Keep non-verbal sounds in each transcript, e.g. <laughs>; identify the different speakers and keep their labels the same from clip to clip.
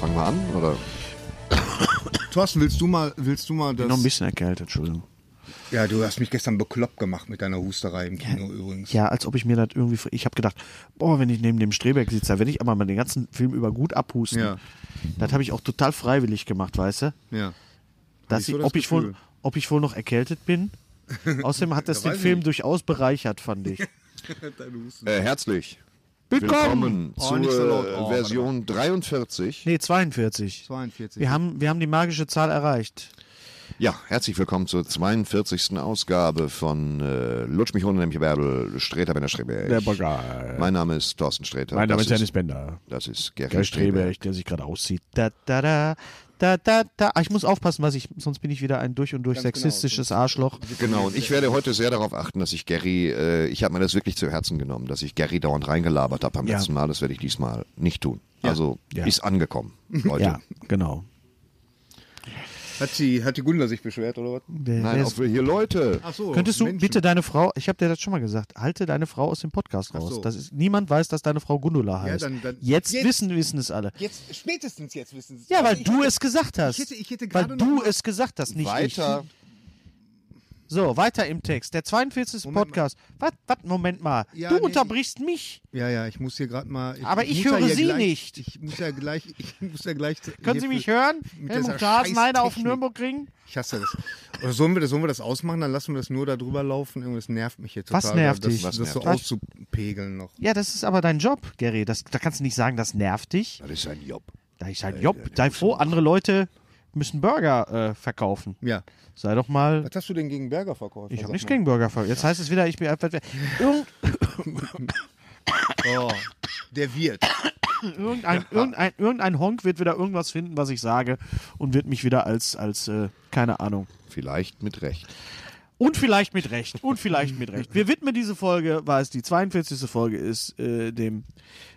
Speaker 1: Fangen wir an, oder?
Speaker 2: Thorsten, willst du mal, willst du mal das?
Speaker 3: Noch ein bisschen erkältet, Entschuldigung.
Speaker 2: Ja, du hast mich gestern bekloppt gemacht mit deiner Husterei im Kino übrigens.
Speaker 3: Ja, als ob ich mir das irgendwie. Ich habe gedacht, boah, wenn ich neben dem Streberg sitze, wenn ich aber mal den ganzen Film über gut abhusten,
Speaker 2: Ja.
Speaker 3: das habe ich auch total freiwillig gemacht, weißt du?
Speaker 2: Ja.
Speaker 3: Dass
Speaker 2: ich so
Speaker 3: ich,
Speaker 2: das
Speaker 3: ob, ich wohl,
Speaker 2: Gefühl.
Speaker 3: ob ich wohl noch erkältet bin. Außerdem hat das
Speaker 2: Da
Speaker 3: den
Speaker 2: weiß ich
Speaker 3: Film
Speaker 2: nicht.
Speaker 3: durchaus bereichert, fand ich.
Speaker 1: Äh, herzlich willkommen
Speaker 3: Willkommen!
Speaker 2: Oh,
Speaker 1: zur
Speaker 2: nicht so laut. Oh,
Speaker 1: äh, Version 43.
Speaker 3: Nee, 42.
Speaker 2: 42.
Speaker 3: Wir haben, wir haben die magische Zahl erreicht.
Speaker 1: Ja, herzlich willkommen zur 42. Ausgabe von äh, Lutsch mich runter, nämlich Bärbel, Streter, Bender, Streberg.
Speaker 3: Der Bagger.
Speaker 1: Mein Name ist Thorsten Streter.
Speaker 3: Mein Name
Speaker 1: Das
Speaker 3: ist Dennis Bender.
Speaker 1: Das ist Gary
Speaker 3: Der
Speaker 1: Streberg.
Speaker 3: Streberg, der sich gerade aussieht. Da, da, da. Da, da, da. Ah, Ich muss aufpassen, was ich, sonst bin ich wieder ein durch und durch sexistisches Arschloch.
Speaker 1: Genau, und ich werde heute sehr darauf achten, dass ich Gary, äh, ich habe mir das wirklich zu Herzen genommen, dass ich Gary dauernd reingelabert habe beim
Speaker 3: Ja.
Speaker 1: letzten Mal. Das werde ich diesmal nicht tun. Also
Speaker 3: Ja.
Speaker 1: ist angekommen, Leute.
Speaker 3: Ja, genau.
Speaker 2: Hat die, hat die Gunda sich beschwert oder was?
Speaker 3: Wer-
Speaker 1: Nein,
Speaker 3: wer
Speaker 1: auch
Speaker 3: ist-
Speaker 1: für hier Leute.
Speaker 2: Achso.
Speaker 3: Könntest du bitte deine Frau, ich habe dir das schon mal gesagt, halte deine Frau aus dem Podcast raus.
Speaker 2: so.
Speaker 3: Das ist, niemand weiß, dass deine Frau Gundula heißt.
Speaker 2: dann- dann-
Speaker 3: jetzt,
Speaker 2: jetzt-
Speaker 3: wissen wissen es alle.
Speaker 2: Jetzt, spätestens jetzt wissen sie
Speaker 3: Ja, weil
Speaker 2: Ich-
Speaker 3: du es gesagt hast.
Speaker 2: hätte- ich hätte
Speaker 3: weil
Speaker 2: gerade noch
Speaker 3: du
Speaker 2: mal-
Speaker 3: es gesagt hast, nicht
Speaker 1: Weiter.
Speaker 3: ich. So, weiter im Text. Der 42. Podcast. Was, was, Moment mal.
Speaker 2: Ja,
Speaker 3: du
Speaker 2: nee,
Speaker 3: unterbrichst mich.
Speaker 2: Ja, ja, ich muss hier gerade mal.
Speaker 3: Aber ich
Speaker 2: muss
Speaker 3: höre
Speaker 2: hier
Speaker 3: Sie
Speaker 2: gleich,
Speaker 3: nicht.
Speaker 2: Ich muss ja gleich. Ich muss ja gleich
Speaker 3: Können Sie mich hören?
Speaker 2: mit dieser
Speaker 3: Helmut Hasenheider auf dem
Speaker 2: Scheißtechnik.
Speaker 3: Nürburgring?
Speaker 2: Ich hasse das. Oder sollen wir das, sollen wir das ausmachen? Dann lassen wir das nur da drüber laufen. Irgendwie, das nervt mich jetzt total.
Speaker 3: Was nervt
Speaker 2: das,
Speaker 3: dich?
Speaker 2: Das,
Speaker 1: Was
Speaker 2: das so
Speaker 3: nervt dich?
Speaker 2: auszupegeln noch.
Speaker 3: Ja, das ist aber dein Job, Gary. Das, da kannst du nicht sagen, das nervt dich.
Speaker 1: Das ist ein Job.
Speaker 3: Da ich
Speaker 2: Äh,
Speaker 3: sage, Job, sei froh, andere Leute müssen Burger äh, verkaufen.
Speaker 2: Ja.
Speaker 3: Sei doch mal.
Speaker 2: Was hast du denn gegen Burgerverkäufer?
Speaker 3: Ich
Speaker 2: Sag
Speaker 3: habe nichts
Speaker 2: mal.
Speaker 3: gegen Burger verkauft. Jetzt heißt es wieder, ich bin einfach. Irgend,
Speaker 2: Oh, der Wirt. <laughs>
Speaker 3: irgendein, irgendein, irgendein Honk wird wieder irgendwas finden, was ich sage und wird mich wieder als, als äh, keine Ahnung.
Speaker 1: Vielleicht mit Recht.
Speaker 3: Und vielleicht mit Recht. Und vielleicht mit Recht. Wir widmen diese Folge, weil es die 42. Folge ist, äh, dem,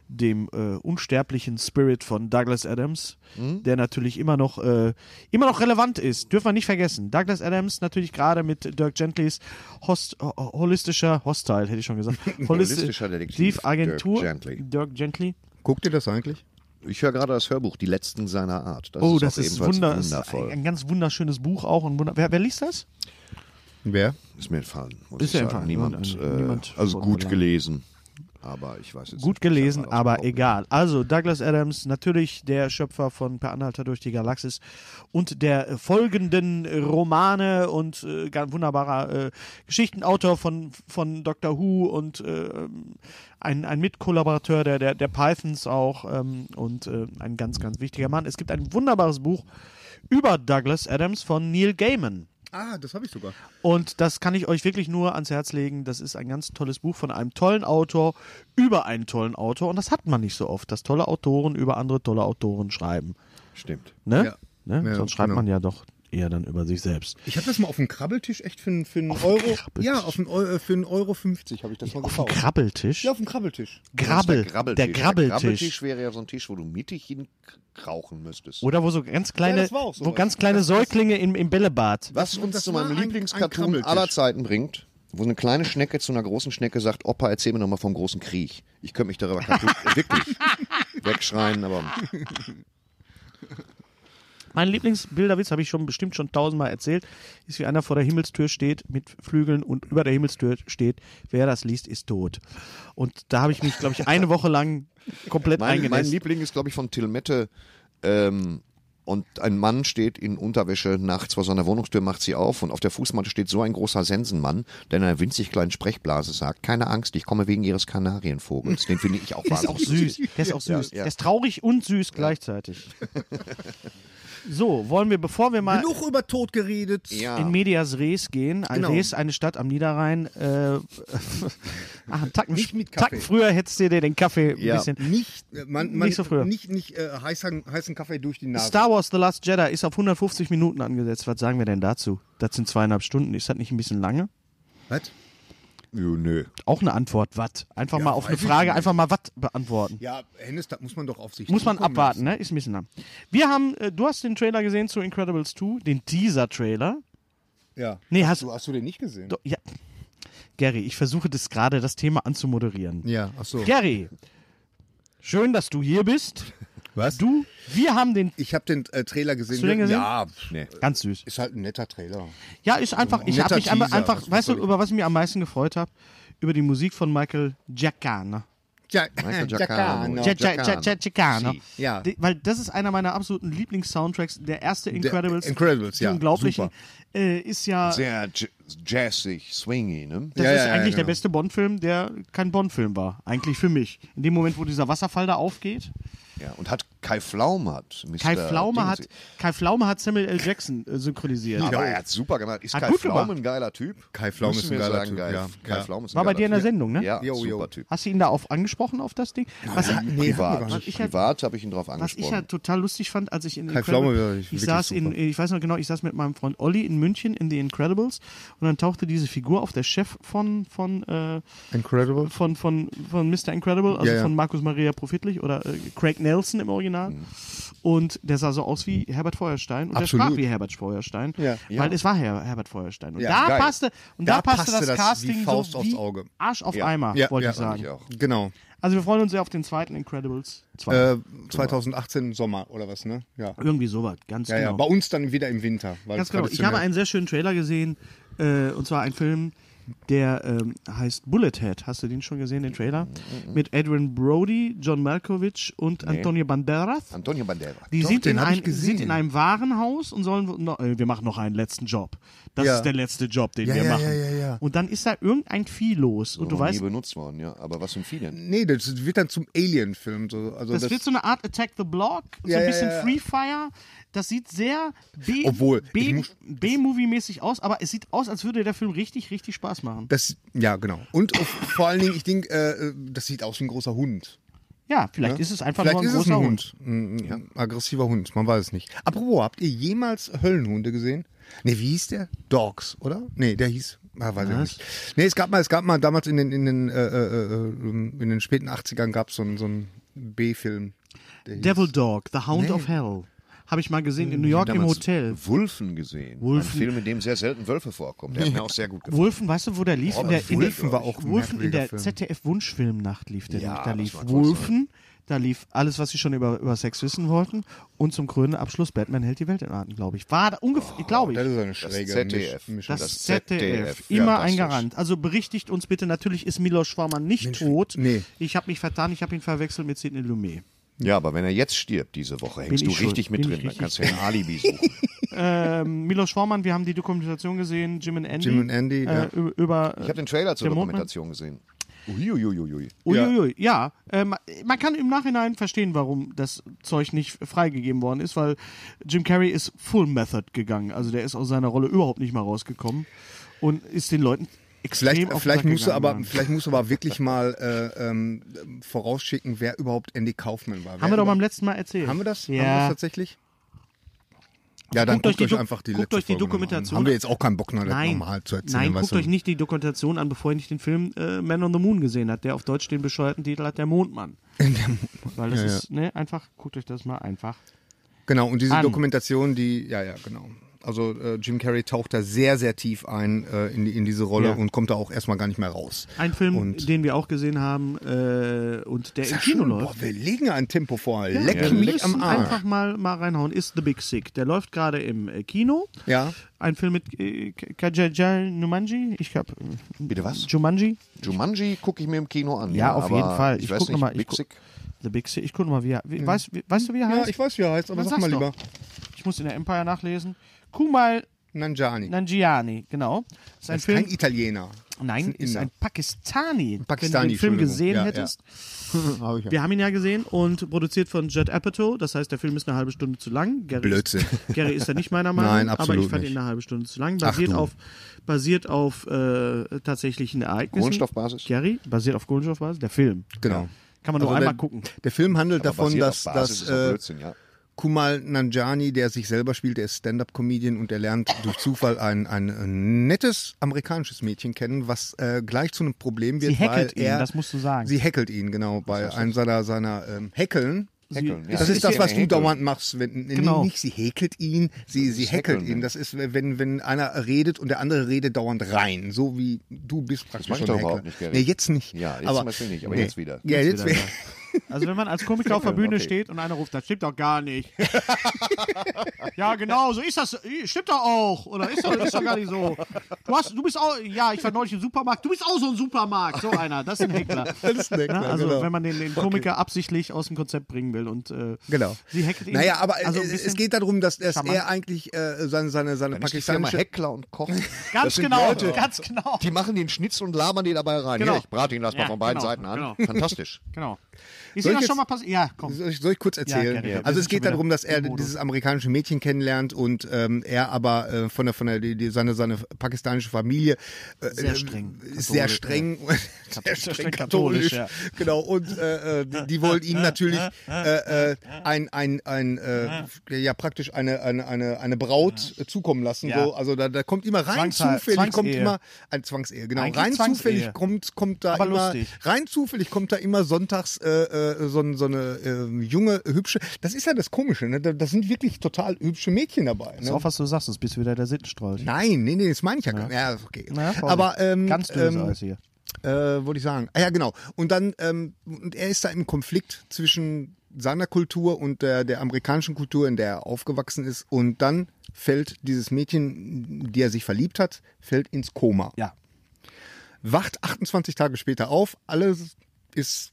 Speaker 3: dem äh, unsterblichen Spirit von Douglas Adams,
Speaker 1: Mhm.
Speaker 3: der natürlich immer noch, äh, immer noch relevant ist. Dürfen wir nicht vergessen. Douglas Adams natürlich gerade mit Dirk Gentlys Host, ho- holistischer Hostile, hätte ich
Speaker 1: <laughs>
Speaker 3: schon gesagt.
Speaker 1: Holistischer Detektiv,
Speaker 3: Agentur.
Speaker 1: Dirk Gently.
Speaker 3: Dirk Gently.
Speaker 2: Guckt ihr das eigentlich?
Speaker 1: Ich höre gerade das Hörbuch, Die Letzten seiner Art. Das
Speaker 3: Oh,
Speaker 1: ist
Speaker 3: das
Speaker 1: auch
Speaker 3: ist,
Speaker 1: ebenfalls
Speaker 3: wunder, ist
Speaker 1: wundervoll.
Speaker 3: ein ganz wunderschönes Buch auch. Und wunder wer, wer liest das?
Speaker 2: Wer?
Speaker 1: ist mir entfallen. Muss ich
Speaker 3: Ist ja
Speaker 1: sagen.
Speaker 3: entfallen.
Speaker 1: Niemand,
Speaker 3: Niemand-
Speaker 1: äh,
Speaker 3: niemand
Speaker 1: also
Speaker 3: von
Speaker 1: gut
Speaker 3: Verlag.
Speaker 1: gelesen. Aber ich weiß jetzt
Speaker 3: Gut
Speaker 1: nicht, wie ich
Speaker 3: gelesen,
Speaker 1: das
Speaker 3: aber
Speaker 1: ausgesprochen
Speaker 3: egal. Also Douglas Adams, natürlich der Schöpfer von Per Anhalter durch die Galaxis und der äh, folgenden äh, Romane und äh, ganz wunderbarer äh, Geschichtenautor von, von Doctor Who und äh, ähm, ein, ein Mitkollaborateur der, der, der Pythons auch ähm, und äh, ein ganz, ganz wichtiger Mann. Es gibt ein wunderbares Buch über Douglas Adams von Neil Gaiman.
Speaker 4: Ah, das habe ich sogar.
Speaker 3: Und das kann ich euch wirklich nur ans Herz legen. Das ist ein ganz tolles Buch von einem tollen Autor über einen tollen Autor. Und das hat man nicht so oft, dass tolle Autoren über andere tolle Autoren schreiben.
Speaker 1: Stimmt.
Speaker 3: Ne?
Speaker 4: Ja.
Speaker 3: ne?
Speaker 4: Ja,
Speaker 3: Sonst schreibt
Speaker 4: genau.
Speaker 3: man ja doch eher dann über sich selbst.
Speaker 4: Ich habe das mal auf dem Krabbeltisch echt für, einen- für einen
Speaker 3: dem
Speaker 4: Euro.
Speaker 3: Krabbeltisch.
Speaker 4: Ja, auf einen, Eu- äh, für einen Euro 50 habe ich das mal
Speaker 3: Auf dem
Speaker 4: gekauft.
Speaker 3: Krabbeltisch?
Speaker 4: Ja, auf dem Krabbeltisch.
Speaker 1: Das
Speaker 3: Grabbel,
Speaker 1: ist
Speaker 3: der Grabbeltisch.
Speaker 1: Der Grabbeltisch wäre ja so ein Tisch, wo du mittig hinkrauchen müsstest.
Speaker 3: Oder wo so ganz
Speaker 4: Ja,
Speaker 3: kleine,
Speaker 4: das war auch
Speaker 3: wo
Speaker 4: sowas.
Speaker 3: ganz kleine Säuglinge im, im Bällebad.
Speaker 1: Was
Speaker 4: Und
Speaker 1: uns
Speaker 4: das
Speaker 1: zu
Speaker 4: war
Speaker 1: meinem
Speaker 4: ein- ein
Speaker 1: Lieblingscartoon
Speaker 4: Krabbeltisch.
Speaker 1: aller Zeiten bringt, wo eine kleine Schnecke zu einer großen Schnecke sagt, Opa, erzähl mir nochmal vom großen Krieg. Ich könnte mich darüber kaputt, <laughs> wirklich wegschreien, aber
Speaker 3: Mein Lieblingsbilderwitz habe ich schon bestimmt schon tausendmal erzählt. Ist wie einer vor der Himmelstür steht mit Flügeln und über der Himmelstür steht, wer das liest, ist tot. Und da habe ich mich, glaube ich, eine Woche lang komplett
Speaker 1: mein, mein
Speaker 3: eingenässt.
Speaker 1: Liebling ist, glaube ich, von Till Mette. Ähm, und ein Mann steht in Unterwäsche nachts vor seiner Wohnungstür, macht sie auf und auf der Fußmatte steht so ein großer Sensenmann, der in einer winzig kleinen Sprechblase sagt, keine Angst, ich komme wegen ihres Kanarienvogels. Den finde ich auch
Speaker 3: Der <laughs> ist auch süß. Der ist auch
Speaker 1: Ja,
Speaker 3: süß.
Speaker 1: ja.
Speaker 3: Der ist traurig und süß gleichzeitig. So, wollen wir, bevor wir mal
Speaker 4: Genug über Tod geredet.
Speaker 1: Ja.
Speaker 3: in Medias Res gehen, ein
Speaker 4: Genau.
Speaker 3: Res, eine Stadt am Niederrhein, äh, <laughs> ach, einen Tacken,
Speaker 4: Nicht mit
Speaker 3: Tacken
Speaker 4: Kaffee.
Speaker 3: früher hättest du dir den Kaffee ein
Speaker 1: Ja.
Speaker 3: bisschen...
Speaker 4: Nicht, äh, man, man,
Speaker 3: Nicht so früher.
Speaker 4: Nicht, nicht äh, heißen, heißen Kaffee durch die Nase.
Speaker 3: Star Wars The Last Jedi ist auf 150 Minuten angesetzt. Was sagen wir denn dazu? Das sind zweieinhalb Stunden. Ist das nicht ein bisschen lange?
Speaker 4: Was?
Speaker 1: Nö, nö.
Speaker 3: Auch eine Antwort, was? Einfach mal auf eine
Speaker 4: weiß ich
Speaker 3: Frage,
Speaker 4: nicht.
Speaker 3: einfach mal was beantworten.
Speaker 4: Ja, Hennes, das muss man doch auf sich
Speaker 3: Muss man
Speaker 4: zukommen
Speaker 3: abwarten, ne? Ist ein bisschen lang. Wir haben, äh, du hast den Trailer gesehen zu Incredibles 2, den Teaser-Trailer.
Speaker 4: lassen. Ja.
Speaker 3: Nee, hast
Speaker 4: Du, hast du den nicht gesehen?
Speaker 3: Doch, ja. Gary, ich versuche das gerade, das Thema anzumoderieren.
Speaker 4: Ja, ach so.
Speaker 3: Gary, schön, dass du hier bist.
Speaker 4: Was? Du?
Speaker 3: Du, wir haben den.
Speaker 4: Ich habe den äh, Trailer gesehen.
Speaker 3: Hast du den gesehen?
Speaker 4: Ja, pff, nee.
Speaker 3: Ganz süß.
Speaker 4: ist halt ein netter Trailer.
Speaker 3: Ja, ist einfach. Ich
Speaker 4: Netter
Speaker 3: habe mich
Speaker 4: Teaser,
Speaker 3: einfach,
Speaker 4: was- was
Speaker 3: weißt du,
Speaker 4: soll ich-
Speaker 3: über was ich mich am meisten gefreut habe? Über die Musik von Michael Giacana.
Speaker 4: Oh, Ja, genau.
Speaker 1: Michael Giacano.
Speaker 4: Giacano.
Speaker 3: Gia- Gia- Gia- Gia- Giacano.
Speaker 1: Sie.
Speaker 4: Ja.
Speaker 3: Die- Weil das ist einer meiner absoluten Lieblings-Soundtracks. Der erste Incredibles.
Speaker 4: Incredibles,
Speaker 3: die
Speaker 4: ja,
Speaker 3: Unglaublichen.
Speaker 4: super.
Speaker 3: Äh, ist ja.
Speaker 1: Sehr j- jazzig, swingy, ne?
Speaker 3: das
Speaker 4: Ja,
Speaker 3: ist
Speaker 4: ja, ja,
Speaker 3: eigentlich der
Speaker 4: genau.
Speaker 3: beste Bond-Film, der kein Bond-Film war. Eigentlich für mich. In dem Moment, wo dieser Wasserfall da aufgeht.
Speaker 1: Ja, und hat Kai Pflaume hat. Mr.
Speaker 3: Kai Pflaume, hat,
Speaker 1: Dingsy.
Speaker 3: Kai Pflaume hat Samuel L. Jackson äh, synchronisiert.
Speaker 1: Aber er hat super gemacht. Ist
Speaker 3: Hat
Speaker 1: Kai
Speaker 3: gut
Speaker 1: Pflaume
Speaker 3: gemacht.
Speaker 1: ein geiler Typ?
Speaker 4: Kai Pflaume
Speaker 1: Müssen
Speaker 4: ist ein
Speaker 1: wir
Speaker 4: geiler
Speaker 1: sagen,
Speaker 4: Typ,
Speaker 1: Kai,
Speaker 4: ja.
Speaker 1: Kai
Speaker 4: Ja.
Speaker 1: Pflaume ist ein
Speaker 3: War bei
Speaker 1: geiler
Speaker 3: dir in der
Speaker 1: Typ.
Speaker 3: Sendung, ne?
Speaker 1: Ja,
Speaker 4: Jo, jo.
Speaker 1: super Typ.
Speaker 3: Hast du ihn da auf angesprochen, auf das Ding? Was,
Speaker 4: Nee,
Speaker 1: Privat.
Speaker 4: haben wir gar nicht.
Speaker 3: ich halt-
Speaker 1: Privat habe ich ihn drauf
Speaker 3: was
Speaker 1: angesprochen.
Speaker 3: ich halt ja total lustig fand, als ich in
Speaker 4: Kai
Speaker 3: Incredible-
Speaker 4: Pflaume wäre
Speaker 3: ich
Speaker 4: wirklich
Speaker 3: saß in,
Speaker 4: super.
Speaker 3: ich weiß noch genau, ich saß mit meinem Freund Olli in München in The Incredibles und dann tauchte diese Figur auf, der Chef von von äh,
Speaker 4: Incredible.
Speaker 3: von, von, von Mr. Incredible, also
Speaker 4: Ja, ja.
Speaker 3: von Markus Maria Profitlich oder äh, Craig Nelson im Original.
Speaker 4: Mhm.
Speaker 3: Und der sah so aus wie Herbert Feuerstein und
Speaker 4: Absolut.
Speaker 3: der sprach wie Herbert Feuerstein,
Speaker 4: Ja.
Speaker 3: weil
Speaker 1: Ja.
Speaker 3: es war Her Herbert Feuerstein. Und
Speaker 4: Ja,
Speaker 3: da
Speaker 1: geil.
Speaker 3: passte und da,
Speaker 4: Da
Speaker 3: passte,
Speaker 4: passte
Speaker 3: das
Speaker 4: das wie
Speaker 3: Casting
Speaker 4: Faust
Speaker 3: so
Speaker 4: aufs
Speaker 3: wie
Speaker 4: Auge.
Speaker 3: Arsch auf
Speaker 1: Ja.
Speaker 3: Eimer,
Speaker 4: Ja,
Speaker 3: wollte
Speaker 4: ja,
Speaker 3: ich sagen.
Speaker 1: ich auch.
Speaker 4: Genau.
Speaker 3: Also wir freuen uns sehr auf den zweiten Incredibles 2.
Speaker 4: Äh, 2018 Sommer oder was, ne? Ja.
Speaker 3: Irgendwie sowas, ganz
Speaker 4: Ja, ja.
Speaker 3: genau.
Speaker 4: Bei uns dann wieder im Winter. Weil
Speaker 3: Ganz genau. Ich habe einen sehr schönen Trailer gesehen, äh, und zwar einen Film, der ähm, heißt Bullethead. Hast du den schon gesehen, den Trailer? Mit Adrian Brody, John Malkovich und Antonio Banderas.
Speaker 1: Antonio Banderas.
Speaker 3: Die
Speaker 4: Doch,
Speaker 3: sind,
Speaker 4: den
Speaker 3: in
Speaker 4: hab
Speaker 3: ein,
Speaker 4: ich gesehen.
Speaker 3: sind in einem Warenhaus und sollen. No, äh, wir machen noch einen letzten Job. Das
Speaker 4: Ja.
Speaker 3: ist der letzte Job, den
Speaker 4: Ja,
Speaker 3: wir
Speaker 4: ja,
Speaker 3: machen.
Speaker 4: ja, ja, ja. Oh,
Speaker 3: Und dann ist da irgendein Vieh los. Und du
Speaker 1: Noch nie
Speaker 3: weißt,
Speaker 1: benutzt worden, ja. Aber was sind viele?
Speaker 4: Nee, das wird dann zum Alien-Film. So. Also
Speaker 3: das,
Speaker 4: das
Speaker 3: wird so eine Art Attack the Block, so
Speaker 4: Ja,
Speaker 3: ein
Speaker 4: ja,
Speaker 3: bisschen
Speaker 4: ja.
Speaker 3: Free Fire. Das sieht sehr B-
Speaker 4: Obwohl, ich
Speaker 3: B-
Speaker 4: muss-
Speaker 3: B-Movie-mäßig aus, aber es sieht aus, als würde der Film richtig, richtig Spaß machen.
Speaker 4: das, ja, genau. Und auf- vor allen Dingen, ich denke, äh, das sieht aus wie ein großer Hund.
Speaker 3: Ja, vielleicht ist es einfach
Speaker 4: Vielleicht
Speaker 3: nur ein
Speaker 4: ist es
Speaker 3: großer
Speaker 4: ein
Speaker 3: Hund.
Speaker 4: Hund. Ein, ein aggressiver Hund, man weiß es nicht. Apropos, habt ihr jemals Höllenhunde gesehen? Ne, wie hieß der? Dogs, oder? Ne, der hieß. Ah, weiß ich nicht. Ne, es gab mal, es gab mal damals in den, in den, äh, äh, äh, in den späten 80ern gab es so einen, so einen B-Film. Der hieß-
Speaker 3: Devil Dog, The Hound of Hell. Habe ich mal gesehen
Speaker 4: Hm,
Speaker 3: in New York im
Speaker 1: Damals
Speaker 3: Hotel.
Speaker 1: Wulfen gesehen.
Speaker 3: Wulfen.
Speaker 1: Ein Film, in dem sehr selten Wölfe vorkommen. Der hat mir auch sehr gut gefallen.
Speaker 3: Wulfen, weißt du, wo der lief? in der, in
Speaker 4: Wulfen war auch ein
Speaker 3: Wulfen in der
Speaker 4: merkwürdiger Film.
Speaker 3: ZDF-Wunschfilmnacht lief der.
Speaker 1: Ja,
Speaker 3: nämlich. da
Speaker 1: das
Speaker 3: lief
Speaker 1: mag wohl
Speaker 3: Wulfen, da lief alles, was sie schon über, über Sex wissen wollten. Und zum krönenden Abschluss Batman hält die Welt in Atem, glaube ich. War da ungefähr, glaube ich.
Speaker 4: Oh, Das ist eine schräge
Speaker 1: ZDF.
Speaker 4: Misch- Mischung.
Speaker 3: Das,
Speaker 1: Das
Speaker 3: ZDF,
Speaker 1: ZDF,
Speaker 3: immer
Speaker 1: ja,
Speaker 3: ein
Speaker 1: das ist-
Speaker 3: Garant. Also berichtigt uns bitte, natürlich ist Milos Schwarmann nicht tot.
Speaker 4: nee.
Speaker 3: Ich habe mich vertan, ich habe ihn verwechselt mit Sidney Lumet.
Speaker 1: Ja, aber wenn er jetzt stirbt diese Woche, hängst
Speaker 3: ich
Speaker 1: du richtig
Speaker 3: schuld.
Speaker 1: mit
Speaker 3: Bin
Speaker 1: drin.
Speaker 3: ich
Speaker 1: Dann kannst du ja ein Alibi suchen.
Speaker 3: Ähm, Milos Schwarmann, wir haben die Dokumentation gesehen, Jim and Andy.
Speaker 4: Jim and Andy,
Speaker 3: äh,
Speaker 4: ja.
Speaker 3: ü- Über,
Speaker 1: Ich habe den Trailer zur
Speaker 3: Der Mondmann?
Speaker 1: Dokumentation gesehen. Uiuiuiui.
Speaker 3: Uiuiui, ja. Ähm, man kann im Nachhinein verstehen, warum das Zeug nicht freigegeben worden ist, weil Jim Carrey ist Full Method gegangen. Also der ist aus seiner Rolle überhaupt nicht mal rausgekommen und ist den Leuten extrem
Speaker 4: Vielleicht,
Speaker 3: auf den
Speaker 4: vielleicht,
Speaker 3: Sack
Speaker 4: musst du
Speaker 3: gegangen,
Speaker 4: aber,
Speaker 3: Mann.
Speaker 4: vielleicht musst du aber wirklich mal äh, ähm, vorausschicken, wer überhaupt Andy Kaufman war. Wer
Speaker 3: haben wir doch
Speaker 4: über-
Speaker 3: beim letzten Mal erzählt.
Speaker 4: Haben wir das?
Speaker 3: Ja.
Speaker 4: Haben wir das tatsächlich? Ja, dann
Speaker 3: Guckt euch
Speaker 4: guckt,
Speaker 3: die
Speaker 4: euch
Speaker 3: Do-
Speaker 4: einfach die
Speaker 3: guckt
Speaker 4: letzte
Speaker 3: euch die
Speaker 4: Folge nochmal an.
Speaker 3: Dokumentation
Speaker 4: Haben wir
Speaker 3: an.
Speaker 4: jetzt auch keinen Bock, noch
Speaker 3: Nein,
Speaker 4: normal zu erzählen.
Speaker 3: nein
Speaker 4: weißt
Speaker 3: guckt
Speaker 4: du?
Speaker 3: euch nicht die Dokumentation an, bevor ihr nicht den Film äh, Man on the Moon gesehen habt, der auf Deutsch den bescheuerten Titel hat,
Speaker 4: <laughs>
Speaker 3: der Mondmann. Weil das
Speaker 4: Ja, ja.
Speaker 3: ist, ne, einfach, guckt euch das mal einfach.
Speaker 4: Genau, und diese
Speaker 3: an.
Speaker 4: Dokumentation, die, ja, ja, genau. Also äh, Jim Carrey taucht da sehr, sehr tief ein äh, in, die- in diese Rolle
Speaker 3: Ja.
Speaker 4: und kommt da auch erstmal gar nicht mehr raus.
Speaker 3: Ein Film,
Speaker 4: Und-
Speaker 3: den wir auch gesehen haben äh, und der im
Speaker 4: Ja,
Speaker 3: Kino
Speaker 4: schön.
Speaker 3: läuft.
Speaker 4: Boah, wir legen ein Tempo vor. Leck
Speaker 3: wir
Speaker 4: mich
Speaker 3: müssen
Speaker 4: am Arsch.
Speaker 3: einfach mal, mal reinhauen. Ist The Big Sick. Der läuft gerade im äh, Kino.
Speaker 4: Ja.
Speaker 3: Ein Film mit äh, K- Kajajal Numanji. Ich glaube.
Speaker 1: Bitte was?
Speaker 3: Jumanji?
Speaker 1: Jumanji gucke ich mir im Kino an.
Speaker 3: Ja, auf
Speaker 1: aber
Speaker 3: jeden Fall.
Speaker 1: Ich,
Speaker 3: Ich
Speaker 1: weiß
Speaker 3: guck
Speaker 1: nicht,
Speaker 3: noch mal, ich
Speaker 1: Big
Speaker 3: guck-
Speaker 1: Sick.
Speaker 3: The Big Sick. Ich gucke mal, wie er. Wie, weißt, wie, weißt du, wie er
Speaker 4: ja,
Speaker 3: heißt?
Speaker 4: ich weiß, wie er heißt, aber
Speaker 3: Dann
Speaker 4: sag mal
Speaker 3: sag's doch.
Speaker 4: lieber.
Speaker 3: Ich muss in der Empire nachlesen. Kumal
Speaker 4: Nanjani.
Speaker 3: Nanjiani, genau. Ist
Speaker 4: das
Speaker 3: ein
Speaker 4: ist
Speaker 3: Film.
Speaker 4: kein Italiener.
Speaker 3: Nein, ist
Speaker 4: Inder.
Speaker 3: ein Pakistani.
Speaker 4: Pakistani,
Speaker 3: Wenn du den Film
Speaker 4: Entschuldigung.
Speaker 3: gesehen
Speaker 4: Ja,
Speaker 3: hättest.
Speaker 4: <laughs> Hab ich ja.
Speaker 3: Wir haben ihn ja gesehen und produziert von Judd Apatow. Das heißt, der Film ist eine halbe Stunde zu lang. Gary
Speaker 4: Blödsinn.
Speaker 3: <laughs> Gary ist da nicht meiner Meinung,
Speaker 4: Nein,
Speaker 3: aber
Speaker 4: absolut
Speaker 3: ich fand
Speaker 4: nicht.
Speaker 3: ihn eine halbe Stunde zu lang.
Speaker 4: Ach
Speaker 3: Basiert
Speaker 4: du.
Speaker 3: auf, basiert auf äh, tatsächlichen Ereignissen.
Speaker 1: Kohlenstoffbasis?
Speaker 3: Gary, basiert auf Kohlenstoffbasis, der Film.
Speaker 4: Genau.
Speaker 3: Kann man nur
Speaker 4: Also
Speaker 3: einmal
Speaker 4: der,
Speaker 3: gucken.
Speaker 4: Der Film handelt
Speaker 1: Aber
Speaker 4: davon,
Speaker 1: basiert
Speaker 4: dass,
Speaker 1: auf Basis
Speaker 4: dass
Speaker 1: ist doch
Speaker 4: äh,
Speaker 1: Blödsinn, ja.
Speaker 4: Kumal Nanjani, der sich selber spielt, der ist Stand-Up-Comedian und er lernt durch Zufall ein, ein nettes amerikanisches Mädchen kennen, was äh, gleich zu einem Problem wird.
Speaker 3: Sie hackelt
Speaker 4: weil
Speaker 3: ihn,
Speaker 4: er,
Speaker 3: das musst du sagen.
Speaker 4: Sie hackelt ihn, genau, bei einem seiner, seiner ähm, Häkeln.
Speaker 1: Häkeln, ja.
Speaker 4: Das ist das,
Speaker 1: ja
Speaker 4: was du
Speaker 1: Häkeln.
Speaker 4: dauernd machst. Wenn, nee,
Speaker 3: Genau.
Speaker 4: Nicht sie häkelt ihn, sie, sie
Speaker 1: ist
Speaker 4: häkelt
Speaker 1: Häkeln,
Speaker 4: ihn.
Speaker 1: ja.
Speaker 4: Das ist, wenn, wenn einer redet und der andere redet dauernd rein. So wie du bist praktisch
Speaker 1: mach ich
Speaker 4: schon
Speaker 1: doch
Speaker 4: Häkler.
Speaker 1: überhaupt nicht, Gerrit.
Speaker 4: Nee, jetzt nicht.
Speaker 1: Ja, jetzt
Speaker 4: aber,
Speaker 1: zum Beispiel nicht, aber jetzt wieder. ne?
Speaker 4: Ja,
Speaker 3: Jetzt
Speaker 4: jetzt,
Speaker 3: wieder,
Speaker 4: wieder.
Speaker 3: Also wenn man als Komiker auf der Bühne
Speaker 1: Okay.
Speaker 3: steht und einer ruft, das stimmt doch gar nicht. <laughs> ja, genau, so ist das. Stimmt doch auch. Oder ist doch, ist doch gar nicht so. Du, hast, du bist auch, ja, ich war neulich im Supermarkt. Du bist auch so ein Supermarkt. So einer, das ist
Speaker 4: <laughs>
Speaker 3: ein Heckler.
Speaker 4: <laughs> Das ist ein Heckler,
Speaker 3: Ja, also
Speaker 4: genau.
Speaker 3: wenn man den, den Komiker absichtlich aus dem Konzept bringen will. Und, äh,
Speaker 4: Genau.
Speaker 3: Sie hacket ihn.
Speaker 4: Naja, aber äh,
Speaker 3: also ein
Speaker 4: es, es
Speaker 3: bisschen-
Speaker 4: geht darum, dass, dass
Speaker 3: charmant.
Speaker 4: er eigentlich äh, seine, seine, seine
Speaker 1: Dann ist die Firma
Speaker 4: pakistanische
Speaker 1: Heckler und Koch.
Speaker 3: Ganz
Speaker 1: Das sind
Speaker 3: genau,
Speaker 1: Leute,
Speaker 3: ganz genau.
Speaker 1: <laughs> Die machen den Schnitz und labern den dabei rein.
Speaker 3: Genau.
Speaker 1: Hier, ich brate ihn das mal
Speaker 3: Ja,
Speaker 1: von beiden
Speaker 3: genau,
Speaker 1: Seiten an.
Speaker 3: genau.
Speaker 1: Fantastisch.
Speaker 3: Genau. Ist
Speaker 4: Soll
Speaker 3: dir
Speaker 4: ich
Speaker 3: das
Speaker 4: jetzt-
Speaker 3: schon mal passiert? Ja, komm.
Speaker 4: Soll ich, soll ich kurz erzählen?
Speaker 3: gerne. Ja. Wir
Speaker 4: Also
Speaker 3: sind
Speaker 4: es geht
Speaker 3: schon wieder
Speaker 4: darum, dass er
Speaker 3: im Modus.
Speaker 4: dieses amerikanische Mädchen kennenlernt und ähm, er aber äh, von der von der die, die, seine seine pakistanische Familie äh,
Speaker 3: Sehr streng.
Speaker 4: ist sehr
Speaker 3: Katholisch,
Speaker 4: streng, <laughs> sehr streng
Speaker 3: streng
Speaker 4: katholisch,
Speaker 3: katholisch, ja.
Speaker 4: genau. Und äh, äh, die, die wollen ihm natürlich äh, äh, ein ein ein äh, ja praktisch eine eine eine eine Braut äh, zukommen lassen.
Speaker 3: Ja.
Speaker 4: So. Also da, da kommt immer rein
Speaker 3: Zwangshe-
Speaker 4: zufällig kommt
Speaker 3: Zwangsehe.
Speaker 4: immer ein Zwangsehe, genau.
Speaker 3: Eigentlich
Speaker 4: rein
Speaker 3: Zwangsehe.
Speaker 4: zufällig kommt kommt da
Speaker 3: Aber
Speaker 4: immer
Speaker 3: lustig.
Speaker 4: rein zufällig kommt da immer sonntags äh, äh, so, ein- so eine äh, junge, hübsche. Das ist ja das Komische, ne? Da, da sind wirklich total hübsche Mädchen dabei.
Speaker 3: Ist
Speaker 4: Ne?
Speaker 3: auf, was du sagst, das bist du wieder der Sittenstrolch.
Speaker 4: Nein, nee, nee, das meine ich ja gar nicht. Ja, ist okay.
Speaker 3: Na, Paul,
Speaker 4: Aber ähm,
Speaker 3: ganz dünnes
Speaker 4: ähm,
Speaker 3: Eis hier.
Speaker 4: äh, wollte ich sagen. Ah, ja, genau. Und dann, ähm, und er ist da im Konflikt zwischen seiner Kultur und der, der amerikanischen Kultur, in der er aufgewachsen ist. Und dann fällt dieses Mädchen, in die er sich verliebt hat, fällt ins Koma.
Speaker 3: Ja.
Speaker 4: Wacht 28 Tage später auf, alles ist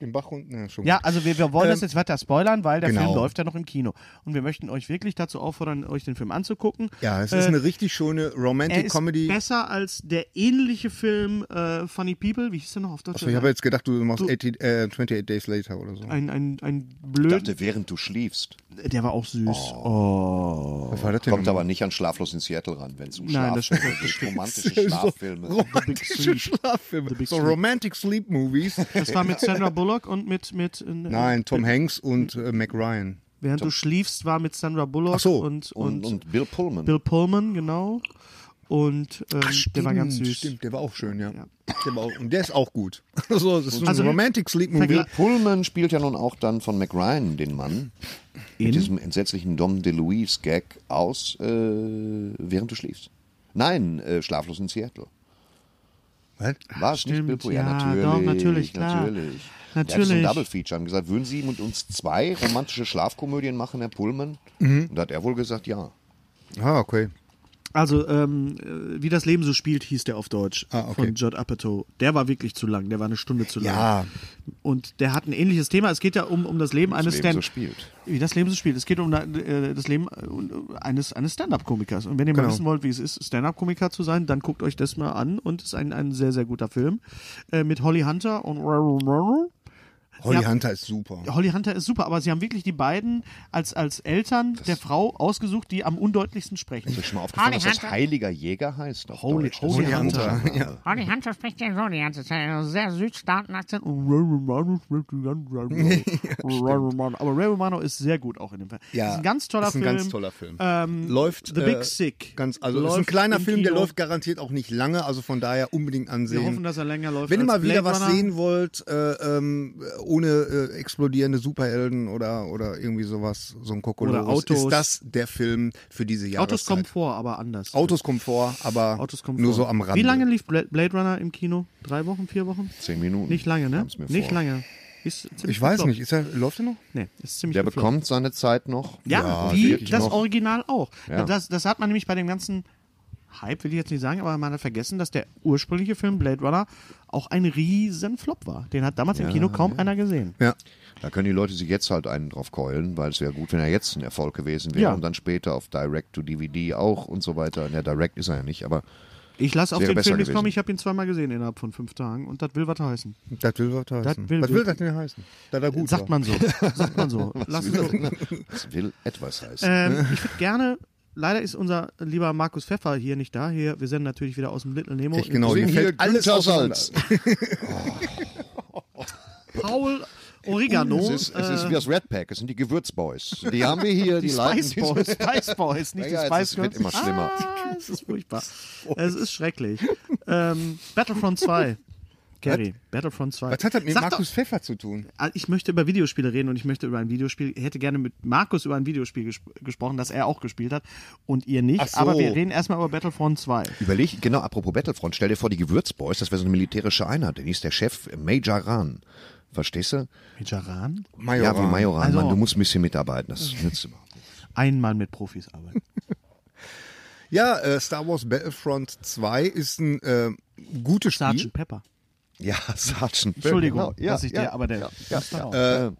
Speaker 4: im Bach unten. Ja, schon
Speaker 3: Ja,
Speaker 4: gut.
Speaker 3: also wir, wir wollen das
Speaker 4: Ähm,
Speaker 3: jetzt weiter spoilern, weil der
Speaker 4: genau.
Speaker 3: Film läuft ja noch im Kino. Und wir möchten euch wirklich dazu auffordern, euch den Film anzugucken. Äh,
Speaker 4: ja, es ist eine richtig schöne
Speaker 3: er
Speaker 4: Romantic
Speaker 3: ist
Speaker 4: Comedy.
Speaker 3: besser als der ähnliche Film äh, Funny People, wie hieß der noch auf Deutsch?
Speaker 4: Achso, Also ich habe jetzt gedacht, du machst
Speaker 3: Du-
Speaker 4: 80, äh, 28 Days Later oder so.
Speaker 3: ein, ein, ein
Speaker 1: Ich
Speaker 3: blöd.
Speaker 1: dachte, während du schläfst,
Speaker 3: Der war auch
Speaker 4: Oh,
Speaker 3: süß.
Speaker 4: Was war das denn?
Speaker 1: kommt
Speaker 4: nochmal?
Speaker 1: aber nicht an Schlaflos in Seattle ran, wenn es um
Speaker 3: Genau. Nein, das
Speaker 1: Schlaffilme
Speaker 3: <laughs> stimmt, das
Speaker 1: geht.
Speaker 3: stimmt.
Speaker 1: Romantische
Speaker 4: <laughs>
Speaker 1: Schlaffilme.
Speaker 4: romantische
Speaker 3: <laughs>
Speaker 4: Schlaffilme. So Romantic Sleep Movies.
Speaker 3: Das war mit Sandra Bullock und mit. mit äh,
Speaker 4: Nein, Tom Hanks und äh, Mac Ryan.
Speaker 3: Während du schliefst, war mit Sandra Bullock
Speaker 4: Ach so,
Speaker 3: und,
Speaker 1: Und,
Speaker 3: und,
Speaker 1: und Bill Pullman.
Speaker 3: Bill Pullman, genau. Und ähm, der war ganz süß.
Speaker 4: Stimmt, der war auch schön, ja. Der war auch, und der ist auch gut. <laughs> Also, das ist ein
Speaker 3: Also,
Speaker 4: Romantic Sleep Movie.
Speaker 1: Bill Pullman spielt ja nun auch dann von McRyan den Mann mit diesem entsetzlichen Dom DeLuise Gag aus äh, während du schläfst. Nein, äh, schlaflos in Seattle.
Speaker 4: Was?
Speaker 1: War es nicht
Speaker 3: stimmt,
Speaker 1: Bill Pullman? Ja,
Speaker 3: ja,
Speaker 1: natürlich,
Speaker 3: doch, natürlich, klar.
Speaker 1: natürlich. Der hatte so ein
Speaker 3: Natürlich.
Speaker 1: Double Feature und gesagt, würden Sie mit uns zwei romantische Schlafkomödien machen, Herr Pullman? Und da hat er wohl gesagt, ja.
Speaker 4: Ah, okay.
Speaker 3: Also, ähm, äh, wie das Leben so spielt, hieß der auf Deutsch
Speaker 4: Ah, okay.
Speaker 3: von Judd Apatow. Der war wirklich zu lang, der war eine Stunde zu lang.
Speaker 4: Ja.
Speaker 3: Und der hat ein ähnliches Thema. Es geht ja um, um das Leben eines
Speaker 1: Leben so
Speaker 3: Stand-
Speaker 1: spielt.
Speaker 3: Wie das Leben so spielt. Es geht um äh, das Leben äh, eines, eines Stand-Up-Komikers. Und wenn ihr mal
Speaker 4: Genau.
Speaker 3: wissen wollt, wie es ist, Stand-Up-Komiker zu sein, dann guckt euch das mal an. Und es ist ein, ein sehr, sehr guter Film. Äh, mit Holly Hunter und
Speaker 4: Holly
Speaker 3: Ja.
Speaker 4: Hunter ist super.
Speaker 3: Holly Hunter ist super, aber sie haben wirklich die beiden als, als Eltern der Frau ausgesucht, die am undeutlichsten sprechen.
Speaker 1: Ist euch schon mal aufgefallen, dass das Heiliger Jäger heißt? auf
Speaker 3: Holy-
Speaker 1: Deutsch? Das
Speaker 3: Holy
Speaker 1: ist ein
Speaker 3: Hunter.
Speaker 1: komischer Name.
Speaker 5: Olli Hanser spricht ja so die ganze Zeit. Also sehr südstarken Akzent.
Speaker 3: Und Ray Romano spricht die ganze Zeit so. Ray Romano. Aber Ray Romano ist sehr gut auch in dem Film.
Speaker 4: Ja,
Speaker 3: ist ein ganz toller
Speaker 4: ist ein
Speaker 3: Film.
Speaker 4: ganz toller Film.
Speaker 3: Ähm,
Speaker 4: Läuft
Speaker 3: The Big
Speaker 4: äh,
Speaker 3: Sick.
Speaker 4: Ganz, also
Speaker 3: Läuft
Speaker 4: ist ein kleiner
Speaker 3: im
Speaker 4: Film, der
Speaker 3: Kino.
Speaker 4: läuft garantiert auch nicht lange, also von daher unbedingt ansehen.
Speaker 3: Wir hoffen, dass er länger läuft.
Speaker 4: Wenn ihr mal
Speaker 3: als
Speaker 4: wieder
Speaker 3: Blade
Speaker 4: was
Speaker 3: Runner.
Speaker 4: sehen wollt, äh, ähm, ohne äh, explodierende Superhelden oder, oder irgendwie sowas, so ein Kokolores,
Speaker 3: Oder Autos.
Speaker 4: ist das der Film für diese Jahreszeit.
Speaker 3: Autos kommen vor, aber anders.
Speaker 4: Autos kommen vor, aber
Speaker 3: Autos kommen
Speaker 4: halt nur
Speaker 3: vor.
Speaker 4: so am Rande.
Speaker 3: Wie lange lief Bla- Blade Runner im Kino? Drei Wochen, vier Wochen?
Speaker 1: Zehn Minuten.
Speaker 3: Nicht lange, ne?
Speaker 1: Kam's mir
Speaker 3: Nicht
Speaker 1: vor.
Speaker 3: lange. Ist ziemlich
Speaker 4: Ich weiß
Speaker 3: gefloppt.
Speaker 4: nicht, ist er, läuft er noch?
Speaker 3: Nee, ist ziemlich
Speaker 1: Der
Speaker 3: gefloppt.
Speaker 1: bekommt seine Zeit noch.
Speaker 3: Ja,
Speaker 4: Ja,
Speaker 3: wie
Speaker 4: wirklich
Speaker 3: das
Speaker 1: noch.
Speaker 3: Original auch.
Speaker 1: Ja.
Speaker 3: Das, das hat man nämlich bei dem ganzen Hype, will ich jetzt nicht sagen, aber man hat vergessen, dass der ursprüngliche Film Blade Runner auch ein riesen Flop war. Den hat damals im Kino kaum einer gesehen.
Speaker 4: Ja.
Speaker 1: Da können die Leute sich jetzt halt einen drauf keulen, weil es wäre gut, wenn er jetzt ein Erfolg gewesen wäre
Speaker 3: Ja.
Speaker 1: und dann später auf Direct to DVD auch und so weiter. Ja, Direct ist er ja nicht, aber
Speaker 3: Ich lasse auf
Speaker 1: Wäre
Speaker 3: den
Speaker 1: besser
Speaker 3: Film nichts kommen,
Speaker 1: gewesen.
Speaker 3: ich habe ihn zweimal gesehen innerhalb von fünf Tagen und das will was heißen.
Speaker 4: Das will was heißen.
Speaker 3: Das will-
Speaker 4: was will das denn heißen? Da da gut
Speaker 3: Sagt
Speaker 4: war.
Speaker 3: man so. Sagt
Speaker 1: <laughs>
Speaker 3: man so. Lass es so.
Speaker 1: es will etwas heißen.
Speaker 3: Ähm, ich würde gerne. Leider ist unser lieber Markus Pfeffer hier nicht da. Hier, wir senden natürlich wieder aus dem Little Nemo.
Speaker 4: Echt genau,
Speaker 1: Sehen
Speaker 4: mir
Speaker 1: hier
Speaker 4: fällt alles
Speaker 1: Günther
Speaker 4: auseinander.
Speaker 1: Salz.
Speaker 3: Paul Oregano.
Speaker 1: es, ist, es ist wie das Red Pack, es sind die Gewürzboys. Die haben wir hier, die,
Speaker 3: äh, die
Speaker 1: leiten
Speaker 3: Spice
Speaker 1: diesen- <laughs>
Speaker 3: Boys, Spice Boys, nicht
Speaker 1: Ja,
Speaker 3: die
Speaker 1: ja,
Speaker 3: Spice
Speaker 1: es
Speaker 3: Girls.
Speaker 1: wird immer schlimmer.
Speaker 3: Ah, es ist
Speaker 1: <laughs>
Speaker 3: furchtbar. Es ist schrecklich. ähm, Battlefront 2. Gary, Battlefront 2.
Speaker 4: Was hat das mit
Speaker 3: Sag
Speaker 4: Markus Pfeffer zu tun?
Speaker 3: Doch, äh, ich möchte über Videospiele reden und ich möchte über ein Videospiel, ich hätte gerne mit Markus über ein Videospiel ges gesprochen, das er auch gespielt hat und ihr nicht,
Speaker 4: Ach so.
Speaker 3: aber wir reden erstmal über Battlefront 2.
Speaker 1: Überleg, genau, apropos Battlefront, stell dir vor, die Gewürzboys, das wäre so eine militärische Einheit, denn die ist der Chef Major Ran. Verstehst du?
Speaker 3: Jaran?
Speaker 4: Majoran.
Speaker 1: Ja, wie Majoran.
Speaker 3: Also-
Speaker 1: Mann, du musst ein bisschen mitarbeiten, das nützt überhaupt nicht.
Speaker 3: Einmal mit Profis arbeiten.
Speaker 4: Ja, äh, Star Wars Battlefront 2 ist ein äh, gutes Spiel.
Speaker 3: Sergeant Pepper.
Speaker 1: Ja, Sergeant.
Speaker 3: Entschuldigung,
Speaker 1: genau. ja,
Speaker 3: dass ich
Speaker 1: ja,
Speaker 3: der, aber der.
Speaker 1: Ja,
Speaker 3: Ja,
Speaker 1: Äh,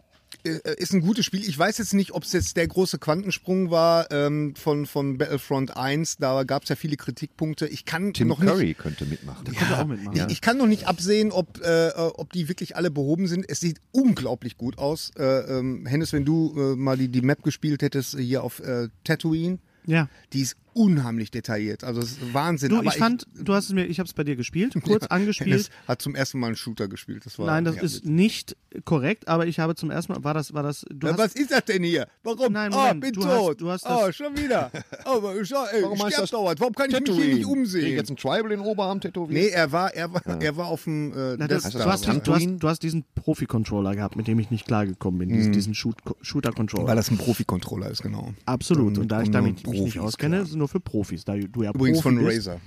Speaker 4: äh, ist ein gutes Spiel. Ich weiß jetzt nicht, ob es jetzt der große Quantensprung war ähm, von, von Battlefront 1. Da gab es ja viele Kritikpunkte. Ich kann
Speaker 1: Tim
Speaker 4: noch
Speaker 1: Curry
Speaker 4: nicht.
Speaker 1: könnte mitmachen.
Speaker 3: Konnte auch mitmachen.
Speaker 4: Ich, ich kann noch nicht absehen, ob, äh, äh, ob die wirklich alle behoben sind. Es sieht unglaublich gut aus. Äh, ähm, Hennes, wenn du äh, mal die, die Map gespielt hättest äh, hier auf äh, Tatooine,
Speaker 3: ja.
Speaker 4: die ist unheimlich detailliert. Also es ist Wahnsinn.
Speaker 3: Du,
Speaker 4: Aber
Speaker 3: ich fand, du hast es mir, ich habe es bei
Speaker 1: <laughs>
Speaker 3: dir gespielt, kurz angespielt.
Speaker 4: Hennes hat zum ersten Mal einen Shooter gespielt. Das war
Speaker 3: Nein, das
Speaker 4: ja.
Speaker 3: ist nicht korrekt, aber ich habe zum ersten Mal, war das, war das, du
Speaker 4: Ja,
Speaker 3: hast,
Speaker 4: Äh, was ist das denn hier? Warum?
Speaker 3: Nein,
Speaker 4: Ah,
Speaker 3: Moment,
Speaker 4: bin
Speaker 3: du hast-
Speaker 4: tot.
Speaker 3: du hast
Speaker 4: Ah,
Speaker 3: das-
Speaker 4: schon
Speaker 3: <laughs>
Speaker 4: wieder. Aber ich, ey,
Speaker 1: Warum
Speaker 4: ich
Speaker 1: heißt
Speaker 4: sterb
Speaker 1: das
Speaker 4: dauernd. Warum kann ich mich hier nicht
Speaker 1: Krieg ich
Speaker 4: umsehen?
Speaker 1: jetzt einen Tribal in den Oberarm tätowiert?
Speaker 4: Nee, er war, er war, er war auf dem äh,
Speaker 3: na,
Speaker 4: Death
Speaker 3: das, du,
Speaker 4: Star.
Speaker 3: hast diesen, du, hast,
Speaker 1: Tatooine.
Speaker 3: du hast diesen Profi-Controller gehabt, mit dem ich nicht klargekommen bin, diesen, diesen Shoot,
Speaker 4: Mhm. Weil
Speaker 3: Shooter-Controller.
Speaker 4: das ein Profi-Controller ist, genau.
Speaker 3: Absolut. Und da ich
Speaker 4: Und
Speaker 3: damit
Speaker 4: nur
Speaker 3: mich nicht
Speaker 4: Profis,
Speaker 3: auskenne,
Speaker 4: klar.
Speaker 3: ist es nur für Profis, da du ja
Speaker 4: Übrigens
Speaker 3: Profi
Speaker 4: von
Speaker 3: bist.
Speaker 4: Razer.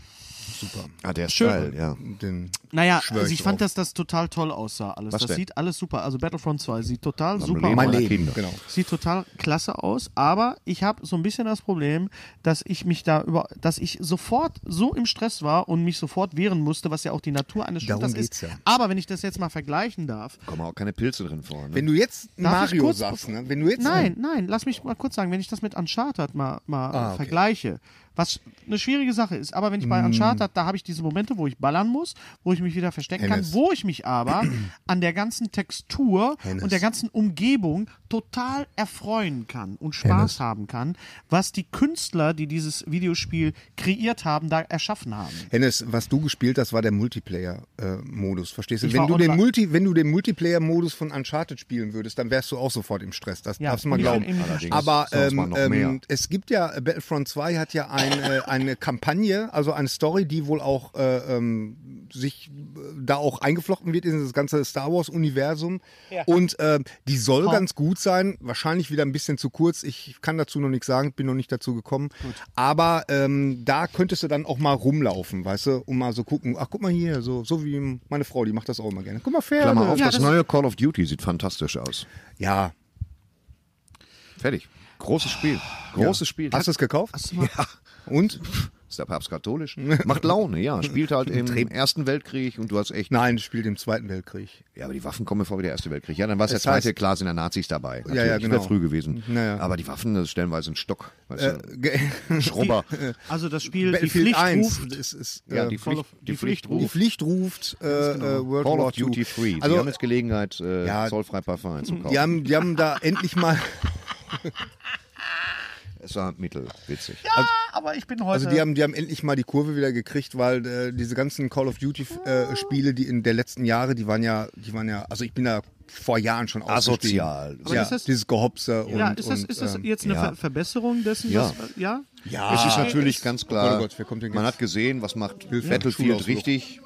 Speaker 4: Super.
Speaker 1: Ah, der ist
Speaker 3: Schön.
Speaker 1: geil, ja.
Speaker 4: Den
Speaker 3: Naja,
Speaker 4: Schwör
Speaker 3: also
Speaker 4: ich
Speaker 3: ich fand,
Speaker 4: drauf.
Speaker 3: dass das total toll aussah alles.
Speaker 1: Was
Speaker 3: das
Speaker 1: denn?
Speaker 3: sieht alles super. Also Battlefront 2 sieht total super
Speaker 1: Leben
Speaker 4: mein
Speaker 3: aus.
Speaker 1: meiner
Speaker 4: Leben,
Speaker 1: Kinder.
Speaker 4: genau.
Speaker 3: Sieht total klasse aus, aber ich habe so ein bisschen das Problem, dass ich mich da über, dass ich sofort so im Stress war und mich sofort wehren musste, was ja auch die Natur eines
Speaker 4: Darum
Speaker 3: Shooters
Speaker 4: geht's
Speaker 3: ist.
Speaker 4: ja.
Speaker 3: Aber wenn ich das jetzt mal vergleichen darf.
Speaker 1: Kommen auch keine Pilze drin vor. Ne?
Speaker 4: Wenn du jetzt
Speaker 3: Darf ich
Speaker 4: Mario
Speaker 3: kurz-
Speaker 4: sagst, ne? Wenn du jetzt
Speaker 3: Nein, nein, lass mich mal kurz sagen, wenn ich das mit Uncharted mal, mal
Speaker 4: Ah, okay. Mm.
Speaker 3: vergleiche, was eine schwierige Sache ist, aber wenn ich bei Uncharted, da habe ich diese Momente, wo ich ballern muss, wo ich mich wieder verstecken
Speaker 4: Hennes.
Speaker 3: kann, wo ich
Speaker 4: <clears throat>
Speaker 3: mich aber an der ganzen Textur
Speaker 4: Hennes.
Speaker 3: und der ganzen Umgebung total erfreuen kann und Spaß haben kann, was die Künstler, die dieses Videospiel kreiert haben, da erschaffen haben.
Speaker 4: Hennes, was du gespielt hast, war der Multiplayer-Modus. Verstehst du?
Speaker 3: Ich
Speaker 4: Wenn
Speaker 3: war
Speaker 4: du, den
Speaker 3: online.
Speaker 4: Multi, wenn du den Multiplayer-Modus von Uncharted spielen würdest, dann wärst du auch sofort im Stress. Das
Speaker 3: Ja,
Speaker 4: darfst du mal
Speaker 3: und ich
Speaker 4: glauben.
Speaker 3: bin eben nicht im
Speaker 4: Aber
Speaker 1: Stress. Sonst
Speaker 4: ähm,
Speaker 1: mal noch mehr.
Speaker 4: ähm, es gibt ja, Battlefront 2 hat ja eine, eine Kampagne, also eine Story, die wohl auch äh, ähm, sich äh, da auch eingeflochten wird in das ganze Star Wars-Universum. Und ähm, die soll ganz gut sein, wahrscheinlich wieder ein bisschen zu kurz. Ich kann dazu noch nichts sagen, bin noch nicht dazu gekommen. Aber ähm, da könntest du dann auch mal rumlaufen, weißt du, und mal so gucken. Ach, guck mal hier, so, so wie meine Frau, die macht das auch immer gerne. Guck mal, Pferde.
Speaker 1: Klammer auf,
Speaker 3: Ja,
Speaker 1: das,
Speaker 3: das-
Speaker 1: neue Call of Duty sieht fantastisch aus.
Speaker 4: Ja.
Speaker 1: Fertig. Großes Spiel. Großes Spiel.
Speaker 4: Hast du es gekauft?
Speaker 3: Hast du mal,
Speaker 4: Und?
Speaker 1: Ist der Papst katholisch? <laughs> Macht Laune, ja. Spielt halt im Ersten Weltkrieg und du hast echt.
Speaker 4: Nein, es spielt im Zweiten Weltkrieg.
Speaker 1: Ja, aber die Waffen kommen mir vor wie der Erste Weltkrieg. Ja, dann war es der
Speaker 4: Es heißt-
Speaker 1: zweite, klar sind ja Nazis dabei. Natürlich,
Speaker 4: ja,
Speaker 1: das wär
Speaker 4: genau. Äh,
Speaker 1: früh gewesen.
Speaker 4: Naja.
Speaker 1: Aber die Waffen, das ist stellenweise ein Stock. Weißt du?
Speaker 3: <laughs>
Speaker 4: Ge- <laughs>
Speaker 1: Schrubber.
Speaker 3: Also das Spiel, die
Speaker 4: Battlefield
Speaker 3: Pflicht
Speaker 4: 1
Speaker 3: ruft.
Speaker 4: ist, ist,
Speaker 1: Ja,
Speaker 4: äh,
Speaker 1: die
Speaker 3: Call
Speaker 1: Pflicht,
Speaker 3: of-
Speaker 1: die
Speaker 3: die
Speaker 1: Pflicht
Speaker 3: Pflicht genau.
Speaker 4: die
Speaker 1: ruft.
Speaker 4: Pflicht ruft äh, äh, World
Speaker 1: Call
Speaker 4: War
Speaker 1: of Duty
Speaker 4: II.
Speaker 1: Free. Sie
Speaker 4: Also,
Speaker 1: haben jetzt Gelegenheit, äh,
Speaker 4: Ja.
Speaker 1: zollfrei Parfum einzukaufen.
Speaker 4: die haben, die haben
Speaker 3: <laughs>
Speaker 4: da endlich mal.
Speaker 1: Es war mittelwitzig.
Speaker 3: "Ah, aber ich bin heute.
Speaker 4: Also die haben, die haben endlich mal die Kurve wieder gekriegt, weil äh, diese ganzen Call of Duty äh, Spiele, die in der letzten Jahre, die waren ja, die waren ja, also ich bin da vor Jahren schon ausgestiegen.
Speaker 1: Asozial. Aber
Speaker 4: Ja,
Speaker 3: ist das-
Speaker 4: dieses Gehopse und,
Speaker 3: ja, ist das,
Speaker 4: und,
Speaker 3: ist das
Speaker 4: ähm,
Speaker 3: jetzt eine
Speaker 1: ja.
Speaker 3: Ver Verbesserung dessen?
Speaker 1: Ja.
Speaker 3: Was, äh, ja?
Speaker 4: ja,
Speaker 1: es ist natürlich ganz klar,
Speaker 4: Oh Gott, wer kommt denn
Speaker 1: man
Speaker 4: jetzt?
Speaker 1: hat gesehen, was macht
Speaker 4: Hilfe.
Speaker 1: Battlefield
Speaker 4: Schulausflug.
Speaker 1: richtig.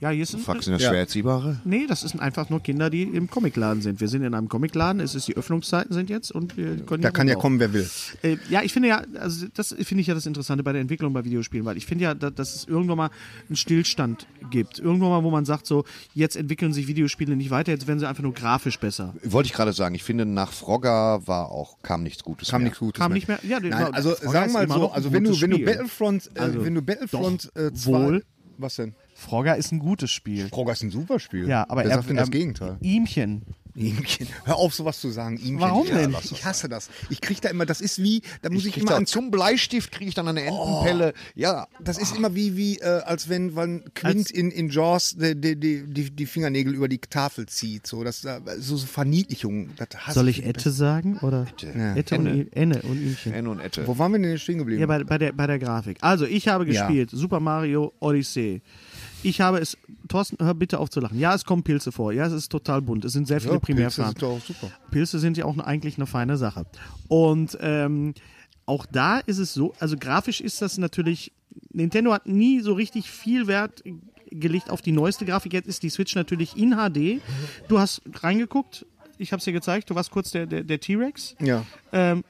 Speaker 3: Ja, hier ist ein,
Speaker 1: Fuck, sind das
Speaker 4: Ja.
Speaker 1: schwer erziehbare?
Speaker 3: Nee, das sind einfach nur Kinder, die im Comicladen sind. Wir sind in einem Comicladen, es ist die Öffnungszeiten sind jetzt und wir können
Speaker 4: da kann ja kommen,
Speaker 3: rumlaufen.
Speaker 4: wer will.
Speaker 3: Äh, ja, ich finde ja, also das finde ich ja das Interessante bei der Entwicklung bei Videospielen, weil ich finde ja, da- dass es irgendwann mal einen Stillstand gibt. Irgendwann mal, wo man sagt, so, jetzt entwickeln sich Videospiele nicht weiter, jetzt werden sie einfach nur grafisch besser.
Speaker 1: Wollte ich gerade sagen, ich finde nach Frogger war auch, kam nichts Gutes
Speaker 4: Kam
Speaker 1: mehr.
Speaker 4: nichts Gutes.
Speaker 3: Kam nicht mehr. Ja,
Speaker 4: Nein, also
Speaker 3: Frogger
Speaker 4: sagen
Speaker 3: ist
Speaker 4: wir mal
Speaker 3: immer
Speaker 4: so,
Speaker 3: noch ein
Speaker 4: also wenn du,
Speaker 3: gutes
Speaker 4: wenn du
Speaker 3: Spiel.
Speaker 4: Battlefront, äh,
Speaker 3: Also,
Speaker 4: wenn du Battlefront
Speaker 3: doch,
Speaker 4: äh, 2,
Speaker 3: wohl.
Speaker 4: was denn?
Speaker 6: Frogger ist ein gutes Spiel.
Speaker 4: Frogger ist ein Superspiel.
Speaker 6: Ja, aber
Speaker 4: wer
Speaker 6: er
Speaker 4: sagt denn das
Speaker 6: er-
Speaker 4: Gegenteil?
Speaker 6: Ihmchen.
Speaker 4: Ihmchen. Hör auf, sowas zu sagen. Ihmchen.
Speaker 3: Warum
Speaker 4: Ja,
Speaker 3: denn?
Speaker 4: lass das. Ich hasse das. Ich krieg da immer, das ist wie, da muss
Speaker 1: Ich
Speaker 4: ich,
Speaker 1: krieg
Speaker 4: immer
Speaker 1: da,
Speaker 4: an
Speaker 1: zum Bleistift kriege ich dann eine Entenpelle. Ja,
Speaker 4: Das ist immer wie, wie äh, als wenn man Quint
Speaker 3: Als-
Speaker 4: in, in Jaws die, die, die, die, die Fingernägel über die Tafel zieht. So, das, äh, so, so Verniedlichung. Das hasse
Speaker 3: Soll ich Ette sagen? Oder? Ette. Ette und I- Enne und Ihmchen.
Speaker 1: N und Ette.
Speaker 4: Wo waren wir denn jetzt stehen geblieben?
Speaker 3: Ja, bei, bei, der, bei der Grafik. Also, ich habe
Speaker 4: Ja.
Speaker 3: gespielt Super Mario Odyssey. Ich habe es. Thorsten, hör bitte auf zu lachen. Ja, es kommen Pilze vor. Ja, es ist total bunt. Es sind sehr viele
Speaker 4: Ja, Pilze
Speaker 3: Primärfarben.
Speaker 4: sind doch auch super.
Speaker 3: Pilze sind ja auch eigentlich eine feine Sache. Und ähm, auch da ist es so, also grafisch ist das natürlich, Nintendo hat nie so richtig viel Wert gelegt auf die neueste Grafik. Jetzt ist die Switch natürlich in HD. Du hast reingeguckt, ich habe es dir gezeigt, du warst kurz der, der, der T-Rex.
Speaker 4: Ja,
Speaker 3: Ähm,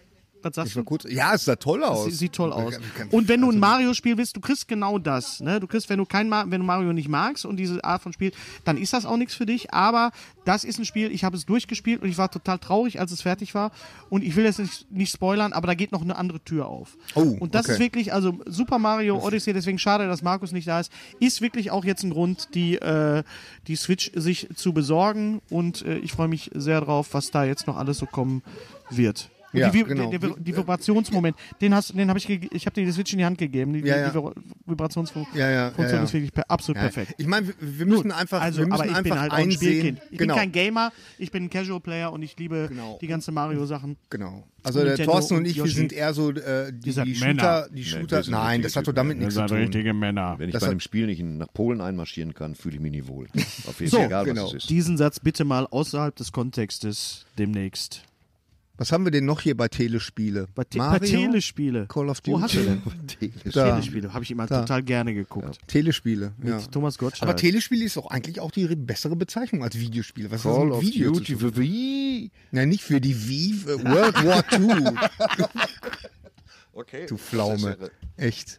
Speaker 3: was sagst
Speaker 4: ich war
Speaker 3: du?
Speaker 4: kurz. Ja, es sah toll aus.
Speaker 3: Sie- Sieht toll aus.
Speaker 4: Ich kann-
Speaker 3: Und wenn du ein Mario-Spiel willst, du kriegst genau das. Ne? Du kriegst, wenn du kein Ma wenn du Mario nicht magst und diese Art von Spiel, dann ist das auch nichts für dich. Aber das ist ein Spiel, ich habe es durchgespielt und ich war total traurig, als es fertig war. Und ich will jetzt nicht, nicht spoilern, aber da geht noch eine andere Tür auf.
Speaker 4: Oh,
Speaker 3: und das
Speaker 4: okay.
Speaker 3: ist wirklich, also Super Mario Odyssey, deswegen schade, dass Markus nicht da ist, ist wirklich auch jetzt ein Grund, die, äh, die Switch sich zu besorgen. Und äh, ich freue mich sehr drauf, was da jetzt noch alles so kommen wird. Und
Speaker 4: Ja,
Speaker 3: die, Vi-
Speaker 4: genau.
Speaker 3: der, der, die Vibrationsmoment, den hast, den habe ich, ge- ich habe dir die Switch in die Hand gegeben. Die,
Speaker 4: Ja, ja.
Speaker 3: die Vibra- Vibrationsfunktion
Speaker 4: Ja, ja, ja, ja.
Speaker 3: ist wirklich per, absolut
Speaker 4: Ja,
Speaker 3: perfekt.
Speaker 4: Ich meine, wir, wir müssen einfach,
Speaker 3: also,
Speaker 4: wir müssen
Speaker 3: aber ich
Speaker 4: einfach
Speaker 3: bin halt auch ein
Speaker 4: einsehen.
Speaker 3: Spielkind. Ich
Speaker 4: genau,
Speaker 3: bin kein Gamer, ich bin ein Casual Player und ich liebe
Speaker 4: Genau.
Speaker 3: die ganzen Mario-Sachen.
Speaker 4: genau. Also
Speaker 3: Und
Speaker 4: der
Speaker 3: Nintendo
Speaker 4: Thorsten und
Speaker 3: und
Speaker 4: ich, wir
Speaker 3: Yoshi.
Speaker 4: sind eher so äh, die,
Speaker 3: seid
Speaker 4: die
Speaker 3: Männer.
Speaker 4: Shooter, die Shooter.
Speaker 1: wir sind
Speaker 4: Nein,
Speaker 1: richtige
Speaker 4: das hat doch
Speaker 1: Typen.
Speaker 4: damit nichts
Speaker 6: Das
Speaker 4: zu
Speaker 6: sind
Speaker 4: tun.
Speaker 6: richtige Männer.
Speaker 1: Wenn ich
Speaker 4: Das
Speaker 1: bei
Speaker 4: hat-
Speaker 1: einem Spiel nicht nach Polen einmarschieren kann, fühle ich mich nie wohl. Auf jeden Fall,
Speaker 3: So,
Speaker 1: egal
Speaker 4: genau.
Speaker 1: was es ist.
Speaker 3: Diesen Satz bitte mal außerhalb des Kontextes demnächst.
Speaker 4: Was haben wir denn noch hier bei Telespiele?
Speaker 3: Bei, Te bei
Speaker 4: Mario?
Speaker 3: Telespiele.
Speaker 4: Call of
Speaker 3: Wo hast du
Speaker 4: Duty.
Speaker 3: denn?
Speaker 4: Da.
Speaker 3: Telespiele habe ich immer total gerne geguckt.
Speaker 4: <laughs> Telespiele.
Speaker 3: Mit
Speaker 4: Ja.
Speaker 3: Thomas Gottschalk.
Speaker 4: Aber Telespiel ist doch eigentlich auch die re- bessere Bezeichnung als Videospiel. Was ist
Speaker 1: Call
Speaker 4: das
Speaker 1: of
Speaker 4: mit Video
Speaker 1: Duty für Wii.
Speaker 4: Nein, nicht für die Wii, äh, World
Speaker 3: <laughs>
Speaker 4: War II,
Speaker 1: Okay.
Speaker 4: du Pflaume. Echt.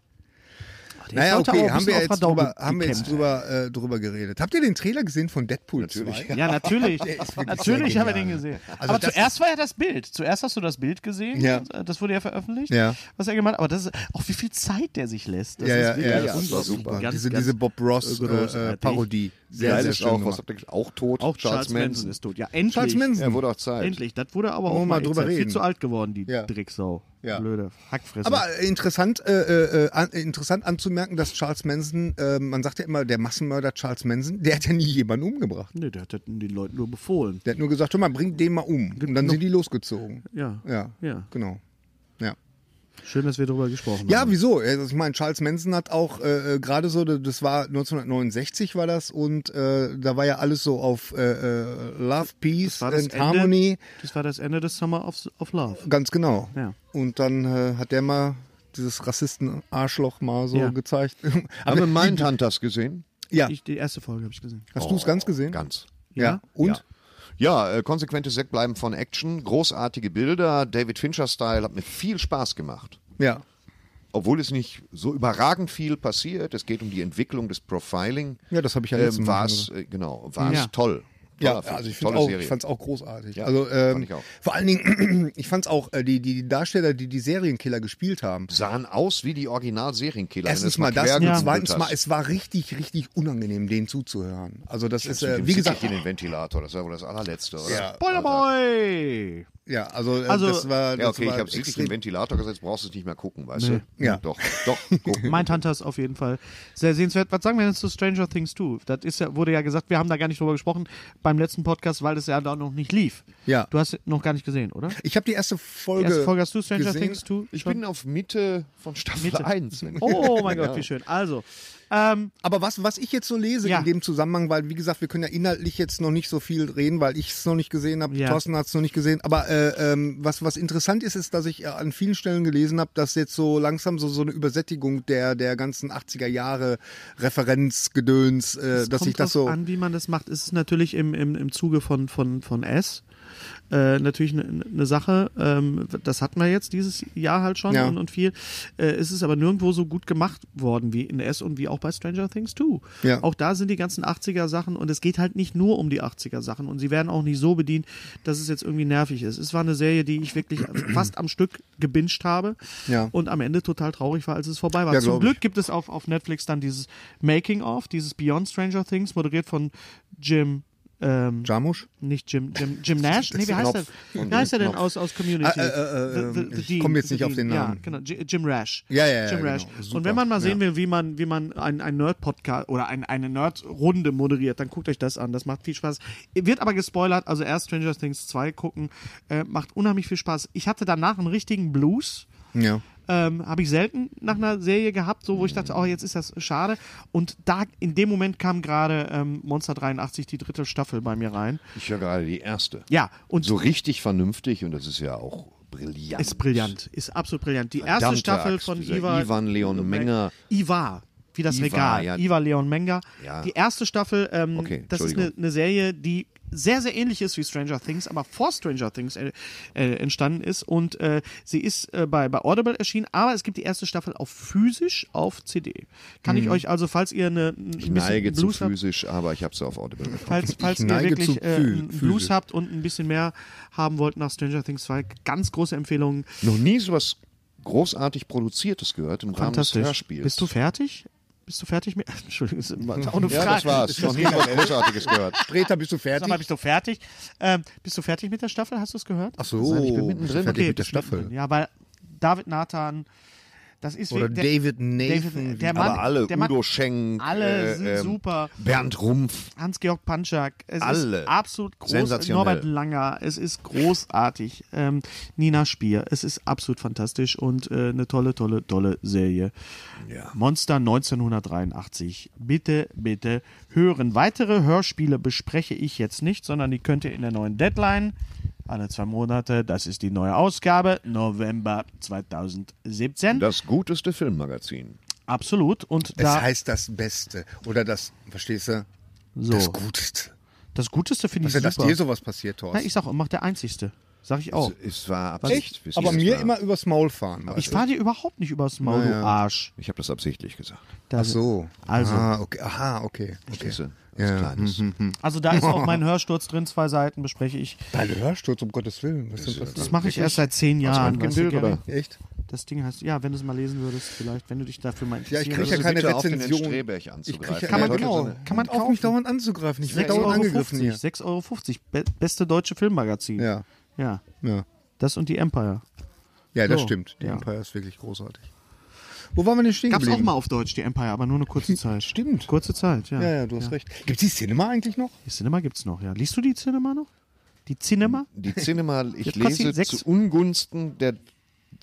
Speaker 3: Der ist
Speaker 4: Naja,
Speaker 3: heute auch
Speaker 4: okay,
Speaker 3: ein
Speaker 4: haben wir
Speaker 3: bisschen
Speaker 4: jetzt
Speaker 3: auf Radau
Speaker 4: drüber, haben wir jetzt
Speaker 3: gekämpft.
Speaker 4: drüber, äh, drüber geredet. Habt ihr den Trailer gesehen von Deadpool
Speaker 1: Natürlich.
Speaker 4: 2?
Speaker 3: <laughs> Ja, natürlich.
Speaker 4: ist wirklich
Speaker 3: Natürlich
Speaker 4: sehr
Speaker 3: haben wir den
Speaker 4: genial.
Speaker 3: gesehen.
Speaker 4: Also
Speaker 3: aber
Speaker 4: das
Speaker 3: zuerst war ja das Bild. Zuerst hast du das Bild gesehen.
Speaker 4: Ja.
Speaker 3: und, äh, Das wurde ja veröffentlicht.
Speaker 4: Ja.
Speaker 3: Was er gemacht hat. Aber das ist auch, wie viel Zeit der sich lässt. Das
Speaker 4: Ja,
Speaker 3: ist
Speaker 4: ja,
Speaker 3: wirklich
Speaker 4: ja, ja,
Speaker 3: unglaublich.
Speaker 1: das war super.
Speaker 3: Ganz,
Speaker 4: diese,
Speaker 3: ganz
Speaker 4: diese Bob Ross äh, äh,
Speaker 3: großartig.
Speaker 4: Parodie.
Speaker 1: Sehr,
Speaker 4: Sehr,
Speaker 1: sehr
Speaker 4: sehr
Speaker 1: ist
Speaker 4: schön.
Speaker 1: auch, was
Speaker 4: gemacht.
Speaker 1: habt ihr gesagt? auch tot.
Speaker 3: Auch Charles, Manson ist tot. Ja, endlich.
Speaker 4: Charles Manson.
Speaker 1: Er wurde auch Zeit.
Speaker 3: Endlich. Das wurde aber
Speaker 4: Wollen wir
Speaker 3: auch
Speaker 4: mal
Speaker 3: mal
Speaker 4: drüber
Speaker 3: drüber viel
Speaker 4: reden.
Speaker 3: zu alt geworden, die
Speaker 4: Ja.
Speaker 3: Drecksau.
Speaker 4: Ja.
Speaker 3: Blöde Hackfresse.
Speaker 4: Aber äh, interessant, äh, äh, an, äh, interessant anzumerken, dass Charles Manson, äh, man sagt ja immer, der Massenmörder Charles Manson, der hat ja nie jemanden umgebracht.
Speaker 3: nee, der hat das den Leuten nur befohlen.
Speaker 4: Der hat nur gesagt, hör mal, bring den mal um. Und dann sind die losgezogen.
Speaker 3: Ja.
Speaker 4: Ja.
Speaker 3: Ja.
Speaker 4: Genau. Ja.
Speaker 3: Schön, dass wir drüber gesprochen
Speaker 4: Ja,
Speaker 3: haben.
Speaker 4: wieso? Also ich meine, Charles Manson hat auch äh, äh, gerade so, das war 1969 war das und äh, da war ja alles so auf äh, äh, Love, Peace
Speaker 3: das war das
Speaker 4: and
Speaker 3: Ende,
Speaker 4: Harmony.
Speaker 3: Das war das Ende des Summer of, of Love.
Speaker 4: Ganz genau.
Speaker 3: Ja.
Speaker 4: Und dann äh, hat der mal dieses Rassisten-Arschloch mal so
Speaker 3: Ja.
Speaker 4: gezeigt. <laughs>
Speaker 1: Haben wir Mindhunters gesehen?
Speaker 4: ja,
Speaker 3: Ich, die erste Folge habe ich gesehen.
Speaker 4: hast du es ganz gesehen?
Speaker 1: Oh, Ganz.
Speaker 4: Ja. Und?
Speaker 1: Ja, ja äh, konsequentes Wegbleiben von Action, großartige Bilder, David Fincher-Style, hat mir viel Spaß gemacht.
Speaker 4: Ja.
Speaker 1: Obwohl es nicht so überragend viel passiert, es geht um die Entwicklung des Profiling.
Speaker 4: Ja, das habe ich ja letztes
Speaker 1: ähm,
Speaker 4: Mal
Speaker 1: war
Speaker 4: schon
Speaker 1: es, äh, genau, war es
Speaker 3: Ja.
Speaker 1: toll.
Speaker 4: Ja,
Speaker 1: Toller Film,
Speaker 4: also ich
Speaker 1: tolle
Speaker 4: finde auch,
Speaker 1: Serie.
Speaker 4: ich fand's auch großartig.
Speaker 1: Ja,
Speaker 4: also ähm,
Speaker 1: fand ich auch.
Speaker 4: vor allen Dingen, <clears throat> ich fand's auch äh, die, die die Darsteller, die die Serienkiller gespielt haben.
Speaker 1: Sahen aus wie die Original-Serienkiller. wenn du
Speaker 4: Erstens
Speaker 1: es
Speaker 4: mal das
Speaker 1: quer
Speaker 4: und
Speaker 1: gebündelt
Speaker 4: zweitens mal,
Speaker 1: hast.
Speaker 4: es war richtig, richtig unangenehm, denen zuzuhören. Also das ist,
Speaker 1: Mit
Speaker 4: äh,
Speaker 1: dem
Speaker 4: wie
Speaker 1: Sittich
Speaker 4: gesagt,
Speaker 1: in den Ventilator, das war wohl das allerletzte, oder?
Speaker 4: Ja.
Speaker 3: oh Spoilerboy!
Speaker 4: ja, also, äh,
Speaker 3: Also-
Speaker 4: das war, das
Speaker 1: Ja, okay,
Speaker 4: war
Speaker 1: ich habe Sittich in den
Speaker 4: extrem,
Speaker 1: Ventilator gesetzt, brauchst du es nicht mehr gucken, weißt du?
Speaker 4: Ja.
Speaker 1: Doch, doch,
Speaker 3: <laughs>
Speaker 1: gucken.
Speaker 3: Mindhunter ist auf jeden Fall sehr sehenswert. Was sagen wir denn zu Stranger Things 2? Das ist ja, wurde ja gesagt, wir haben da gar nicht drüber gesprochen beim letzten Podcast, weil es ja da noch nicht lief.
Speaker 4: Ja.
Speaker 3: Du hast noch gar nicht gesehen, oder?
Speaker 4: Ich habe die erste
Speaker 3: Die
Speaker 4: Folge.
Speaker 3: erste Folge hast du Stranger
Speaker 4: gesehen.
Speaker 3: Things 2?
Speaker 1: Ich
Speaker 3: schon?
Speaker 1: bin auf Mitte von Staffel
Speaker 3: Mitte.
Speaker 1: 1.
Speaker 3: Oh
Speaker 4: <laughs>
Speaker 1: <laughs>
Speaker 3: mein Gott, wie schön. Also, ähm,
Speaker 4: Aber was, was ich jetzt so lese
Speaker 3: Ja.
Speaker 4: in dem Zusammenhang, weil wie gesagt, wir können ja inhaltlich jetzt noch nicht so viel reden, weil ich es noch nicht gesehen habe,
Speaker 3: Ja.
Speaker 4: Thorsten hat es noch nicht gesehen. Aber äh, ähm, was, was interessant ist, ist, dass ich äh, an vielen Stellen gelesen habe, dass jetzt so langsam so, so eine Übersättigung der, der ganzen 80er Jahre Referenzgedöns, äh,
Speaker 3: es
Speaker 4: dass
Speaker 3: kommt
Speaker 4: sich das
Speaker 3: drauf
Speaker 4: so.
Speaker 3: an, wie man das macht. Es ist natürlich im, im, im Zuge von, von, von S äh, natürlich eine ne Sache. Ähm, das hatten wir jetzt dieses Jahr halt schon
Speaker 4: Ja.
Speaker 3: und, und viel. Äh, es ist aber nirgendwo so gut gemacht worden wie in S und wie auch bei Stranger Things 2.
Speaker 4: Ja.
Speaker 3: Auch da sind die ganzen 80er Sachen und es geht halt nicht nur um die 80er Sachen und sie werden auch nicht so bedient, dass es jetzt irgendwie nervig ist. Es war eine Serie, die ich wirklich fast am Stück gebinged habe
Speaker 4: Ja.
Speaker 3: und am Ende total traurig war, als es vorbei war.
Speaker 4: Ja,
Speaker 3: Zum
Speaker 4: glaub
Speaker 3: Glück
Speaker 4: ich.
Speaker 3: gibt es auf, auf Netflix dann dieses Making-of, dieses Beyond Stranger Things, moderiert von Jim. Ähm,
Speaker 4: Jamusch?
Speaker 3: nicht Jim, Jim,
Speaker 4: <laughs>
Speaker 3: Jim Nash? Nee, wie heißt er?
Speaker 1: Knopf.
Speaker 3: Wie heißt er denn aus, aus Community?
Speaker 4: Ah, äh, äh, äh, ich
Speaker 3: Dean,
Speaker 4: komm jetzt nicht
Speaker 3: The
Speaker 4: auf
Speaker 3: Dean.
Speaker 4: den
Speaker 3: Ja,
Speaker 4: Namen.
Speaker 3: genau. J- Jim Rash.
Speaker 4: Ja, ja, ja,
Speaker 3: Jim
Speaker 4: genau.
Speaker 3: Rash. Und
Speaker 4: Super.
Speaker 3: wenn man mal sehen
Speaker 4: Ja.
Speaker 3: will, wie man, wie man einen, einen Nerd-Podcast oder ein, eine Nerd-Runde moderiert, dann guckt euch das an. Das macht viel Spaß. Wird aber gespoilert, also erst Stranger Things 2 gucken, äh, macht unheimlich viel Spaß. Ich hatte danach einen richtigen Blues.
Speaker 4: Ja.
Speaker 3: Ähm, habe ich selten nach einer Serie gehabt, so wo ich dachte, oh, jetzt ist das schade. Und da in dem Moment kam gerade ähm, Monster 83 die dritte Staffel bei mir rein.
Speaker 1: Ich höre gerade die erste.
Speaker 3: Ja, und
Speaker 1: So richtig vernünftig und das ist ja auch brillant.
Speaker 3: ist brillant, ist absolut brillant. Die erste
Speaker 1: Verdammte
Speaker 3: Staffel
Speaker 1: Axt,
Speaker 3: von
Speaker 1: dieser
Speaker 3: Iva,
Speaker 1: Ivan Leon Menger.
Speaker 3: Iva, wie das
Speaker 1: Iva,
Speaker 3: Regal.
Speaker 1: ja.
Speaker 3: Iva Leon Menger.
Speaker 1: Ja.
Speaker 3: Die erste Staffel, ähm,
Speaker 1: Okay,
Speaker 3: das ist eine,
Speaker 1: Entschuldigung.
Speaker 3: eine Serie, die sehr, sehr ähnlich ist wie Stranger Things, aber vor Stranger Things äh, äh, entstanden ist. Und äh, sie ist äh, bei, bei Audible erschienen, aber es gibt die erste Staffel auf physisch auf CD. Kann ich euch also, falls ihr eine, ein
Speaker 1: Mhm. Ich neige
Speaker 3: bisschen
Speaker 1: zu
Speaker 3: Blues Halt. habt,
Speaker 1: physisch, aber ich habe sie auf Audible gekauft.
Speaker 3: falls, falls ihr
Speaker 4: neige
Speaker 3: wirklich
Speaker 4: zu
Speaker 3: äh,
Speaker 4: Phil-
Speaker 3: einen Blues
Speaker 4: physisch.
Speaker 3: habt und ein bisschen mehr haben wollt nach Stranger Things 2, ganz große Empfehlungen.
Speaker 1: Noch nie sowas großartig Produziertes gehört im Rahmen des
Speaker 3: Fantastisch.
Speaker 1: Hörspiels.
Speaker 3: Bist du fertig? Bist du fertig mit. <laughs> Entschuldigung, das
Speaker 1: <laughs>
Speaker 3: ist auch eine Frage.
Speaker 1: ja, das war's. Noch nie was Großartiges gehört.
Speaker 4: Greta, bist du fertig?
Speaker 3: Ah, Sag mal, bist du fertig? Ähm, bist du fertig mit der Staffel? Hast du es gehört?
Speaker 4: Ach so,
Speaker 1: ich bin
Speaker 4: bist
Speaker 1: mittendrin.
Speaker 4: du fertig
Speaker 3: Okay,
Speaker 4: mit der
Speaker 3: bist mittendrin.
Speaker 4: Staffel.
Speaker 3: Ja, weil David Nathan, das ist
Speaker 4: Oder
Speaker 3: wie- der,
Speaker 4: David Nathan.
Speaker 3: David- der Mann-
Speaker 1: Aber alle,
Speaker 3: der Mann-
Speaker 1: Udo Schenk,
Speaker 3: Alle
Speaker 1: äh,
Speaker 3: sind
Speaker 1: ähm,
Speaker 3: super.
Speaker 1: Bernd Rumpf,
Speaker 3: Hans-Georg Panschak. Es ist
Speaker 1: Alle.
Speaker 3: absolut groß.
Speaker 1: Sensationell.
Speaker 3: Norbert Langer. Es ist großartig. Ähm, Nina Spier. Es ist absolut fantastisch und äh, eine tolle, tolle, tolle Serie. Monster 1983. Bitte, bitte hören. Weitere Hörspiele bespreche ich jetzt nicht, sondern die könnt ihr in der neuen Deadline. Alle zwei Monate, das ist die neue Ausgabe, November 2017.
Speaker 1: das guteste Filmmagazin.
Speaker 3: Absolut. Und
Speaker 4: Es
Speaker 3: da
Speaker 4: heißt das Beste. Oder das, verstehst du?
Speaker 3: so.
Speaker 4: Das Guteste.
Speaker 3: das Guteste finde ich
Speaker 4: Also,
Speaker 3: super.
Speaker 4: dass dir sowas passiert, Thorsten.
Speaker 3: Na, ich sag auch, macht der Einzigste. Sag ich auch.
Speaker 1: Es war
Speaker 4: Echt?
Speaker 1: absichtlich.
Speaker 4: Aber
Speaker 1: Es
Speaker 4: mir
Speaker 1: war-
Speaker 4: immer übers Maul fahren. weißt
Speaker 3: Ich
Speaker 4: du?
Speaker 3: fahre dir überhaupt nicht übers Maul, du Arsch.
Speaker 1: Ich habe das absichtlich gesagt.
Speaker 3: Da-
Speaker 4: Ach so.
Speaker 3: Also.
Speaker 4: Ah, okay. Aha, okay. okay. Mhm,
Speaker 1: Siehst du? Was Kleines.
Speaker 3: Also da ist
Speaker 4: <laughs>
Speaker 3: auch mein Hörsturz drin, zwei Seiten bespreche ich.
Speaker 4: Dein Hörsturz, um Gottes Willen. Was ist das?
Speaker 3: Das mache ich erst seit zehn Jahren. weißt du,
Speaker 1: Handgebild,
Speaker 3: Gary?
Speaker 1: oder?
Speaker 4: Echt?
Speaker 3: das Ding heißt, ja, wenn du es mal lesen würdest, vielleicht, wenn du dich dafür mal
Speaker 4: Ja, ich
Speaker 3: interessierst.
Speaker 4: kriege ja
Speaker 1: Sie
Speaker 4: keine
Speaker 1: bitte auf den
Speaker 4: Rezension.
Speaker 1: Streberch
Speaker 4: krieg
Speaker 1: anzugreifen.
Speaker 4: ja
Speaker 1: Kann man
Speaker 4: keine-
Speaker 1: genau.
Speaker 3: Kann man
Speaker 4: Hört auf,
Speaker 3: kaufen.
Speaker 4: mich dauernd anzugreifen. Ich werde dauernd angegriffen hier.
Speaker 3: 6,50 Euro. 6,50 Be beste deutsche Filmmagazin.
Speaker 4: Ja,
Speaker 3: ja.
Speaker 4: ja.
Speaker 3: Das und die Empire.
Speaker 4: Ja, das
Speaker 3: So,
Speaker 4: stimmt. Die
Speaker 3: ja.
Speaker 4: Empire ist wirklich großartig. Wo waren wir denn stehen
Speaker 3: Gab's auch
Speaker 4: geblieben?
Speaker 3: mal auf Deutsch, die Empire, aber nur
Speaker 4: <laughs>
Speaker 3: eine kurze Zeit.
Speaker 4: Stimmt.
Speaker 3: Kurze Zeit, ja.
Speaker 4: Ja, ja, du hast recht. Gibt es die Cinema eigentlich noch?
Speaker 3: Die Cinema gibt's noch, ja. Liest du die Cinema noch? Die Cinema?
Speaker 1: Die Cinema, ich
Speaker 3: Jetzt kostet sie
Speaker 1: lese
Speaker 3: sechs.
Speaker 1: zu Ungunsten der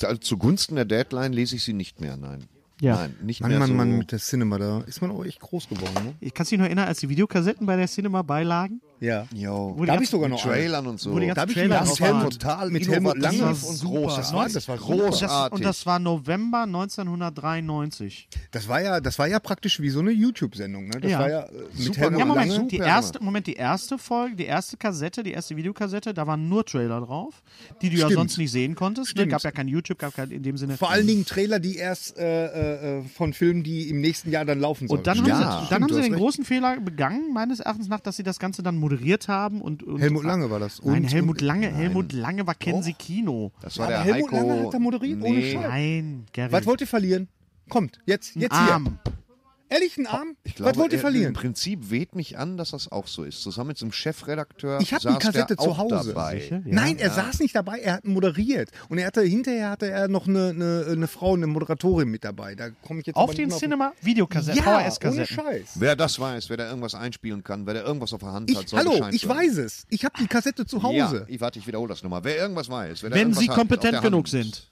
Speaker 1: also zugunsten der Deadline lese ich sie nicht mehr, nein.
Speaker 3: Ja.
Speaker 1: Nein, nicht
Speaker 4: Mann,
Speaker 1: mehr
Speaker 4: Mann,
Speaker 1: so.
Speaker 4: Mann, mit der Cinema, da ist man auch echt groß geworden, ne?
Speaker 3: Ich kann dich noch erinnern, als die Videokassetten bei der Cinema beilagen.
Speaker 4: Ja.
Speaker 1: Jo.
Speaker 3: Wo die
Speaker 4: Da hab
Speaker 3: ganzen-
Speaker 4: ich sogar
Speaker 1: mit
Speaker 4: noch einen.
Speaker 1: Trailern und so.
Speaker 3: Wo die ganzen
Speaker 4: Da hab ich
Speaker 3: Trailer
Speaker 4: einen
Speaker 3: drauf
Speaker 4: ganz
Speaker 3: waren.
Speaker 4: total mit Helmut
Speaker 1: innovativ.
Speaker 4: Lange
Speaker 1: Das war
Speaker 4: und
Speaker 1: super.
Speaker 4: großartig. Das war
Speaker 3: Und das,
Speaker 1: großartig.
Speaker 3: und das war November 1993.
Speaker 4: Das war ja, das war ja praktisch wie so eine YouTube-Sendung, ne? Das
Speaker 3: Ja.
Speaker 4: war ja äh, mit
Speaker 1: Super
Speaker 4: Helmut
Speaker 3: Ja, Moment,
Speaker 4: Lange.
Speaker 3: die erste, Moment, die erste Folge, die erste Kassette, die erste Videokassette, da waren nur Trailer drauf, die du ja
Speaker 4: Stimmt.
Speaker 3: sonst nicht sehen konntest. Ne?
Speaker 4: Stimmt.
Speaker 3: Gab ja kein YouTube, gab kein in dem Sinne.
Speaker 4: Vor allen Dingen Trailer, die erst äh, äh, von Filmen, die im nächsten Jahr dann laufen sollen.
Speaker 3: Und dann haben
Speaker 1: Ja,
Speaker 3: sie,
Speaker 1: stimmt,
Speaker 3: dann haben
Speaker 4: du
Speaker 3: sie
Speaker 4: hast
Speaker 3: den
Speaker 4: recht.
Speaker 3: großen Fehler begangen, meines Erachtens nach, dass sie das Ganze dann moderiert haben. Und, und
Speaker 4: Helmut Lange war das.
Speaker 3: Nein,
Speaker 4: Und-
Speaker 3: Helmut
Speaker 4: und-
Speaker 3: Lange. Helmut Lange war Kensi Kino.
Speaker 1: Das war
Speaker 4: Aber
Speaker 1: der
Speaker 4: Helmut
Speaker 1: Heiko.
Speaker 4: Lange hat da moderiert, ohne
Speaker 1: nee,
Speaker 4: Scheiß.
Speaker 3: Nein, Gary.
Speaker 4: Was wollt ihr verlieren? Kommt, jetzt, jetzt
Speaker 3: Arm.
Speaker 4: hier. Ehrlich, einen Arm?
Speaker 1: Ich glaube,
Speaker 4: Was wollt ihr
Speaker 1: er- Im
Speaker 4: verlieren?
Speaker 1: Prinzip weht mich an, dass das auch so ist. Zusammen mit so einem Chefredakteur
Speaker 4: Ich habe
Speaker 1: saß
Speaker 4: die Kassette
Speaker 1: der auch
Speaker 4: zu Hause.
Speaker 1: dabei.
Speaker 4: Nein, er saß nicht dabei, er hat moderiert. Und er hatte, hinterher hatte er noch eine, eine, eine Frau, eine Moderatorin mit dabei. Da komme ich jetzt
Speaker 3: Auf
Speaker 4: aber
Speaker 3: den
Speaker 4: nicht mehr
Speaker 3: Cinema Videokassetten,
Speaker 4: Ja, ohne
Speaker 3: VHS-Kassetten.
Speaker 4: Scheiß.
Speaker 1: Wer das weiß, wer da irgendwas einspielen kann, wer da irgendwas auf der Hand hat,
Speaker 4: Ich,
Speaker 1: soll
Speaker 4: hallo,
Speaker 1: Bescheid
Speaker 4: ich
Speaker 1: sagen.
Speaker 4: weiß es. Ich habe die Kassette zu
Speaker 1: Ja,
Speaker 4: Hause.
Speaker 1: ich, warte, ich wiederhole das nochmal. Wer irgendwas weiß, wer da
Speaker 3: Wenn
Speaker 1: irgendwas
Speaker 3: sie
Speaker 1: hat,
Speaker 3: kompetent
Speaker 1: auf der
Speaker 3: genug
Speaker 1: Hand-
Speaker 3: sind,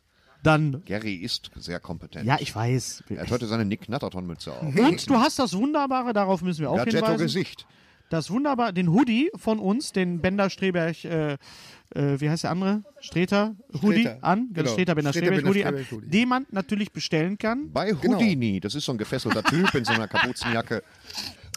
Speaker 3: dann.
Speaker 1: Gary ist sehr kompetent.
Speaker 3: Ja, ich weiß.
Speaker 1: Er hat heute seine Nick Natterton-Mütze auf.
Speaker 3: Und du hast das Wunderbare, darauf müssen wir auch hinweisen.
Speaker 1: Gadgetto-Gesicht.
Speaker 3: Das Wunderbare, den Hoodie von uns, den Bender Streberg, äh, äh, wie heißt der andere? Streter Hoodie
Speaker 4: Streter,
Speaker 3: an. Genau.
Speaker 4: genau.
Speaker 3: Streter Bender
Speaker 4: Streter
Speaker 3: Streberg
Speaker 4: Bender
Speaker 3: Hoodie an,
Speaker 4: Streberg Hoodie.
Speaker 3: den man natürlich bestellen kann.
Speaker 1: Bei Houdini, das ist so ein gefesselter Typ in so einer
Speaker 3: <laughs>
Speaker 1: Kapuzenjacke.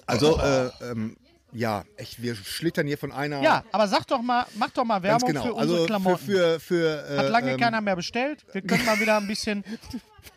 Speaker 4: Also, äh, ähm, ja, echt, wir schlittern hier von einer.
Speaker 3: Ja, aber sag doch mal, mach doch mal
Speaker 4: ganz
Speaker 3: Werbung
Speaker 4: genau.
Speaker 3: für unsere
Speaker 4: also
Speaker 3: Klamotten.
Speaker 4: für, für, für äh,
Speaker 3: Hat lange
Speaker 4: ähm,
Speaker 3: keiner mehr bestellt. Wir können mal wieder
Speaker 4: <laughs>
Speaker 3: ein bisschen.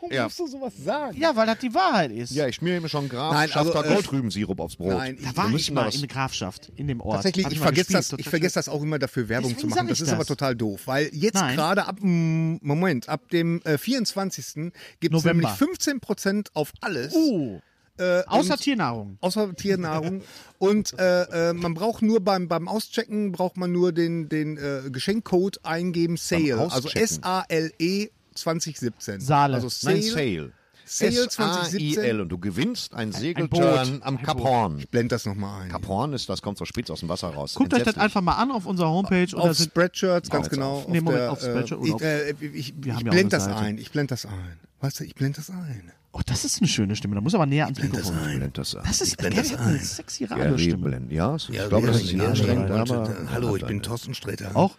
Speaker 4: Warum
Speaker 1: Ja.
Speaker 4: musst du sowas sagen?
Speaker 3: Ja, weil das die Wahrheit ist.
Speaker 1: Ja, ich schmier ihm schon Graf,
Speaker 4: Nein,
Speaker 1: schaff da
Speaker 4: also, äh,
Speaker 1: Goldrübensirup aufs Brot.
Speaker 4: Nein, ich-
Speaker 3: Da
Speaker 4: wir
Speaker 3: war ich
Speaker 1: müssen
Speaker 3: mal
Speaker 1: was-
Speaker 3: in der Grafschaft, in dem Ort.
Speaker 4: Tatsächlich,
Speaker 3: Hab
Speaker 4: ich
Speaker 3: mal
Speaker 4: vergesse
Speaker 3: gespielt,
Speaker 4: das,
Speaker 3: total
Speaker 4: ich vergesse das auch immer dafür Werbung
Speaker 3: Deswegen
Speaker 4: zu
Speaker 3: sag
Speaker 4: machen.
Speaker 3: ich
Speaker 4: Das ist
Speaker 3: das.
Speaker 4: aber total doof, weil jetzt
Speaker 3: Nein.
Speaker 4: gerade ab dem Moment, ab dem äh, 24. gibt es nämlich
Speaker 3: November. Uh.
Speaker 4: 15% auf alles.
Speaker 3: schön.
Speaker 4: äh,
Speaker 3: Außer
Speaker 4: und-
Speaker 3: Tiernahrung.
Speaker 4: Außer Tiernahrung.
Speaker 3: <laughs>
Speaker 4: und äh, äh, man braucht nur beim, beim Auschecken, braucht man nur den, den äh, Geschenkcode eingeben, Sale. Also
Speaker 1: Auschecken.
Speaker 4: S-A-L-E 2017.
Speaker 3: Saale.
Speaker 4: E Also
Speaker 1: Nein,
Speaker 4: Sale.
Speaker 1: Sale.
Speaker 4: Sale
Speaker 1: S-A-I-L
Speaker 4: 2017.
Speaker 1: und du gewinnst ein
Speaker 3: Boot.
Speaker 1: Segeltörn am Cap Horn.
Speaker 4: Blend das nochmal ein.
Speaker 1: Cap Horn ist, das kommt so spitz aus dem Wasser raus.
Speaker 3: Guckt euch das
Speaker 1: Entsetzlich.
Speaker 3: einfach mal an auf unserer Homepage. Und da
Speaker 4: Auf
Speaker 3: sind,
Speaker 4: Spreadshirts, ganz genau.
Speaker 3: Nee, Moment, auf
Speaker 4: äh,
Speaker 3: Spreadshirt oder
Speaker 4: ich,
Speaker 3: auf-
Speaker 4: äh, ich, ich,
Speaker 3: haben
Speaker 4: ich
Speaker 3: ja auch
Speaker 4: blend
Speaker 3: eine
Speaker 4: das
Speaker 3: Seite.
Speaker 4: ein, ich blend das ein. Weißt du, ich blend das ein.
Speaker 3: oh, das ist eine schöne Stimme. Da muss aber näher ans Mikrofon.
Speaker 1: Blend das an.
Speaker 3: Das ist Gary hat eine sexy
Speaker 1: Gary
Speaker 3: Radiostimme.
Speaker 1: Blend. Ja, es- ich glaube, das ist nicht anstrengend, aber.
Speaker 4: hallo, ich bin Thorsten Sträter.
Speaker 3: Auch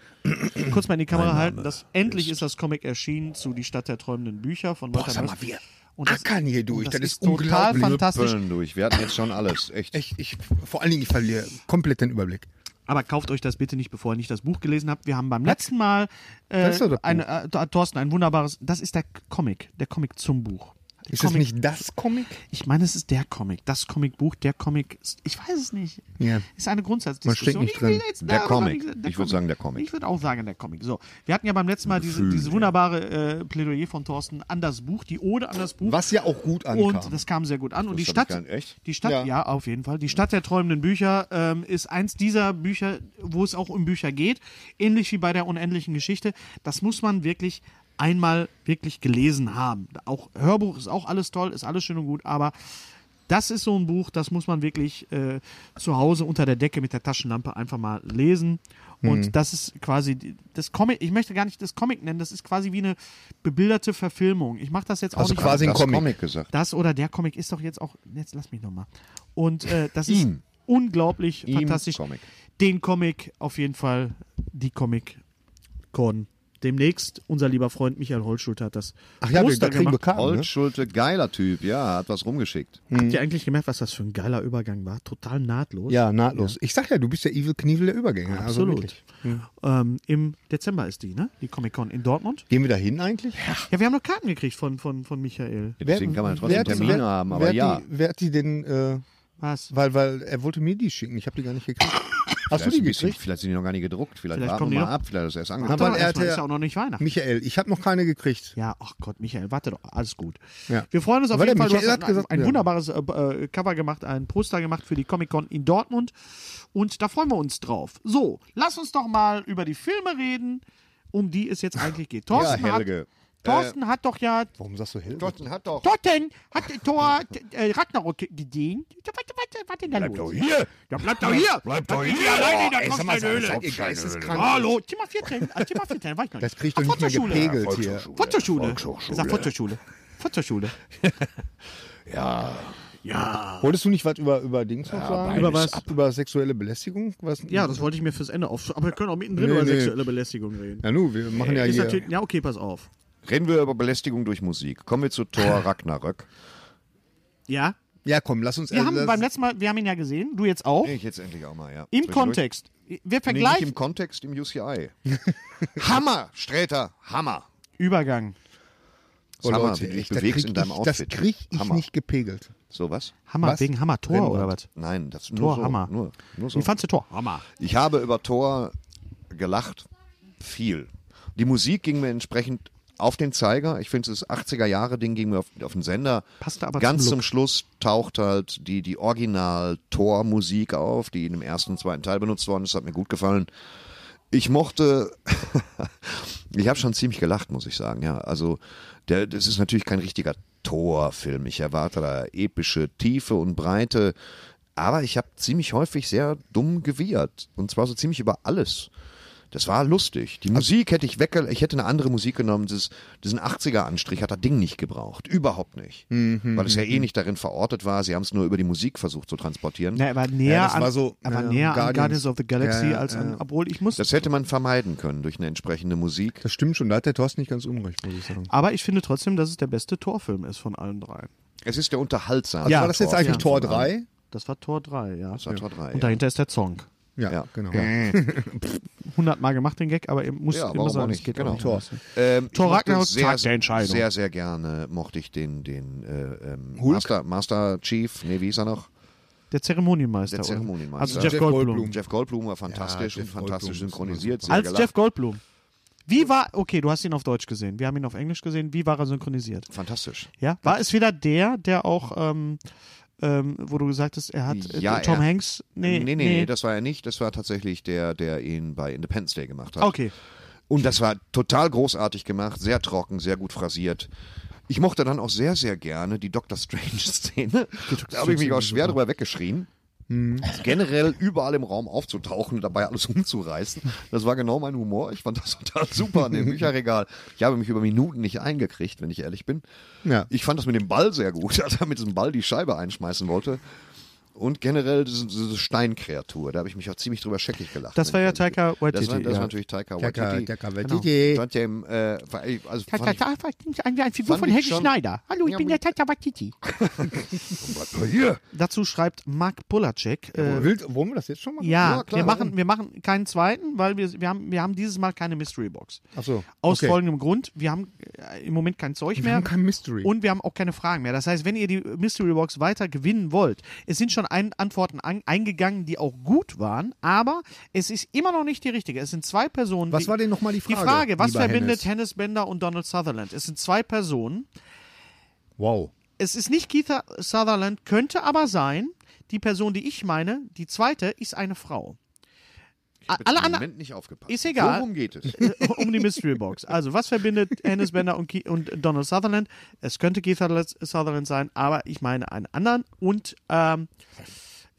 Speaker 3: kurz mal in die Kamera halten. Das, endlich ist das Comic erschienen zu Die Stadt der träumenden Bücher von Walter
Speaker 4: sag mal,
Speaker 3: Mörs.
Speaker 4: wir
Speaker 3: Und das-
Speaker 4: ackern hier durch.
Speaker 3: und
Speaker 4: Das ist
Speaker 3: total
Speaker 4: unglaublich.
Speaker 3: fantastisch.
Speaker 1: Böllen durch. Wir hatten jetzt schon alles. Echt.
Speaker 4: Ich, ich, vor allen Dingen, ich verliere komplett den Überblick.
Speaker 3: Aber kauft euch das bitte nicht, bevor ihr nicht das Buch gelesen habt. Wir haben beim letzten Mal äh,
Speaker 4: ist doch das Buch.
Speaker 3: eine, äh, Thorsten ein wunderbares. Das ist der Comic, der Comic zum Buch. Der
Speaker 4: Ist das
Speaker 3: Comic,
Speaker 4: nicht das Comic?
Speaker 3: Ich meine, es ist der Comic, das Comicbuch, der Comic. Ich weiß es nicht.
Speaker 4: Ja.
Speaker 3: Ist
Speaker 4: Man
Speaker 3: eine
Speaker 4: steckt
Speaker 3: Grundsatzdiskussion.
Speaker 4: nicht
Speaker 3: Ich will
Speaker 4: drin.
Speaker 3: jetzt-
Speaker 1: Der
Speaker 3: Ja,
Speaker 1: Comic.
Speaker 3: aber
Speaker 1: Ich würd sagen, der Comic.
Speaker 3: Ich würde auch sagen der Comic. So, wir hatten ja beim letzten Mal diese,
Speaker 1: Gefühl,
Speaker 3: dieses
Speaker 1: ja.
Speaker 3: wunderbare äh, Plädoyer von Thorsten an das Buch, die Ode an das Buch.
Speaker 4: Was ja auch gut ankam.
Speaker 3: Und das kam sehr gut an. Und die
Speaker 1: hab ich
Speaker 3: Stadt,
Speaker 1: gar nicht- echt?
Speaker 3: die Stadt, ja.
Speaker 4: Ja.
Speaker 3: auf jeden Fall. Die Stadt der träumenden Bücher ähm, ist eins dieser Bücher, wo es auch um Bücher geht, ähnlich wie bei der unendlichen Geschichte. Das muss man wirklich einmal wirklich gelesen haben. Auch Hörbuch ist auch alles toll, ist alles schön und gut, aber das ist so ein Buch, das muss man wirklich äh, zu Hause unter der Decke mit der Taschenlampe einfach mal lesen. Und das ist quasi die- das Comic. Ich möchte gar nicht das Comic nennen. Das ist quasi wie eine bebilderte Verfilmung. Ich mache das jetzt auch
Speaker 4: Also
Speaker 3: nicht.
Speaker 4: quasi ein
Speaker 1: das
Speaker 4: Comic.
Speaker 1: gesagt.
Speaker 3: Das oder der Comic ist doch jetzt auch. Jetzt lass mich nochmal. Und äh, das ist unglaublich
Speaker 1: Ihm
Speaker 3: fantastisch.
Speaker 1: Comic.
Speaker 3: Den Comic auf jeden Fall, die Comic Con. Demnächst, unser lieber Freund Michael Holschult hat das
Speaker 4: Ach ja, wir, da
Speaker 3: Poster
Speaker 4: kriegen wir
Speaker 3: gemacht.
Speaker 4: Karten, ne?
Speaker 1: Holtschulte, geiler Typ, ja, hat was rumgeschickt.
Speaker 3: Habt ihr eigentlich gemerkt, was das für ein geiler Übergang war? Total nahtlos.
Speaker 4: Hm. Ja, nahtlos. Ich sag ja, du bist der Evil Knievel der Übergänge. Also
Speaker 3: Absolut.
Speaker 4: wirklich.
Speaker 3: ähm, Im Dezember ist die, ne? Die Comic-Con in Dortmund.
Speaker 4: Gehen wir da hin eigentlich?
Speaker 3: Ja, wir haben noch Karten gekriegt von, von, von Michael.
Speaker 1: Deswegen kann man trotzdem
Speaker 4: hat-
Speaker 1: Termine
Speaker 4: wer-
Speaker 1: haben,
Speaker 4: wer
Speaker 1: aber
Speaker 4: hat
Speaker 1: ja.
Speaker 4: Die, wer hat die denn, äh,
Speaker 3: Was?
Speaker 4: weil, weil er wollte mir die schicken, ich habe die gar nicht gekriegt. Hast du
Speaker 1: Vielleicht
Speaker 4: die
Speaker 1: ein bisschen-
Speaker 4: gekriegt?
Speaker 1: Vielleicht sind die noch gar nicht gedruckt, vielleicht,
Speaker 3: Vielleicht
Speaker 1: warten
Speaker 3: kommen die
Speaker 1: wir
Speaker 3: noch.
Speaker 1: mal ab, vielleicht ist erst
Speaker 3: Warte
Speaker 1: angekommen.
Speaker 4: Aber
Speaker 3: mal,
Speaker 4: er
Speaker 3: erstmal,
Speaker 4: hatte
Speaker 3: ist
Speaker 4: ja-
Speaker 3: ja auch noch nicht Weihnachten.
Speaker 4: Michael, ich habe noch keine gekriegt.
Speaker 3: Ja, ach Gott, Michael, warte doch, alles gut.
Speaker 4: Ja.
Speaker 3: Wir freuen uns auf
Speaker 4: Aber
Speaker 3: jeden
Speaker 4: der
Speaker 3: Fall. Du hast
Speaker 4: Michael
Speaker 3: ein,
Speaker 4: hat gesagt,
Speaker 3: ein
Speaker 4: ja.
Speaker 3: wunderbares äh, äh, Cover gemacht, ein Poster gemacht für die Comic-Con in Dortmund. Und da freuen wir uns drauf. So, lass uns doch mal über die Filme reden, um die es jetzt eigentlich geht. Thorsten,
Speaker 1: Helge.
Speaker 3: hat, Thorsten hat doch ja
Speaker 4: Äh. Warum sagst du Hilfe?
Speaker 1: Thorsten hat doch.
Speaker 3: Totten hat Thor äh, Ragnarok gedient. Warte, warte, warte, da los.
Speaker 1: hier!
Speaker 3: Ja, bleib doch hier! Bleib doch hier! Alleine in der
Speaker 4: sag mal,
Speaker 3: Kostenhöhle!
Speaker 4: seid ihr geisteskrank?
Speaker 3: Hallo, Zimmer 14, ah, Zimmer 14, war ich noch nicht.
Speaker 4: Das kriegt doch
Speaker 3: Ah,
Speaker 4: nicht mehr
Speaker 3: Fotoschule.
Speaker 4: gepegelt hier.
Speaker 3: Fotoschule. Ich sag Fotoschule.
Speaker 4: <laughs>
Speaker 3: Fotoschule.
Speaker 4: Wolltest du nicht was über, über Dings noch sagen?
Speaker 3: Über was?
Speaker 4: Über sexuelle Belästigung? Was?
Speaker 3: Ja, das wollte ich mir fürs Ende auf. Aber wir können auch mittendrin
Speaker 4: Nee,
Speaker 3: über
Speaker 4: nee.
Speaker 3: sexuelle Belästigung reden.
Speaker 4: Ja, nu, wir machen ja
Speaker 3: Ist
Speaker 4: hier.
Speaker 3: natürlich, ja, okay, pass auf.
Speaker 1: Reden wir über Belästigung durch Musik. Kommen wir zu Thor
Speaker 4: <laughs>
Speaker 1: Ragnarök.
Speaker 3: Ja,
Speaker 4: Ja, komm, lass uns.
Speaker 3: wir
Speaker 4: also,
Speaker 3: haben
Speaker 4: das-
Speaker 3: beim letzten Mal, wir haben ihn ja gesehen, du jetzt auch.
Speaker 1: Ich jetzt endlich auch mal, ja.
Speaker 3: Im
Speaker 1: Zwischendurch.
Speaker 3: Kontext. Wir
Speaker 1: Nee, nicht
Speaker 3: vergleichen.
Speaker 1: im Kontext,
Speaker 4: <laughs>
Speaker 1: im UCI. Hammer, Sträter, Hammer.
Speaker 3: Übergang.
Speaker 4: Oh,
Speaker 1: Das Hammer, wie du dich
Speaker 4: da
Speaker 1: bewegst
Speaker 4: krieg
Speaker 1: in deinem
Speaker 4: ich,
Speaker 1: Outfit.
Speaker 4: Das krieg ich
Speaker 1: Hammer.
Speaker 4: nicht gepegelt.
Speaker 1: So was?
Speaker 3: Hammer
Speaker 4: Was?
Speaker 3: wegen Hammer Tor
Speaker 4: Rembrandt.
Speaker 3: oder was?
Speaker 1: Nein, das nur
Speaker 3: Tor,
Speaker 1: so,
Speaker 3: Hammer.
Speaker 1: Nur, nur so.
Speaker 3: Wie fandst du Tor? Hammer.
Speaker 1: Ich habe über Tor gelacht. Viel. Die Musik ging mir entsprechend auf den Zeiger. Ich finde, das 80er-Jahre-Ding ging mir auf, auf den Sender.
Speaker 3: Passte aber
Speaker 1: Ganz
Speaker 3: zum
Speaker 1: zum
Speaker 3: Look.
Speaker 1: Schluss taucht halt die, die Original-Tor-Musik auf, die in dem ersten und zweiten Teil benutzt worden ist. Hat mir gut gefallen. Ich mochte, ich habe schon ziemlich gelacht, muss ich sagen. Ja, also der, das ist natürlich kein richtiger Torfilm. Ich erwarte da epische Tiefe und Breite, aber ich habe ziemlich häufig sehr dumm gewiehert und zwar so ziemlich über alles. Das war lustig.
Speaker 4: Also
Speaker 1: Die Musik hätte ich wegge, ich hätte eine andere Musik genommen. Dieses, diesen 80er-Anstrich hat das Ding nicht gebraucht, überhaupt nicht,
Speaker 4: Mhm.
Speaker 1: weil es ja eh nicht darin verortet war. Sie haben es nur über die Musik versucht zu transportieren.
Speaker 3: Na, er war näher,
Speaker 4: das
Speaker 3: an,
Speaker 4: war so,
Speaker 3: er war
Speaker 4: ja,
Speaker 3: näher an
Speaker 4: Guardians.
Speaker 3: Guardians of the Galaxy
Speaker 4: Ja, ja,
Speaker 3: als an.
Speaker 4: ja.
Speaker 3: Obwohl ich muss.
Speaker 1: Das hätte man vermeiden können durch eine entsprechende Musik.
Speaker 4: Das stimmt schon, da hat der Thorsten nicht ganz unrecht, muss ich sagen.
Speaker 3: aber ich finde trotzdem, dass es der beste Torfilm ist von allen dreien.
Speaker 1: Es ist der unterhaltsame.
Speaker 4: Also war das jetzt
Speaker 1: Torfilm.
Speaker 4: eigentlich Tor 3?
Speaker 3: Das war Tor 3, ja.
Speaker 1: Das war Tor 3.
Speaker 3: Und dahinter ist der Song.
Speaker 4: Ja,
Speaker 1: Ja.
Speaker 4: genau.
Speaker 3: <laughs> 100 Mal gemacht den Gag, aber ihr muss
Speaker 1: Mhm. Ja,
Speaker 3: immer
Speaker 1: warum auch
Speaker 3: sagen, es
Speaker 1: nicht?
Speaker 3: geht
Speaker 1: Genau.
Speaker 3: auch nicht.
Speaker 1: Tor.
Speaker 3: anders. ne?
Speaker 1: Ähm, ich
Speaker 3: Thor
Speaker 1: mochte
Speaker 3: Ragnarok,
Speaker 1: sehr,
Speaker 3: Tag der Entscheidung.
Speaker 1: Sehr, sehr gerne mochte ich den, den äh, ähm,
Speaker 4: Hulk?
Speaker 1: Master, Master Chief, nee, wie ist er noch?
Speaker 3: Der Zeremonienmeister.
Speaker 1: Der
Speaker 3: oder?
Speaker 1: Zeremonienmeister.
Speaker 3: Also
Speaker 4: Jeff
Speaker 3: Jeff Goldblum.
Speaker 4: Goldblum.
Speaker 1: Jeff Goldblum war fantastisch
Speaker 4: Ja,
Speaker 1: und
Speaker 4: Jeff
Speaker 1: fantastisch
Speaker 4: Goldblum ist
Speaker 1: synchronisiert. sehr
Speaker 3: Als
Speaker 1: gelacht.
Speaker 3: Jeff Goldblum. Wie war, okay, du hast ihn auf Deutsch gesehen, wir haben ihn auf Englisch gesehen, wie war er synchronisiert?
Speaker 1: Fantastisch.
Speaker 3: Ja, war es wieder der, der auch, ähm, ähm, wo du gesagt hast, er hat äh,
Speaker 1: Ja,
Speaker 3: Tom
Speaker 1: er-
Speaker 3: Hanks? Nee,
Speaker 1: nee, das war er nicht. Das war tatsächlich der, der ihn bei Independence Day gemacht hat.
Speaker 3: Okay.
Speaker 1: Und das war total großartig gemacht, sehr trocken, sehr gut phrasiert. Ich mochte dann auch sehr, sehr gerne die Doctor Strange-Szene. Da habe ich mich auch schwer drüber weggeschrien.
Speaker 3: Hm.
Speaker 1: Also Generell überall im Raum aufzutauchen und dabei alles <laughs> umzureißen. Das war genau mein Humor. Ich fand das total super an
Speaker 3: <laughs>
Speaker 1: dem Bücherregal. Ich habe mich über Minuten nicht eingekriegt, wenn ich ehrlich bin.
Speaker 4: Ja.
Speaker 1: Ich fand das mit dem Ball sehr gut, <laughs> als er mit diesem Ball die Scheibe einschmeißen wollte. Und generell diese, diese Steinkreatur, da habe ich mich auch ziemlich drüber scheckig gelacht.
Speaker 3: Das war ja Taika
Speaker 1: Waititi. Das war,
Speaker 3: Waititi,
Speaker 1: das
Speaker 3: ja.
Speaker 1: war natürlich Taika
Speaker 4: Jacka,
Speaker 1: Waititi.
Speaker 4: Jacka,
Speaker 1: Ich
Speaker 4: Waititi.
Speaker 1: fand den, äh, war- ich- also fand ich,
Speaker 5: Ein, ein Figur
Speaker 1: Fand von ich Helge schon-
Speaker 5: Schneider. Hallo,
Speaker 1: ich Ja, bin der
Speaker 5: Tata Watiti.
Speaker 1: bleib mal hier.
Speaker 3: Dazu schreibt Mark Bulacek, äh,
Speaker 4: Willst, wollen wir das jetzt schon machen?
Speaker 3: Ja,
Speaker 1: Ja, klar,
Speaker 3: wir, machen,
Speaker 1: warum?
Speaker 3: wir machen keinen zweiten, weil wir, wir, haben, wir haben dieses Mal keine Mystery Box.
Speaker 4: Ach so,
Speaker 3: Aus
Speaker 4: okay.
Speaker 3: folgendem Grund, wir haben äh, im Moment kein Zeug
Speaker 4: Wir
Speaker 3: mehr.
Speaker 4: haben kein Mystery.
Speaker 3: Und wir haben auch keine Fragen mehr. Das heißt, wenn ihr die Mystery Box weiter gewinnen wollt, es sind schon ein Antworten an, eingegangen, die auch gut waren, aber es ist immer noch nicht die richtige. Es sind zwei Personen.
Speaker 4: Was
Speaker 3: die,
Speaker 4: war denn nochmal die Frage?
Speaker 3: Die Frage, was
Speaker 4: lieber
Speaker 3: verbindet
Speaker 4: Hennes?
Speaker 3: Hennes Bender und Donald Sutherland? Es sind zwei Personen.
Speaker 4: Wow.
Speaker 3: Es ist nicht Keith Sutherland, könnte aber sein, die Person, die ich meine, die zweite, ist eine Frau. A- Alle
Speaker 1: Im
Speaker 3: anderen,
Speaker 1: Moment nicht aufgepasst.
Speaker 3: Ist egal. <laughs>
Speaker 1: Worum geht es?
Speaker 3: äh, um die Mystery Box. Also, was verbindet Hennes Bender und, Ke- und Donald Sutherland? Es könnte Keith Sutherland- Sutherland sein, aber ich meine einen anderen. Und ähm,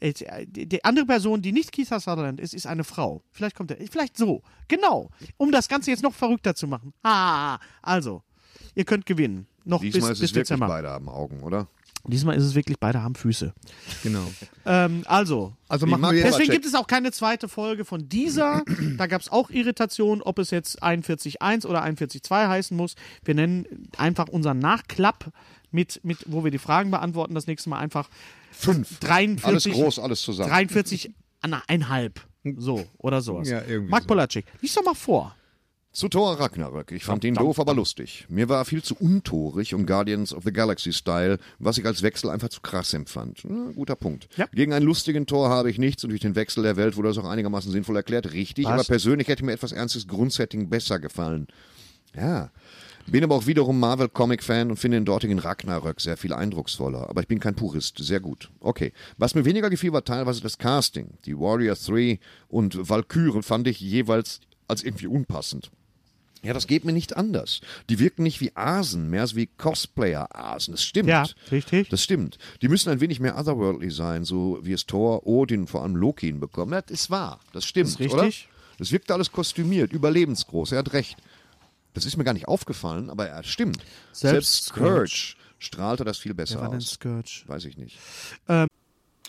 Speaker 3: jetzt, äh, die die andere Person, die nicht Keith Sutherland ist, ist eine Frau. Vielleicht kommt er, vielleicht so. Genau, um das Ganze jetzt noch verrückter zu machen. Ah, also, ihr könnt gewinnen. Noch
Speaker 1: Diesmal
Speaker 3: bis,
Speaker 1: ist es
Speaker 3: bis
Speaker 1: wirklich
Speaker 3: Dezember.
Speaker 1: beide haben Augen, oder?
Speaker 3: Diesmal ist es wirklich, beide haben Füße.
Speaker 4: Genau.
Speaker 3: Ähm, also,
Speaker 4: Also
Speaker 1: Wie
Speaker 4: machen
Speaker 1: mag
Speaker 4: wir jetzt.
Speaker 3: Deswegen gibt es auch keine zweite Folge von <clears throat> dieser. Da gab es auch Irritationen, ob es jetzt 41.1 oder 41.2 heißen muss. Wir nennen einfach unseren Nachklapp, mit, mit, wo wir die Fragen beantworten, das nächste Mal einfach
Speaker 1: Fünf.
Speaker 3: 43.
Speaker 1: Alles groß, alles zusammen.
Speaker 3: 43, ah, na, einhalb. So, oder sowas.
Speaker 4: Hm. Ja, irgendwie
Speaker 3: Mark
Speaker 4: so.
Speaker 3: Polacek, lies doch mal vor.
Speaker 1: Zu Thor Ragnarök. Ich fand ihn doof, aber lustig. Mir war er viel zu untorig und Guardians of the Galaxy Style, was ich als Wechsel einfach zu krass empfand. Na, guter Punkt.
Speaker 3: Ja.
Speaker 1: Gegen einen lustigen Tor habe ich nichts und durch den Wechsel der Welt wurde das auch einigermaßen sinnvoll erklärt. Richtig, aber persönlich hätte mir etwas ernstes Grundsetting besser gefallen. Ja. Bin aber auch wiederum Marvel-Comic-Fan und finde den dortigen Ragnarök sehr viel eindrucksvoller. Aber ich bin kein Purist. Sehr gut. Okay. Was mir weniger gefiel, war teilweise das Casting. Die Warrior 3 und Valkyren fand ich jeweils als irgendwie unpassend. Ja, das geht mir nicht anders. Die wirken nicht wie Asen, mehr als wie Cosplayer-Asen. Das stimmt.
Speaker 3: Ja, richtig.
Speaker 1: Das stimmt. Die müssen ein wenig mehr otherworldly sein, so wie es Thor, Odin, vor allem Loki hinbekommen. Das ist wahr. Das stimmt,
Speaker 3: Das ist
Speaker 1: oder?
Speaker 3: richtig.
Speaker 1: Das wirkt alles kostümiert, überlebensgroß. Er hat recht. Das ist mir gar nicht aufgefallen, aber er stimmt.
Speaker 3: Selbst
Speaker 1: Scourge strahlte das viel besser
Speaker 3: Wer war denn
Speaker 1: aus.
Speaker 3: Scourge?
Speaker 1: Weiß ich nicht.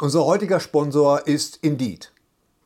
Speaker 2: Unser heutiger Sponsor ist Indeed.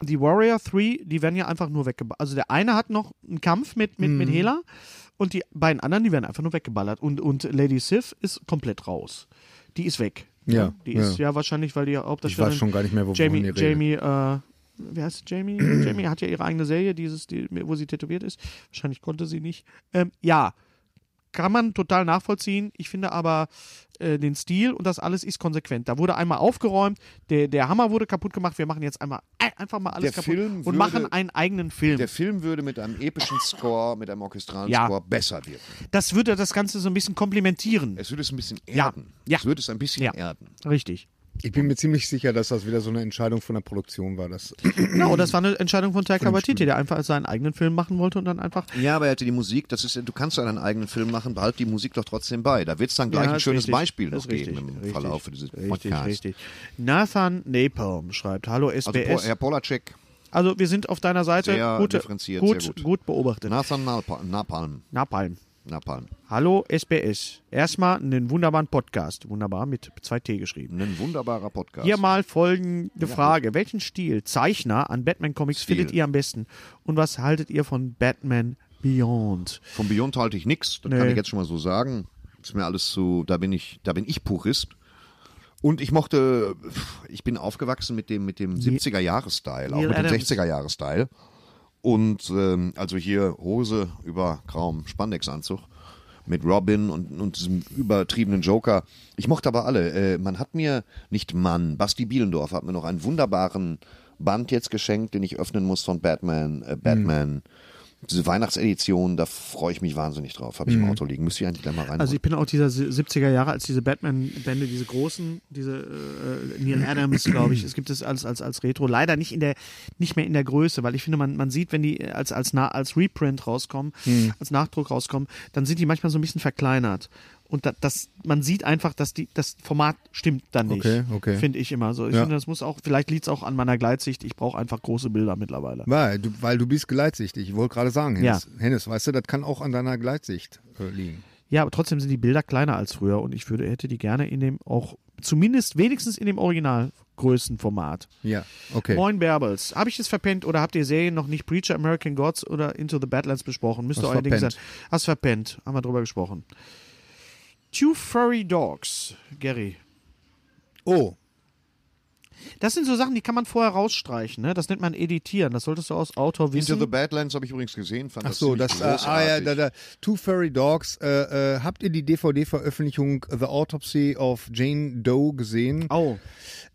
Speaker 3: Die Warrior 3, die werden ja einfach nur weggeballert. Also der eine hat noch einen Kampf mit, mit,
Speaker 4: Mhm.
Speaker 3: mit Hela und die beiden anderen, die werden einfach nur weggeballert. Und, und Lady Sif ist komplett raus. Die ist weg.
Speaker 4: Ja,
Speaker 3: Die ist ja, wahrscheinlich, weil die
Speaker 4: Ich
Speaker 3: Hauptdarstellerin...
Speaker 4: weiß schon gar nicht mehr, wo- wohin
Speaker 3: Jamie,
Speaker 4: ihr redet.
Speaker 3: Jamie, äh, wie heißt sie?
Speaker 4: <clears throat>
Speaker 3: Jamie? Jamie hat ja ihre eigene Serie, dieses, die, wo sie tätowiert ist. Wahrscheinlich konnte sie nicht. Ähm, ja, kann man total nachvollziehen. Ich finde aber äh, den Stil und das alles ist konsequent. Da wurde einmal aufgeräumt, der, der Hammer wurde kaputt gemacht, wir machen jetzt einmal ein- einfach mal alles
Speaker 1: Der
Speaker 3: kaputt
Speaker 1: Film
Speaker 3: und
Speaker 1: würde-
Speaker 3: machen einen eigenen Film.
Speaker 1: Der Film würde mit einem epischen Score, mit einem orchestralen
Speaker 3: Ja.
Speaker 1: Score besser wirken.
Speaker 3: Das würde das Ganze so ein bisschen komplimentieren.
Speaker 1: Es würde es ein bisschen
Speaker 3: Ja.
Speaker 1: erden.
Speaker 3: Ja.
Speaker 1: Es würde es ein bisschen
Speaker 3: Ja.
Speaker 1: erden.
Speaker 3: Richtig.
Speaker 4: Ich bin mir ziemlich sicher, dass das wieder so eine Entscheidung von der Produktion war. Das
Speaker 3: Genau, das war eine Entscheidung von Taika Waititi, der einfach seinen eigenen Film machen wollte und dann einfach
Speaker 1: Ja, aber er hätte die Musik, das ist, ja- du kannst ja deinen eigenen Film machen, behalt die Musik doch trotzdem bei. Da wird es dann gleich
Speaker 3: Ja,
Speaker 1: ein
Speaker 3: ist
Speaker 1: schönes
Speaker 3: richtig.
Speaker 1: Beispiel noch
Speaker 3: Das ist
Speaker 1: geben
Speaker 3: richtig,
Speaker 1: im
Speaker 3: richtig,
Speaker 1: Verlauf dieses
Speaker 3: richtig,
Speaker 1: Podcasts.
Speaker 3: Richtig. Nathan Napalm schreibt: Hallo SBS.
Speaker 1: Also
Speaker 3: Also,
Speaker 1: po, Herr Polacek,
Speaker 3: wir sind auf deiner Seite.
Speaker 1: Sehr
Speaker 3: Gute-
Speaker 1: differenziert,
Speaker 3: gut,
Speaker 1: sehr gut.
Speaker 3: beobachtet.
Speaker 1: Nathan Nalpa- Napalm.
Speaker 3: Napalm.
Speaker 1: Napalm.
Speaker 3: Hallo SBS. Erstmal einen wunderbaren Podcast. Wunderbar mit 2T geschrieben.
Speaker 1: Ein wunderbarer Podcast.
Speaker 3: Hier mal folgende Frage. Welchen Stil Zeichner an Batman Comics
Speaker 1: Stil.
Speaker 3: findet ihr am besten? Und was haltet ihr von Batman Beyond?
Speaker 1: Vom Beyond halte ich nichts, das kann
Speaker 3: Nee.
Speaker 1: ich jetzt schon mal so sagen. Ist mir alles zu, da bin ich, da bin ich Purist. Und ich mochte, pff, ich bin aufgewachsen mit dem, mit dem 70er-Jahres-Style, auch
Speaker 3: Neil
Speaker 1: mit dem
Speaker 3: Adams.
Speaker 1: 60er-Jahres-Style. Und ähm, also hier Hose über grauem Spandex-Anzug mit Robin und, und diesem übertriebenen Joker. Ich mochte aber alle. Äh, man hat mir, nicht Mann, Basti Bielendorf hat mir noch einen wunderbaren Band jetzt geschenkt, den ich öffnen muss von Batman, äh, Batman.
Speaker 4: Hm.
Speaker 1: Diese Weihnachtsedition, da freue ich mich wahnsinnig drauf. Habe ich
Speaker 4: Hm.
Speaker 1: im Auto liegen. Müsste ich eigentlich gleich mal rein.
Speaker 3: Also ich bin auch dieser Sie- 70er Jahre, als diese Batman-Bände, diese großen, diese äh, Neil Adams, glaube ich, es gibt es als, als, als Retro. Leider nicht in der, nicht mehr in der Größe, weil ich finde, man, man sieht, wenn die äh, als, als, na, als Reprint rauskommen,
Speaker 4: Hm.
Speaker 3: als Nachdruck rauskommen, dann sind die manchmal so ein bisschen verkleinert. Und da, das, man sieht einfach, dass die, das Format stimmt dann nicht.
Speaker 4: Okay, okay.
Speaker 3: Finde ich immer so. Ich
Speaker 4: Ja.
Speaker 3: finde, das muss auch, vielleicht liegt es auch an meiner Gleitsicht, ich brauche einfach große Bilder mittlerweile.
Speaker 4: <clears throat> Weil du, weil du bist gleitsichtig. Ich wollte gerade sagen, Hennes,
Speaker 3: Ja.
Speaker 4: Hennes, weißt du, das kann auch an deiner Gleitsicht äh, liegen.
Speaker 3: Ja, aber trotzdem sind die Bilder kleiner als früher und ich würde, hätte die gerne in dem auch, zumindest wenigstens in dem Originalgrößenformat.
Speaker 4: Ja, okay.
Speaker 3: Moin Bärbels. Habe ich es verpennt oder habt ihr Serien noch nicht Preacher, American Gods oder Into the Badlands besprochen? Müsste
Speaker 4: Hast
Speaker 3: euer Ding sein.
Speaker 4: verpennt.
Speaker 3: Hast verpennt. Haben wir drüber gesprochen. Two Furry Dogs, Gary.
Speaker 4: Oh,
Speaker 3: Das sind so Sachen, die kann man vorher rausstreichen. Ne? Das nennt man Editieren. Das solltest du aus Autor
Speaker 1: Into
Speaker 3: wissen.
Speaker 1: the Badlands habe ich übrigens gesehen. Fand
Speaker 4: ach so,
Speaker 1: ziemlich
Speaker 4: das, äh, ah ja,
Speaker 1: großartig.
Speaker 4: da, da, Two Furry Dogs. Äh, äh, habt ihr die DVD-Veröffentlichung äh, The Autopsy of Jane Doe gesehen?
Speaker 3: Oh,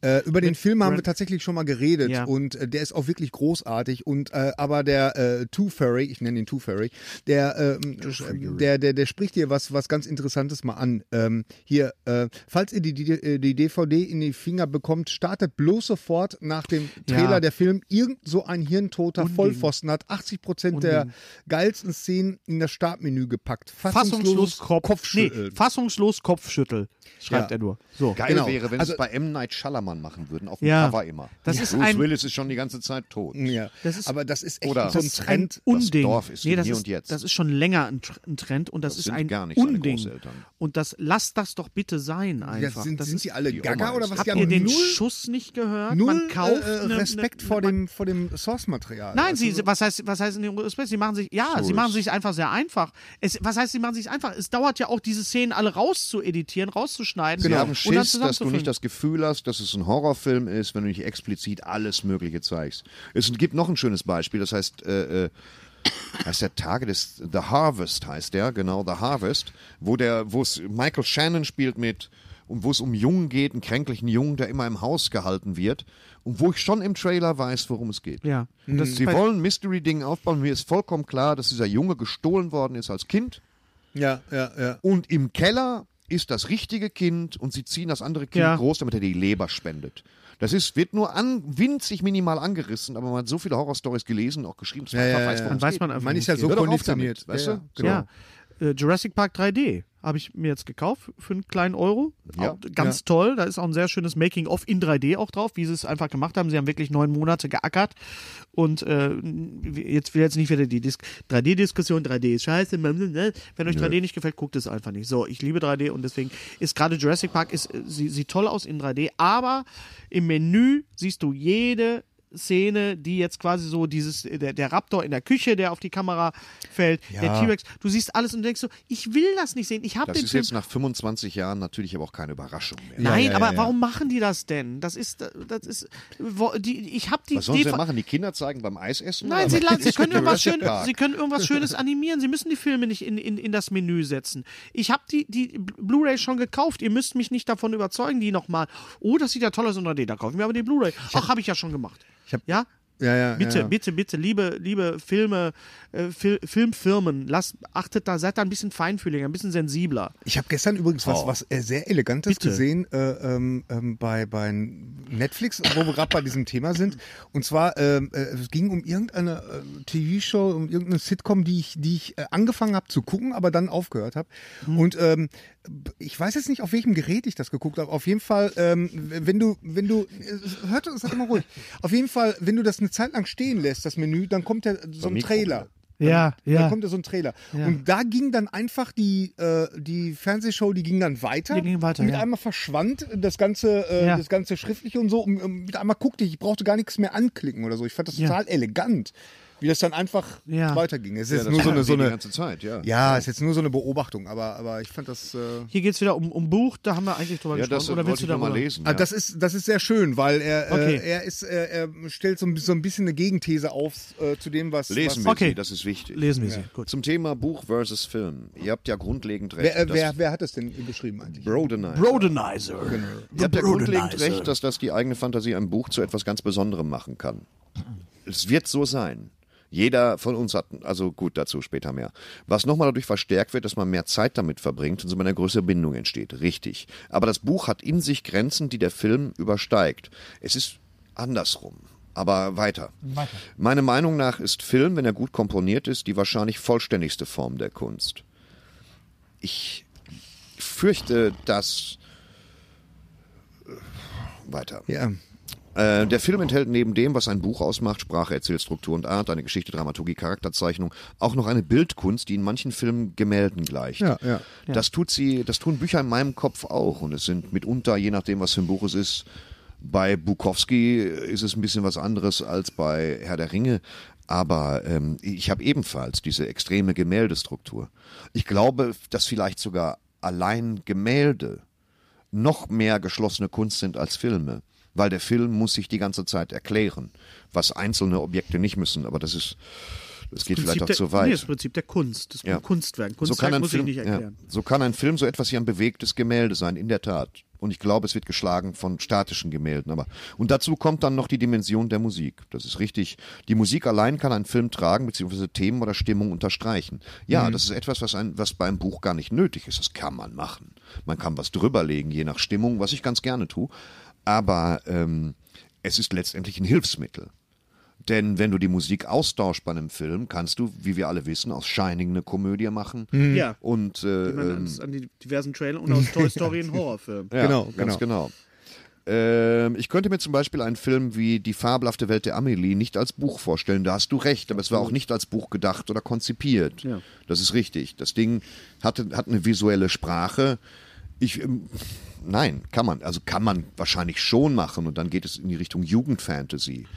Speaker 4: Äh, über den Film haben
Speaker 3: Brad-
Speaker 4: wir tatsächlich schon mal geredet
Speaker 3: Ja.
Speaker 4: und äh, der ist auch wirklich großartig und äh, aber der äh, Two Fairy, ich nenne ihn Two Fairy, der, ähm, der der der spricht dir was was ganz Interessantes mal an. Ähm, hier, äh, falls ihr die, die äh, die DVD in die Finger bekommt, startet bloß sofort nach dem Trailer
Speaker 3: Ja.
Speaker 4: der Film irgend so ein hirntoter Vollpfosten hat 80 Prozent der geilsten Szenen in das Startmenü gepackt.
Speaker 3: fassungslos, Kopf,
Speaker 4: Kopfschütteln.
Speaker 3: Nee, fassungslos Kopfschütteln, schreibt
Speaker 4: Ja.
Speaker 3: er nur. So.
Speaker 1: Geil
Speaker 4: Genau.
Speaker 1: wäre, wenn
Speaker 4: Also-
Speaker 1: sie es bei M. Night Shyamalan machen würden, auf dem
Speaker 3: Ja.
Speaker 1: Cover immer.
Speaker 3: Das
Speaker 1: Ja.
Speaker 3: ist
Speaker 1: Bruce
Speaker 3: ein-
Speaker 1: Willis ist schon die ganze Zeit tot.
Speaker 4: ja,
Speaker 3: Das ist-
Speaker 4: aber das ist echt
Speaker 1: Oder-
Speaker 4: so
Speaker 3: Das
Speaker 4: ein
Speaker 3: ist ein
Speaker 4: Trend.
Speaker 3: Unding.
Speaker 1: Dorf ist
Speaker 3: das
Speaker 1: hier
Speaker 3: ist,
Speaker 1: und jetzt.
Speaker 3: Das ist schon länger ein, Tr- ein Trend und das, ist
Speaker 1: sind
Speaker 3: ein
Speaker 1: gar nicht seine
Speaker 3: Unding.
Speaker 1: Großeltern.
Speaker 3: Und das lasst das doch bitte sein einfach.
Speaker 4: Ja, sind,
Speaker 3: das
Speaker 4: sind
Speaker 3: ist,
Speaker 4: die alle
Speaker 1: die
Speaker 4: Gaga
Speaker 1: Oma
Speaker 4: oder
Speaker 1: ist
Speaker 4: was?
Speaker 1: ab-
Speaker 4: Die
Speaker 3: habt ihr
Speaker 4: haben
Speaker 3: den
Speaker 4: null,
Speaker 3: Schuss nicht gehört?
Speaker 4: null
Speaker 3: man kauft
Speaker 4: äh, äh,
Speaker 3: ne- ne-
Speaker 4: Respekt
Speaker 3: ne-
Speaker 4: vor,
Speaker 3: man-
Speaker 4: dem, vor dem Source-Material.
Speaker 3: Nein,
Speaker 4: Also,
Speaker 3: sie, was heißt, was heißt in dem Respekt? Sie machen sich, ja, sie machen sich einfach sehr einfach. Es, was heißt, sie machen sich einfach? Es dauert ja auch, diese Szenen alle rauszueditieren, rauszuschneiden.
Speaker 1: Sie
Speaker 3: und
Speaker 1: haben Genau.
Speaker 3: dann
Speaker 1: Schiss, dass du
Speaker 3: zusammenzufügen.
Speaker 1: nicht das Gefühl hast, dass es ein Horrorfilm ist, wenn du nicht explizit alles Mögliche zeigst. Es gibt noch ein schönes Beispiel, das heißt äh, äh, heißt der Tage des The Harvest heißt der, genau, The Harvest, wo der, wo es Michael Shannon spielt mit und wo es um Jungen geht, einen kränklichen Jungen, der immer im Haus gehalten wird und wo ich schon im Trailer weiß, worum es geht.
Speaker 3: Ja. Und das ist
Speaker 1: Sie
Speaker 3: bei-
Speaker 1: wollen Mystery-Ding aufbauen. Mir ist vollkommen klar, dass dieser Junge gestohlen worden ist als Kind.
Speaker 4: Ja, ja, ja.
Speaker 1: Und im Keller ist das richtige Kind und sie ziehen das andere Kind
Speaker 3: Ja.
Speaker 1: groß, damit er die Leber spendet. Das ist, wird nur an, winzig minimal angerissen, aber man hat so viele Horrorstories gelesen, auch geschrieben, dass man
Speaker 4: Ja,
Speaker 1: einfach
Speaker 4: ja,
Speaker 1: Äh, weiß,
Speaker 4: ja.
Speaker 1: worum
Speaker 3: Dann
Speaker 1: es
Speaker 3: weiß
Speaker 1: geht.
Speaker 3: man einfach
Speaker 4: Man
Speaker 3: nicht
Speaker 4: ist ja
Speaker 3: geht.
Speaker 4: so
Speaker 1: Hör doch auf
Speaker 4: konditioniert.
Speaker 1: damit, weißt
Speaker 4: ja,
Speaker 1: du?
Speaker 4: Genau.
Speaker 3: Ja. Äh, Jurassic Park 3D habe ich mir jetzt gekauft für einen kleinen Euro.
Speaker 1: Ja.
Speaker 3: Auch ganz toll. Da ist auch ein sehr schönes Making-of in 3D auch drauf, wie sie es einfach gemacht haben. Sie haben wirklich neun Monate geackert. Und äh, jetzt will jetzt nicht wieder die Dis 3D-Diskussion. 3D ist scheiße. ne, Wenn euch 3D nicht gefällt, guckt es einfach nicht. So, ich liebe 3D und deswegen ist gerade Jurassic Park, ist, äh, sie, sieht toll aus in 3D. Aber im Menü siehst du jede Szene, die jetzt quasi so dieses, der, der Raptor in der Küche, der auf die Kamera fällt, der T-Rex, du siehst alles und denkst so, ich will das nicht sehen, ich habe
Speaker 1: Das
Speaker 3: den
Speaker 1: ist
Speaker 3: Film.
Speaker 1: jetzt nach 25 Jahren natürlich aber auch keine Überraschung mehr.
Speaker 3: Nein,
Speaker 4: Ja, ja,
Speaker 3: aber
Speaker 4: ja, ja.
Speaker 3: warum machen die das denn? Das ist, das ist, wo- die, ich habe die
Speaker 1: Was sollen sie
Speaker 3: DV
Speaker 1: denn machen? Die Kinder zeigen beim Eisessen?
Speaker 3: Nein,
Speaker 1: Oder
Speaker 3: sie,
Speaker 1: was?
Speaker 3: lassen, sie, können irgendwas
Speaker 1: Jurassic
Speaker 3: schön,
Speaker 1: Park.
Speaker 3: sie können irgendwas Schönes animieren. Sie müssen die Filme nicht in, in, in das Menü setzen. Ich habe die, die Blu-ray schon gekauft. Ihr müsst mich nicht davon überzeugen, die nochmal. Oh, das sieht ja toll aus unter D. Da kaufe ich mir aber die Blu-ray. Ach, habe ich ja schon gemacht.
Speaker 4: ich hab-
Speaker 3: ja?
Speaker 4: Ja, ja,
Speaker 3: Bitte,
Speaker 4: ja.
Speaker 3: bitte, bitte, liebe, liebe Filme, äh, Fil Filmfirmen, lasst, achtet da, seid da ein bisschen feinfühliger, ein bisschen sensibler.
Speaker 4: Ich habe gestern übrigens was, was äh, sehr Elegantes
Speaker 3: Bitte.
Speaker 4: gesehen äh, ähm, ähm, bei, bei Netflix, wo wir gerade bei diesem Thema sind. Und zwar, ähm, äh, es ging um irgendeine äh, TV-Show, um irgendeine Sitcom, die ich, die ich äh, angefangen habe zu gucken, aber dann aufgehört habe. Und ähm, b- ich weiß jetzt nicht, auf welchem Gerät ich das geguckt habe. Auf jeden Fall, ähm, wenn du, wenn du, äh, hört es immer ruhig. Auf jeden Fall, wenn du das eine Zeit lang stehen lässt, das Menü, dann kommt ja so ein
Speaker 1: Mikro.
Speaker 4: Trailer.
Speaker 3: Ja,
Speaker 4: Da kommt ja so ein Trailer. Und da ging dann einfach die, äh, die Fernsehshow, die ging dann weiter.
Speaker 3: Die ging weiter,
Speaker 4: Mit
Speaker 3: ja.
Speaker 4: einmal verschwand das ganze, äh,
Speaker 3: Ja.
Speaker 4: das ganze schriftliche und so. Und, ähm, mit einmal guckte ich, ich brauchte gar nichts mehr anklicken oder so. Ich fand das
Speaker 3: Ja.
Speaker 4: total elegant, wie das dann einfach
Speaker 3: Ja.
Speaker 4: weiterging. Es
Speaker 1: Ja,
Speaker 4: ist
Speaker 1: das
Speaker 4: nur so
Speaker 1: machen
Speaker 4: eine,
Speaker 1: die
Speaker 4: so
Speaker 1: die
Speaker 4: eine
Speaker 1: ganze Zeit, ja.
Speaker 4: ja, ist jetzt nur so eine Beobachtung, aber, aber ich fand das, äh,
Speaker 3: Hier geht es wieder um, um Buch, da haben wir eigentlich drüber
Speaker 1: Ja,
Speaker 3: gesprochen.
Speaker 1: das
Speaker 3: Oder
Speaker 1: wollte
Speaker 3: willst
Speaker 1: ich
Speaker 3: du da
Speaker 1: noch mal lesen.
Speaker 4: ah,
Speaker 1: ja.
Speaker 4: das ist, das ist sehr schön, weil er,
Speaker 3: Okay.
Speaker 4: äh, er ist, äh, er stellt so ein, so ein bisschen eine Gegenthese auf äh, zu dem, was
Speaker 1: Lesen wir
Speaker 4: was,
Speaker 3: Okay.
Speaker 1: sie, das ist wichtig.
Speaker 3: Lesen wir sie. Gut.
Speaker 1: Zum Thema Buch versus Film. Ihr habt ja grundlegend recht.
Speaker 4: wer, äh,
Speaker 1: dass
Speaker 4: wer, wer hat das denn beschrieben eigentlich?
Speaker 1: Broadenizer.
Speaker 3: Rodenizer.
Speaker 1: Genau. Ihr habt ja grundlegend recht, dass das die eigene Fantasie ein Buch zu etwas ganz Besonderem machen kann. Es wird so sein. Jeder von uns hat, also gut, dazu später mehr. Was nochmal dadurch verstärkt wird, dass man mehr Zeit damit verbringt und so eine größere Bindung entsteht. Richtig. Aber das Buch hat in sich Grenzen, die der Film übersteigt. Es ist andersrum. Aber weiter. weiter. Meiner Meinung nach ist Film, wenn er gut komponiert ist, die wahrscheinlich vollständigste Form der Kunst. Ich fürchte, dass. äh, Weiter.
Speaker 4: Ja.
Speaker 1: Äh, der Film enthält neben dem, was ein Buch ausmacht, Sprache, Erzählstruktur und Art, eine Geschichte, Dramaturgie, Charakterzeichnung, auch noch eine Bildkunst, die in manchen Filmen Gemälden gleicht.
Speaker 4: Ja, ja.
Speaker 1: Das tut sie, das tun Bücher in meinem Kopf auch und es sind mitunter, je nachdem, was für ein Buch es ist, bei Bukowski ist es ein bisschen was anderes als bei Herr der Ringe, aber ähm, ich habe ebenfalls diese extreme Gemäldestruktur. Ich glaube, dass vielleicht sogar allein Gemälde noch mehr geschlossene Kunst sind als Filme. Weil der Film muss sich die ganze Zeit erklären, was einzelne Objekte nicht müssen. Aber das ist, das geht vielleicht auch
Speaker 3: der,
Speaker 1: zu
Speaker 3: Nee,
Speaker 1: weit.
Speaker 3: das Prinzip der Kunst. Das
Speaker 1: Ja.
Speaker 3: Kunstwerk.
Speaker 1: so,
Speaker 3: Kunstwerk
Speaker 1: kann ein
Speaker 3: muss
Speaker 1: Film,
Speaker 3: ich nicht erklären.
Speaker 1: Ja, so kann ein Film so etwas wie ein bewegtes Gemälde sein, in der Tat. Und ich glaube, es wird geschlagen von statischen Gemälden. Aber und dazu kommt dann noch die Dimension der Musik. Das ist richtig. Die Musik allein kann einen Film tragen beziehungsweise Themen oder Stimmung unterstreichen.
Speaker 3: Mhm.
Speaker 1: Ja, das ist etwas, was ein, was beim Buch gar nicht nötig ist. Das kann man machen. Man kann was drüberlegen, je nach Stimmung, was ich ganz gerne tue. Aber ähm, es ist letztendlich ein Hilfsmittel. Denn wenn du die Musik austauschst bei einem Film, kannst du, wie wir alle wissen, aus Shining eine Komödie machen.
Speaker 3: Ja.
Speaker 1: Und äh,
Speaker 3: Ich meine,
Speaker 1: ähm,
Speaker 3: an, an die diversen
Speaker 1: <laughs>
Speaker 3: Trailer und aus Toy Story einen Horrorfilm.
Speaker 1: ja,
Speaker 4: Genau,
Speaker 1: ganz genau. Ähm, ich könnte mir zum Beispiel einen Film wie Die fabelhafte Welt der Amelie nicht als Buch vorstellen. Da hast du recht, aber es war auch nicht als Buch gedacht oder konzipiert.
Speaker 3: Mhm. Ja.
Speaker 1: Das ist richtig. Das Ding hatte, hat eine visuelle Sprache. Ich, ähm, nein, kann man. Also kann man wahrscheinlich schon machen und dann geht es in die Richtung Jugendfantasy.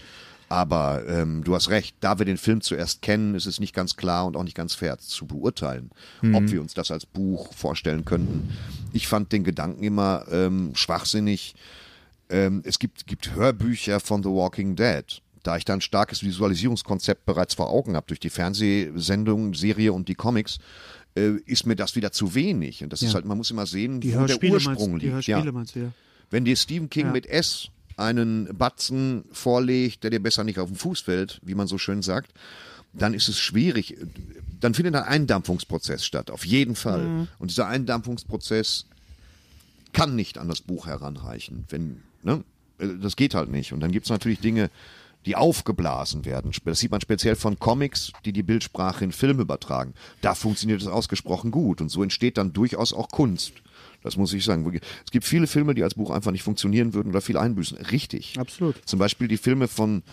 Speaker 1: Aber ähm, du hast recht, da wir den Film zuerst kennen, ist es nicht ganz klar und auch nicht ganz fair zu beurteilen,
Speaker 7: Mhm.
Speaker 1: ob wir uns das als Buch vorstellen könnten. Ich fand den Gedanken immer ähm, schwachsinnig. Ähm, es gibt, gibt Hörbücher von The Walking Dead. Da ich da ein starkes Visualisierungskonzept bereits vor Augen habe durch die Fernsehsendung, Serie und die Comics, äh, ist mir das wieder zu wenig. Und das ist halt, man muss immer sehen,
Speaker 7: Die
Speaker 1: wo der
Speaker 7: Hörspiele meinst,
Speaker 1: Ursprung
Speaker 7: die
Speaker 1: liegt.
Speaker 7: Hörspiele
Speaker 1: ja.
Speaker 7: meinst du, ja.
Speaker 1: Wenn dir Stephen King
Speaker 7: Ja.
Speaker 1: mit S einen Batzen vorlegt, der dir besser nicht auf den Fuß fällt, wie man so schön sagt, dann ist es schwierig. Dann findet ein Eindampfungsprozess statt, auf jeden Fall. Und dieser Eindampfungsprozess kann nicht an das Buch heranreichen. Wenn, ne? Äh, Das geht halt nicht. Und dann gibt es natürlich Dinge, die aufgeblasen werden. Spe- Das sieht man speziell von Comics, die die Bildsprache in Film übertragen. Da funktioniert es ausgesprochen gut. Und so entsteht dann durchaus auch Kunst. Das muss ich sagen. Es gibt viele Filme, die als Buch einfach nicht funktionieren würden oder viel einbüßen. Richtig.
Speaker 7: Absolut.
Speaker 1: Zum Beispiel die Filme von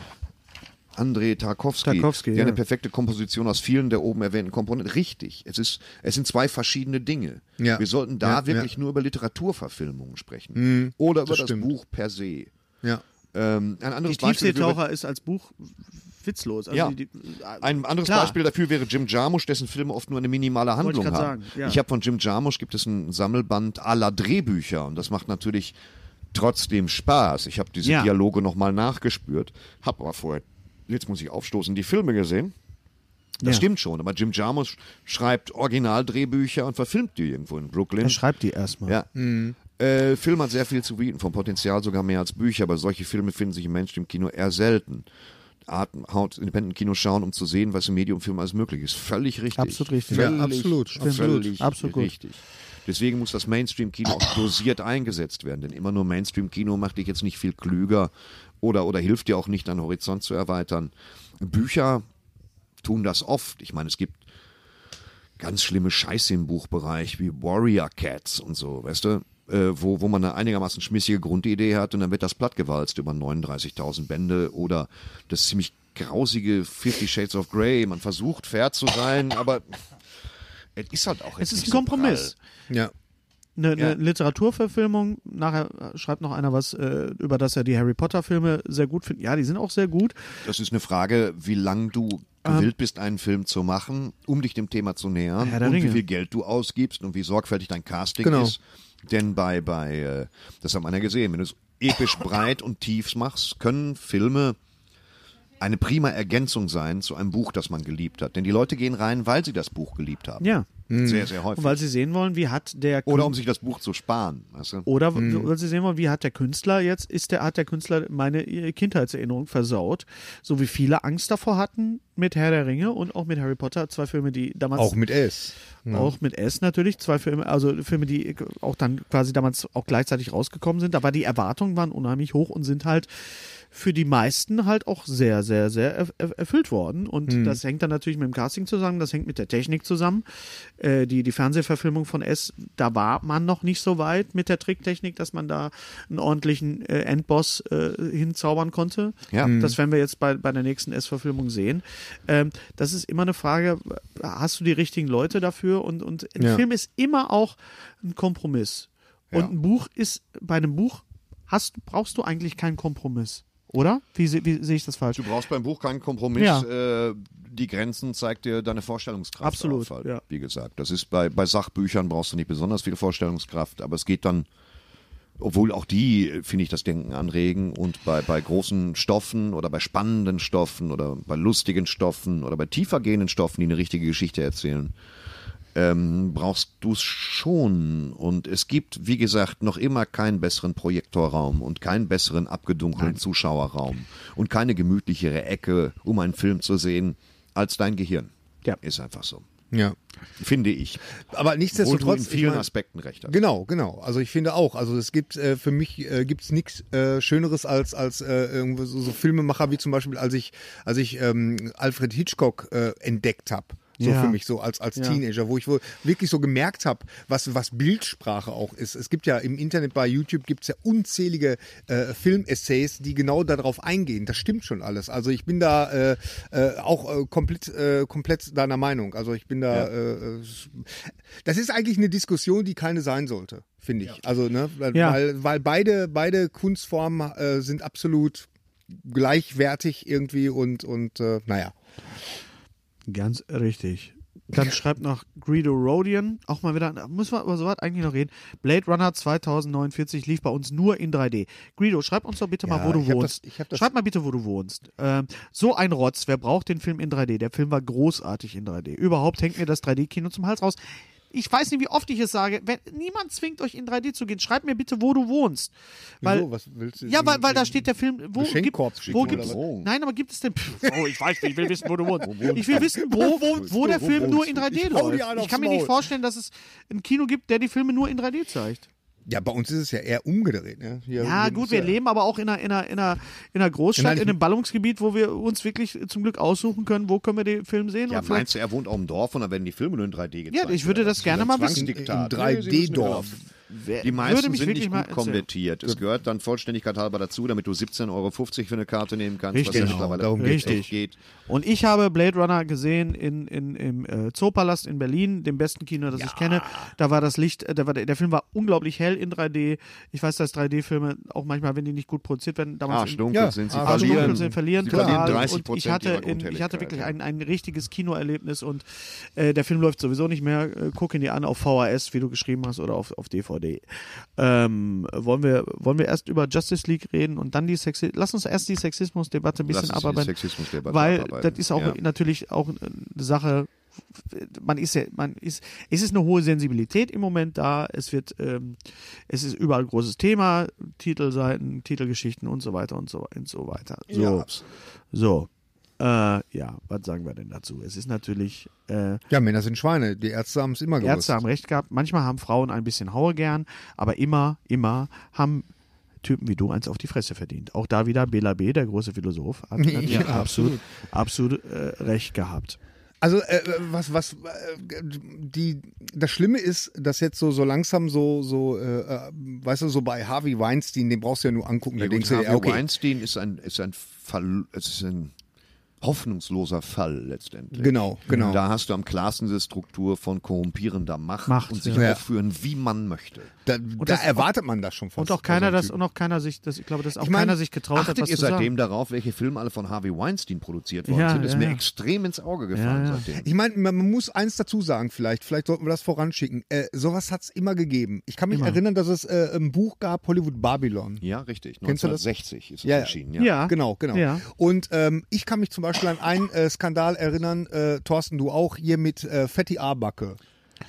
Speaker 1: Andrei Tarkovsky,
Speaker 7: Tarkowski,
Speaker 1: der
Speaker 7: ja.
Speaker 1: eine perfekte Komposition aus vielen der oben erwähnten Komponenten. Richtig, es, ist, es sind zwei verschiedene Dinge.
Speaker 4: Ja.
Speaker 1: Wir sollten da
Speaker 4: Ja, ja.
Speaker 1: wirklich nur über Literaturverfilmungen sprechen oder über
Speaker 4: das
Speaker 1: das,
Speaker 4: stimmt.
Speaker 1: Buch per se.
Speaker 4: Ja.
Speaker 1: Ähm, ein anderes
Speaker 3: Die
Speaker 1: Beispiel wäre-
Speaker 3: Tiefseetaucher ist als Buch witzlos. Also
Speaker 1: Ja.
Speaker 3: die, die,
Speaker 1: Ein anderes
Speaker 3: Klar.
Speaker 1: Beispiel dafür wäre Jim Jarmusch, dessen Filme oft nur eine minimale Handlung
Speaker 3: grad
Speaker 1: haben.
Speaker 3: sagen, ja.
Speaker 1: Ich habe von Jim Jarmusch gibt es ein Sammelband aller Drehbücher und das macht natürlich trotzdem Spaß. Ich habe diese
Speaker 3: Ja.
Speaker 1: Dialoge nochmal nachgespürt, habe aber vorher, jetzt muss ich aufstoßen, die Filme gesehen. Das
Speaker 3: Ja.
Speaker 1: stimmt schon, aber Jim Jarmusch schreibt Originaldrehbücher und verfilmt die irgendwo in Brooklyn.
Speaker 3: er schreibt die erstmal.
Speaker 1: Ja.
Speaker 3: Mhm.
Speaker 1: Äh, Film hat sehr viel zu bieten, vom Potenzial sogar mehr als Bücher, aber solche Filme finden sich im Mainstream-Kino eher selten. Art, Haut, Independent-Kino schauen, um zu sehen, was im Medium-Film alles möglich ist. Völlig richtig.
Speaker 3: Absolut richtig.
Speaker 4: Ja,
Speaker 1: Völlig,
Speaker 4: absolut, stimmt.
Speaker 1: Völlig
Speaker 3: Absolut gut.
Speaker 1: richtig. Deswegen muss das Mainstream-Kino auch dosiert eingesetzt werden, denn immer nur Mainstream-Kino macht dich jetzt nicht viel klüger oder, oder hilft dir auch nicht, deinen Horizont zu erweitern. Bücher tun das oft. Ich meine, es gibt ganz schlimme Scheiße im Buchbereich, wie Warrior Cats und so, weißt du? Äh, wo, wo man eine einigermaßen schmissige Grundidee hat und dann wird das plattgewalzt über 39.000 Bände oder das ziemlich grausige Fifty Shades of Grey. Man versucht fair zu sein, aber es ist halt auch jetzt
Speaker 3: Es ist
Speaker 1: nicht
Speaker 3: ein
Speaker 1: so
Speaker 3: Kompromiss.
Speaker 4: Ja.
Speaker 3: Eine,
Speaker 1: Ja.
Speaker 3: eine Literaturverfilmung, nachher schreibt noch einer was, äh, über das er die Harry Potter-Filme sehr gut findet. Ja, die sind auch sehr gut.
Speaker 1: prall. Das ist eine Frage, wie lang du gewillt bist, einen Film zu machen, um dich dem Thema zu nähern
Speaker 3: Ähm. Herr der
Speaker 1: und wie
Speaker 3: Ringe.
Speaker 1: viel Geld du ausgibst und wie sorgfältig dein Casting
Speaker 4: Genau.
Speaker 1: ist. Denn bei, bei, äh, das haben wir ja gesehen, wenn du es
Speaker 3: <laughs>
Speaker 1: episch breit und tief machst, können Filme eine prima Ergänzung sein zu einem Buch, das man geliebt hat. Denn die Leute gehen rein, weil sie das Buch geliebt haben.
Speaker 3: Ja. Hm.
Speaker 1: Sehr, sehr häufig.
Speaker 3: Und weil sie sehen wollen, wie hat der
Speaker 1: Oder um sich das Buch zu sparen. Weißt
Speaker 4: Hm.
Speaker 1: du?
Speaker 3: Oder weil Sie sehen wollen, wie hat der Künstler jetzt, ist der, hat der Künstler meine äh, Kindheitserinnerung versaut, so wie viele Angst davor hatten mit Herr der Ringe und auch mit Harry Potter, zwei Filme, die damals
Speaker 4: Auch mit S.
Speaker 3: auch mit S natürlich, zwei Filme, also Filme, die auch dann quasi damals auch gleichzeitig rausgekommen sind, aber die Erwartungen waren unheimlich hoch und sind halt für die meisten halt auch sehr, sehr, sehr erf- erf- erfüllt worden. Und das hängt dann natürlich mit dem Casting zusammen, das hängt mit der Technik zusammen. Äh, die, die Fernsehverfilmung von S, da war man noch nicht so weit mit der Tricktechnik, dass man da einen ordentlichen äh, Endboss äh, hinzaubern konnte.
Speaker 1: Ja.
Speaker 3: Das werden wir jetzt bei, bei der nächsten S-Verfilmung sehen. Ähm, das ist immer eine Frage, hast du die richtigen Leute dafür? Und, und ein
Speaker 4: Ja.
Speaker 3: Film ist immer auch ein Kompromiss.
Speaker 1: Ja.
Speaker 3: Und ein Buch ist, bei einem Buch hast, brauchst du eigentlich keinen Kompromiss, oder? Wie, se- wie sehe ich das falsch?
Speaker 1: Du brauchst beim Buch keinen Kompromiss. Äh, die Grenzen zeigt dir deine Vorstellungskraft.
Speaker 3: Absolut,
Speaker 1: auf, halt,
Speaker 3: ja.
Speaker 1: Wie gesagt, das ist bei, bei Sachbüchern brauchst du nicht besonders viel Vorstellungskraft, aber es geht dann, obwohl auch die, äh, finde ich, das Denken anregen und bei, bei großen Stoffen oder bei spannenden Stoffen oder bei lustigen Stoffen oder bei tiefergehenden Stoffen, die eine richtige Geschichte erzählen, ähm, brauchst du es schon. Und es gibt, wie gesagt, noch immer keinen besseren Projektorraum und keinen besseren abgedunkelten Zuschauerraum und keine gemütlichere Ecke, um einen Film zu sehen, als dein Gehirn.
Speaker 3: Ja.
Speaker 1: Ist einfach so.
Speaker 4: Ja.
Speaker 1: Finde ich.
Speaker 4: Aber
Speaker 1: Obwohl du in
Speaker 4: nichtsdestotrotz. ich
Speaker 1: vielen
Speaker 4: mein-
Speaker 1: Aspekten recht hast.
Speaker 4: Genau, genau. Also ich finde auch. Also es gibt äh, für mich äh, gibt's nichts äh, Schöneres als als äh, irgendwo so, so Filmemacher wie zum Beispiel als ich als ich ähm, Alfred Hitchcock äh, entdeckt habe. So
Speaker 3: Ja.
Speaker 4: für mich, so als, als
Speaker 3: Ja.
Speaker 4: Teenager, wo ich wohl wirklich so gemerkt habe, was, was Bildsprache auch ist. Es gibt ja im Internet bei YouTube gibt's ja unzählige äh, Filmessays, die genau darauf eingehen. Das stimmt schon alles. Also ich bin da äh, äh, auch äh, komplett, äh, komplett deiner Meinung. Also ich bin da äh, äh, das ist eigentlich eine Diskussion, die keine sein sollte, finde ich. Also, ne, weil,
Speaker 3: Ja.
Speaker 4: weil, weil beide, beide Kunstformen äh, sind absolut gleichwertig irgendwie und, und äh, naja.
Speaker 3: Ganz richtig. Dann schreibt noch Greedo Rodian, auch mal wieder, müssen wir über sowas eigentlich noch reden. Blade Runner 2049 lief bei uns nur in 3D. Greedo, schreib uns doch bitte mal,
Speaker 4: Ja,
Speaker 3: wo du
Speaker 4: ich hab
Speaker 3: wohnst.
Speaker 4: das- ich hab das-
Speaker 3: schreib mal bitte, wo du wohnst. Ähm, so ein Rotz, wer braucht den Film in 3D? Der Film war großartig in 3D. Überhaupt hängt mir das 3D-Kino zum Hals raus. Ich weiß nicht, wie oft ich es sage. Wenn, niemand zwingt euch in 3D zu gehen. Schreibt mir bitte, wo du wohnst. Weil,
Speaker 4: Wieso? Was willst du-
Speaker 3: Ja, weil, weil da steht der Film. Wo gibt,
Speaker 4: Geschenkkorb schicken
Speaker 3: wo
Speaker 4: oder
Speaker 3: gibt's,
Speaker 4: was?
Speaker 1: Oh.
Speaker 3: Nein, aber gibt es denn. Pff, Oh, ich weiß nicht, ich will wissen, wo du wohnst.
Speaker 1: wohnst
Speaker 3: Ich will wissen, wo, wo, wo der
Speaker 4: Wo
Speaker 3: Film
Speaker 4: wohnst
Speaker 3: nur
Speaker 4: du?
Speaker 3: in 3D
Speaker 4: Ich hau dir
Speaker 3: läuft.
Speaker 4: einen
Speaker 3: Ich kann
Speaker 4: aufs
Speaker 3: mir nicht
Speaker 4: Maul.
Speaker 3: vorstellen, dass es ein Kino gibt, der die Filme nur in 3D zeigt.
Speaker 4: Ja, bei uns ist es ja eher umgedreht. Ne? Hier-
Speaker 3: Ja,
Speaker 4: hier
Speaker 3: gut,
Speaker 4: muss
Speaker 3: wir
Speaker 4: ja-
Speaker 3: leben aber auch in einer, in einer, in einer, in einer Großstadt,
Speaker 4: Nein, ich-
Speaker 3: in einem Ballungsgebiet, wo wir uns wirklich zum Glück aussuchen können, wo können wir den Film sehen.
Speaker 1: Ja,
Speaker 3: und vielleicht-
Speaker 1: meinst du, er wohnt auf dem Dorf und dann werden die Filme nur in 3D gezeigt?
Speaker 3: ja ich würde das gerne mal wissen.
Speaker 1: Zwangsdiktat.
Speaker 4: Im 3D-Dorf.
Speaker 1: Nee,
Speaker 3: Wer-
Speaker 1: Die
Speaker 3: würde
Speaker 1: meisten
Speaker 3: mich
Speaker 1: sind
Speaker 3: wirklich
Speaker 1: nicht
Speaker 3: mal
Speaker 1: gut
Speaker 3: interessieren.
Speaker 1: konvertiert. Es gehört dann Vollständigkeit halber dazu, damit du 17,50 Euro für eine Karte nehmen kannst,
Speaker 3: Richtig,
Speaker 1: was ja
Speaker 3: genau,
Speaker 1: mittlerweile
Speaker 4: darum
Speaker 3: geht's.
Speaker 1: echt geht.
Speaker 3: Und ich habe Blade Runner gesehen in, in, im äh, Zoopalast in Berlin, dem besten Kino, das ich kenne. Da war das Licht, äh, da war der, der Film war unglaublich hell in 3D. Ich weiß, dass 3D-Filme auch manchmal, wenn die nicht gut produziert werden, damals in-
Speaker 1: Arschdunkel
Speaker 4: Ja,
Speaker 1: sind sie
Speaker 4: arschdunkel
Speaker 1: Ah, verlieren.
Speaker 3: ah, sind verlieren
Speaker 1: sie
Speaker 3: total.
Speaker 1: verlieren 30
Speaker 3: und ich hatte,
Speaker 1: ihrer
Speaker 3: in, ich hatte
Speaker 1: Grundhelligkeit,
Speaker 3: wirklich
Speaker 1: ja.
Speaker 3: ein, ein richtiges Kinoerlebnis und äh, der Film läuft sowieso nicht mehr. Äh, guck ihn dir an auf VHS, wie du geschrieben hast, oder auf, auf DVD. Ähm, wollen, wir, wollen wir erst über Justice League reden und dann die Sexi Lass uns erst die Sexismusdebatte ein
Speaker 1: Lass
Speaker 3: bisschen
Speaker 1: uns die
Speaker 3: abarbeiten.
Speaker 1: Sexismusdebatte
Speaker 3: weil
Speaker 1: abarbeiten,
Speaker 3: das ist auch
Speaker 1: ja.
Speaker 3: natürlich auch eine Sache. Man ist ja, man ist, es ist eine hohe Sensibilität im Moment da. Es wird, ähm, es ist überall großes Thema, Titelseiten, Titelgeschichten und so weiter und so, und so weiter. So.
Speaker 1: Ja, absolut.
Speaker 3: So. Äh, ja, was sagen wir denn dazu? Es ist natürlich, äh,
Speaker 4: Ja, Männer sind Schweine. Die Ärzte haben es immer gewusst.
Speaker 3: Ärzte haben recht gehabt. Manchmal haben Frauen ein bisschen Haue gern, aber immer, immer haben Typen wie du eins auf die Fresse verdient. Auch da wieder Bela B., der große Philosoph,
Speaker 4: <laughs>
Speaker 3: hat natürlich
Speaker 4: Ja,
Speaker 3: absolut, absolut äh, recht gehabt.
Speaker 4: Also äh, was was äh, die das Schlimme ist, dass jetzt so so langsam so so äh, äh, weißt du so bei Harvey Weinstein, den brauchst du ja nur angucken, da
Speaker 1: Ja,
Speaker 4: denkst
Speaker 1: gut,
Speaker 4: du ja
Speaker 1: Harvey
Speaker 4: okay.
Speaker 1: Weinstein ist ein, ist ein Fall, es ist ein hoffnungsloser Fall letztendlich.
Speaker 4: Genau, genau.
Speaker 1: Da hast du am klarsten diese Struktur von korrumpierender Macht,
Speaker 3: Macht,
Speaker 1: und sich
Speaker 4: ja.
Speaker 1: aufführen, wie man möchte.
Speaker 4: Da, da
Speaker 3: das-
Speaker 4: erwartet man das schon fast.
Speaker 3: Und auch
Speaker 4: bei so
Speaker 3: keiner
Speaker 4: einem
Speaker 3: das,
Speaker 4: Typen.
Speaker 3: und auch keiner sich, das, ich glaube, dass auch
Speaker 4: Also Ich meine,
Speaker 3: keiner sich getraut hat,
Speaker 1: Achtet
Speaker 3: was
Speaker 1: ihr
Speaker 3: zu
Speaker 1: seitdem
Speaker 3: sagen.
Speaker 1: darauf, welche Filme alle von Harvey Weinstein produziert worden
Speaker 3: Ja,
Speaker 1: sind? Ist
Speaker 3: ja,
Speaker 1: mir
Speaker 3: ja.
Speaker 1: extrem ins Auge gefallen
Speaker 3: Ja, ja.
Speaker 1: seitdem.
Speaker 4: Ich meine, man man muss eins dazu sagen, vielleicht, vielleicht sollten wir das voranschicken. Äh, sowas hat's immer gegeben. Ich kann mich erinnern, dass es äh, ein Buch gab, Hollywood Babylon.
Speaker 1: Ja, richtig.
Speaker 4: Kennst du das?
Speaker 1: 1960 ist es
Speaker 4: Ja, ja.
Speaker 1: erschienen.
Speaker 3: Ja.
Speaker 4: Genau, genau.
Speaker 3: Ja.
Speaker 4: Und ähm, ich kann mich zum Beispiel an einen äh, Skandal erinnern, äh, Thorsten, du auch, hier mit äh, Fatty Arbuckle.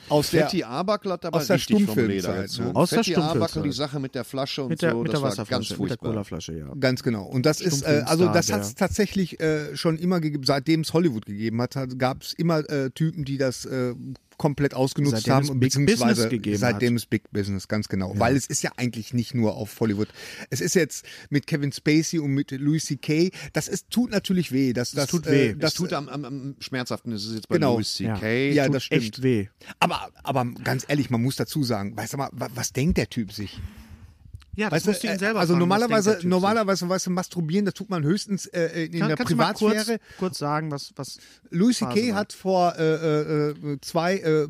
Speaker 4: Aus
Speaker 1: Fetti
Speaker 4: der,
Speaker 1: Arbuckle hat aber
Speaker 4: aus der
Speaker 1: richtig vom
Speaker 4: Stummfilmzeit,
Speaker 1: Leder
Speaker 4: ne?
Speaker 1: gezogen.
Speaker 3: Aus der
Speaker 1: Fetti Arbuckle,
Speaker 3: Stummfilmzeit.
Speaker 1: die Sache mit der Flasche und
Speaker 3: Mit der,
Speaker 1: so,
Speaker 3: mit
Speaker 1: das
Speaker 3: der
Speaker 1: war ganz
Speaker 3: Wasserflasche, mit der
Speaker 1: furchtbar.
Speaker 3: Colaflasche, ja.
Speaker 4: Ganz genau. Und das ist, äh, also das
Speaker 3: Stummfilmstar,
Speaker 4: hat es tatsächlich äh, schon immer gegeben, seitdem es Hollywood gegeben hat, gab es immer äh, Typen, die das äh, komplett ausgenutzt
Speaker 3: Seitdem
Speaker 4: haben.
Speaker 3: es
Speaker 4: und
Speaker 3: Big
Speaker 4: beziehungsweise
Speaker 3: Business gegeben
Speaker 4: seitdem es Big Business, ganz genau. Weil es ist ja eigentlich nicht nur auf Hollywood. Es ist jetzt mit Kevin Spacey und mit Louis C.K., das ist, tut natürlich weh. Dass, das
Speaker 3: tut
Speaker 4: äh,
Speaker 3: weh.
Speaker 4: Das
Speaker 1: Das tut am, am, am schmerzhaften, ist es jetzt bei
Speaker 4: Genau.
Speaker 1: Louis
Speaker 3: Ja.
Speaker 1: C.K.
Speaker 4: Ja,
Speaker 3: Tut
Speaker 4: das stimmt.
Speaker 3: echt weh.
Speaker 4: Aber, aber ganz ehrlich, man muss dazu sagen, weißt du mal, wa- was denkt der Typ sich?
Speaker 3: Ja,
Speaker 4: Weißt
Speaker 3: das musst du
Speaker 4: du,
Speaker 3: ihn
Speaker 4: äh,
Speaker 3: selber
Speaker 4: also
Speaker 3: fragen, was
Speaker 4: normalerweise,
Speaker 3: denkt der Typ
Speaker 4: normalerweise, weißt du, masturbieren, das tut man höchstens äh, in,
Speaker 3: sich? Kann,
Speaker 4: der
Speaker 3: kannst du mal kurz,
Speaker 4: Privatsphäre.
Speaker 3: kurz sagen, was, was
Speaker 4: Louis
Speaker 3: Phase
Speaker 4: C.K.
Speaker 3: war.
Speaker 4: hat vor äh, äh, äh, zwei äh, äh,